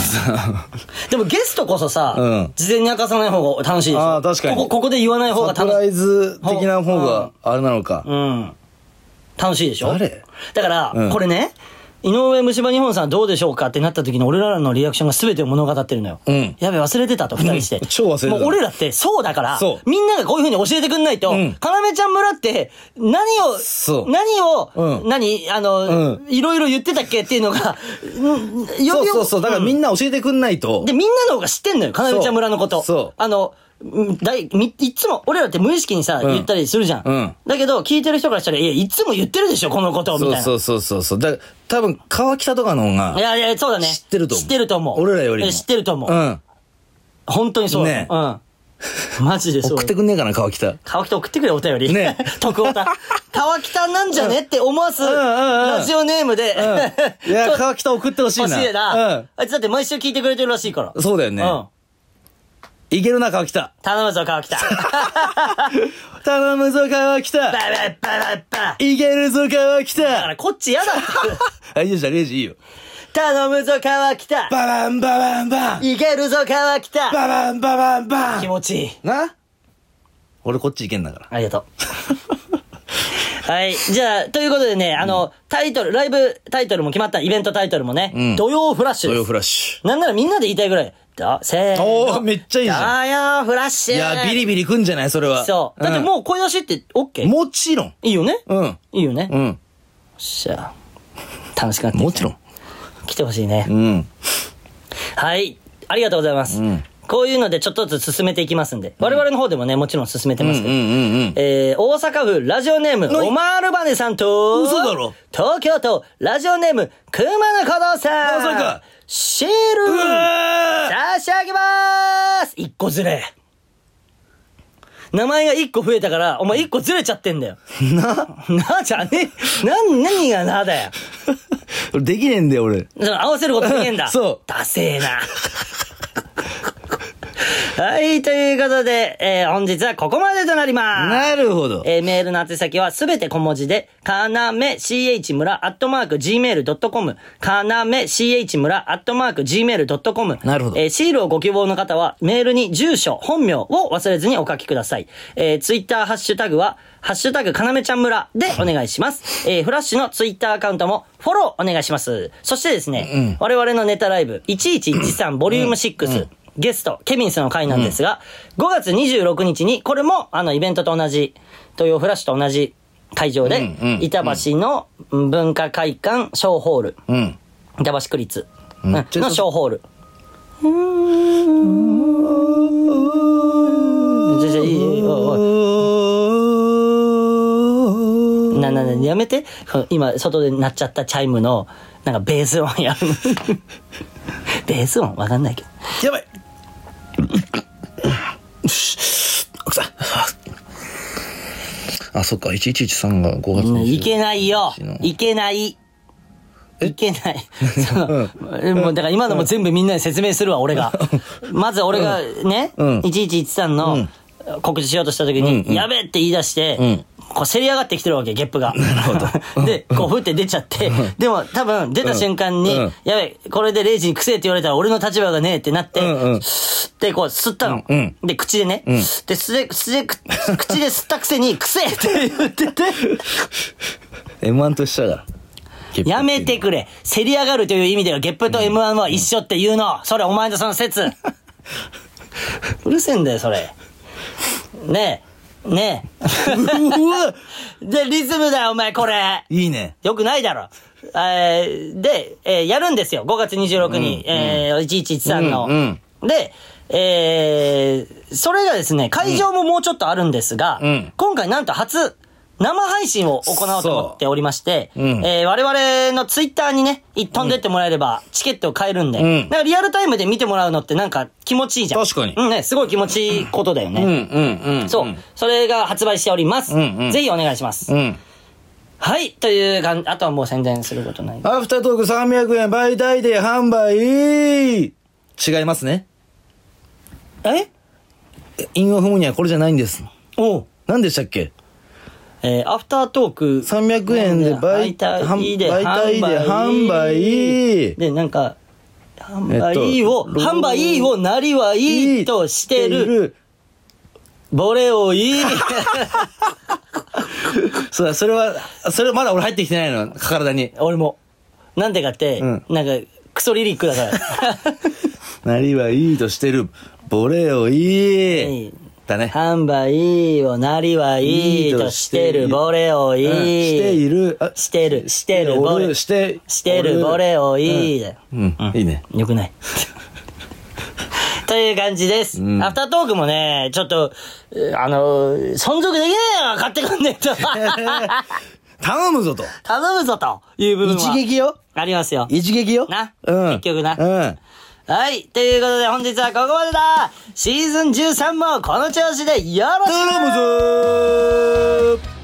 S1: でもゲストこそさ、
S2: うん
S1: 事前に明かさない方が楽しいでしょ。
S2: あー、確かに。
S1: ここ、ここで言わない方が
S2: サプラ
S1: 楽しい。
S2: イズ的な方が、あれなのか。
S1: うん。楽しいでしょ
S2: 誰
S1: だから、
S2: うん
S1: これね、井上虫歯日本さんどうでしょうかってなった時の俺らのリアクションが全てを物語ってるのよ。
S2: うん
S1: やべ、忘れてたと、二人して。
S2: うん超忘れてた
S1: もう俺らってそうだから
S2: そ、う
S1: みんながこういう風に教えてくんないと、
S2: うん
S1: かなめちゃん村って、何
S2: そ
S1: を、
S2: う
S1: 何を、
S2: うん
S1: 何、あの、
S2: うん
S1: いろいろ言ってたっけっていうのが、うん
S2: そうそうそう。だからみんな教えてくんないと。
S1: で、みんなの方が知ってんのよ、かなめちゃん村のこと。
S2: そうそう
S1: あの、うんだい、み、いつも、俺らって無意識にさ、
S2: ん
S1: 言ったりするじゃん。
S2: うん
S1: だけど、聞いてる人からしたら、いや、いつも言ってるでしょ、このことを、みたい
S2: そう
S1: な。
S2: そうそうそうそう。だから、多分、川北とかの方が
S1: い、やいや、そうだね。
S2: 知ってると思う。
S1: 知ってると思う。
S2: 俺らよりも。
S1: え知ってると思う。
S2: うん。
S1: 本当にそう。
S2: ね
S1: うん。マジでそう。
S2: 送ってくんねえかな、川北。
S1: 川北送ってくれ、お便り。
S2: ね
S1: 徳太。川北なんじゃねって思わす、
S2: んうんうん
S1: ラジオネームで。
S2: うん。いや、 川北送ってほしいな。
S1: 欲しいな。
S2: うん。
S1: あいつだって毎週聞いてくれてるらしいから。
S2: そうだよね
S1: うん。
S2: いけるな、川北。
S1: 頼むぞ、川北。
S2: 頼むぞ、川
S1: バイ
S2: 北。
S1: バイバイバイバイ。
S2: いけるぞ、川
S1: だか
S2: 北。
S1: らこっち嫌 だって。
S2: あ、いいじゃん、レイジいいよ。
S1: 頼むぞ川北
S2: ババンババンバン。
S1: いけるぞ川北
S2: ババンババンバン。
S1: 気持ちいい。
S2: な俺こっちいけんだから。
S1: ありがとう。 はい。じゃあ、ということでね、あの、タイトル、ライブタイトルも決まった、イベントタイトルもね、
S2: ん
S1: 土曜フラッシュ
S2: 土
S1: で
S2: 曜
S1: す。
S2: フラッシ
S1: なんならみんなで言いたいぐらい。だせーの。
S2: おーめっちゃいいじゃ
S1: ん。土曜フラッシ
S2: ュ。
S1: ュ
S2: いや、ビリビリくんじゃないそれは。
S1: そう。だって
S2: う
S1: もう声出しって OK?
S2: ん。もちろん。
S1: いいよね
S2: うん。
S1: いいよね
S2: う
S1: よっ
S2: ん。
S1: しゃ。楽しくなってきた
S2: もちろん。
S1: 来てほしいね。
S2: うん。
S1: はい。ありがとうございます。
S2: ん
S1: こういうのでちょっとずつ進めていきますんで。我々の方でもね、もちろん進めてますけど。
S2: うんうんうん。
S1: えー、大阪府ラジオネーム、
S2: い
S1: オマールバネさんと、
S2: 嘘だろ
S1: 東京都ラジオネーム、熊野古道さん。
S2: まさか
S1: シール
S2: うわ
S1: 差し上げまーす一個ずれ。名前が一個増えたから、お前一個ずれちゃってん だよ。な、なじゃねえ。なん、何がなだよ。
S2: ーできねえんだよ、俺。
S1: その合わせることできんだ。
S2: そう
S1: ダセえな。はい、ということで、えー本日はここまでとなります。
S2: なるほど。
S1: えーメールの宛先はすべて小文字で、かなめ ch 村アットマーク gmail.com、かなめ ch 村アットマーク gmail.com。
S2: なるほど
S1: えーシールをご希望の方は、メールに住所、本名を忘れずにお書きください。えーツイッターハッシュタグは、ハッシュタグかなめちゃん村でお願いします。えーフラッシュのツイッターアカウントもフォローお願いします。そしてですね、我々のネタライブ、1113ボリューム6、ゲスト、ケビンスの回なんですが、5月26日に、これも、あの、イベントと同じ、東洋フラッシュと同じ会場で、
S2: うんうん
S1: 板橋の文化会館小ホール、
S2: うん。
S1: 板橋区立うん
S2: ん
S1: の
S2: ちょっと
S1: 小ホール。じゃじゃいいいいおいおいなななやめてその今外で鳴っちゃったチャイムのなんかベース音や るのベース音わかんないけど
S2: やばい。よし奥さん。あ、そっか、1113が5月
S1: うん
S2: 26
S1: いけないよ
S2: 日の
S1: いけないいけない そのもうだから今のも全部みんなに説明するわ俺がまず俺がね、
S2: うん
S1: 1113の告知しようとした時に、
S2: うんうん
S1: やべえって言い出して、
S2: ん
S1: こうせり上がってきてるわけゲップがなるほど でこうふって出ちゃってでも多分出た瞬間に、
S2: うん
S1: やべえこれで0時にくせえって言われたら俺の立場がねえってなって、
S2: うんうん
S1: でこう吸ったの、
S2: うん
S1: で口でね、で吸で吸で口で吸ったくせにくせえって言ってて
S2: M1 と一緒だから。
S1: やめてくれ。せり上がるという意味では、ゲップと M1 は一緒って言うの。それ、お前のその説。 うるせえんだよ、それ。ねえ。ね
S2: うわ
S1: え。で、リズムだよ、お前、これ。
S2: いいね。
S1: よくないだろ。えーで、えーやるんですよ。5月26日に、えー、1113の。
S2: うん
S1: で、えーそれがですね、会場ももうちょっとあるんですが、
S2: うん
S1: 今回なんと初、生配信を行おうと思っておりまして、
S2: そううん
S1: えー我々のツイッターにね、い飛んでってもらえれば、チケットを買えるんで、
S2: うん
S1: だからリアルタイムで見てもらうのってなんか気持ちいいじゃん。
S2: 確かに
S1: うんね、すごい気持ちいいことだよね。
S2: うんうんうん。
S1: そう、それが発売しております。
S2: うんうん
S1: ぜひお願いします。
S2: うん。
S1: はい、という感じ、あとはもう宣伝することない。
S2: アフタートーク300円売大で販売違いますね。
S1: え
S2: 韻を踏むにはこれじゃないんです。
S1: おう
S2: 何でしたっけ
S1: えー、アフタートーク。
S2: 300円で売
S1: 体
S2: 販売体で販売
S1: で、なんか、販
S2: えっ
S1: 売
S2: と
S1: を、販売をなりはいいとしてる、。ボレをいい。
S2: そうだ、それは、それまだ俺入ってきてないの、体に。
S1: 俺も。なんでかって、
S2: うん
S1: なんか、クソリリックだから。
S2: なりはいいとしてる、ボレをい
S1: いい
S2: い。だ ね。
S1: 販売をなりはいいとしてる、ボレをいい。
S2: うんしている。あ
S1: してる、してる、ボレ。
S2: して、
S1: してる、ボレをいい。だよ
S2: うん、いいね。
S1: よく ない。という感じです。
S2: うん
S1: アフタートークもね、ちょっと、えーあのー、存続できねえよ買ってくんねえ と。
S2: 頼むぞと。
S1: 頼むぞという部分は
S2: 一撃よ。
S1: ありますよ。
S2: 一撃よ。
S1: な
S2: うん。
S1: 結局な
S2: うん。
S1: はい。ということで本日はここまでだシーズン13もこの調子でよろしく
S2: 頼むぞー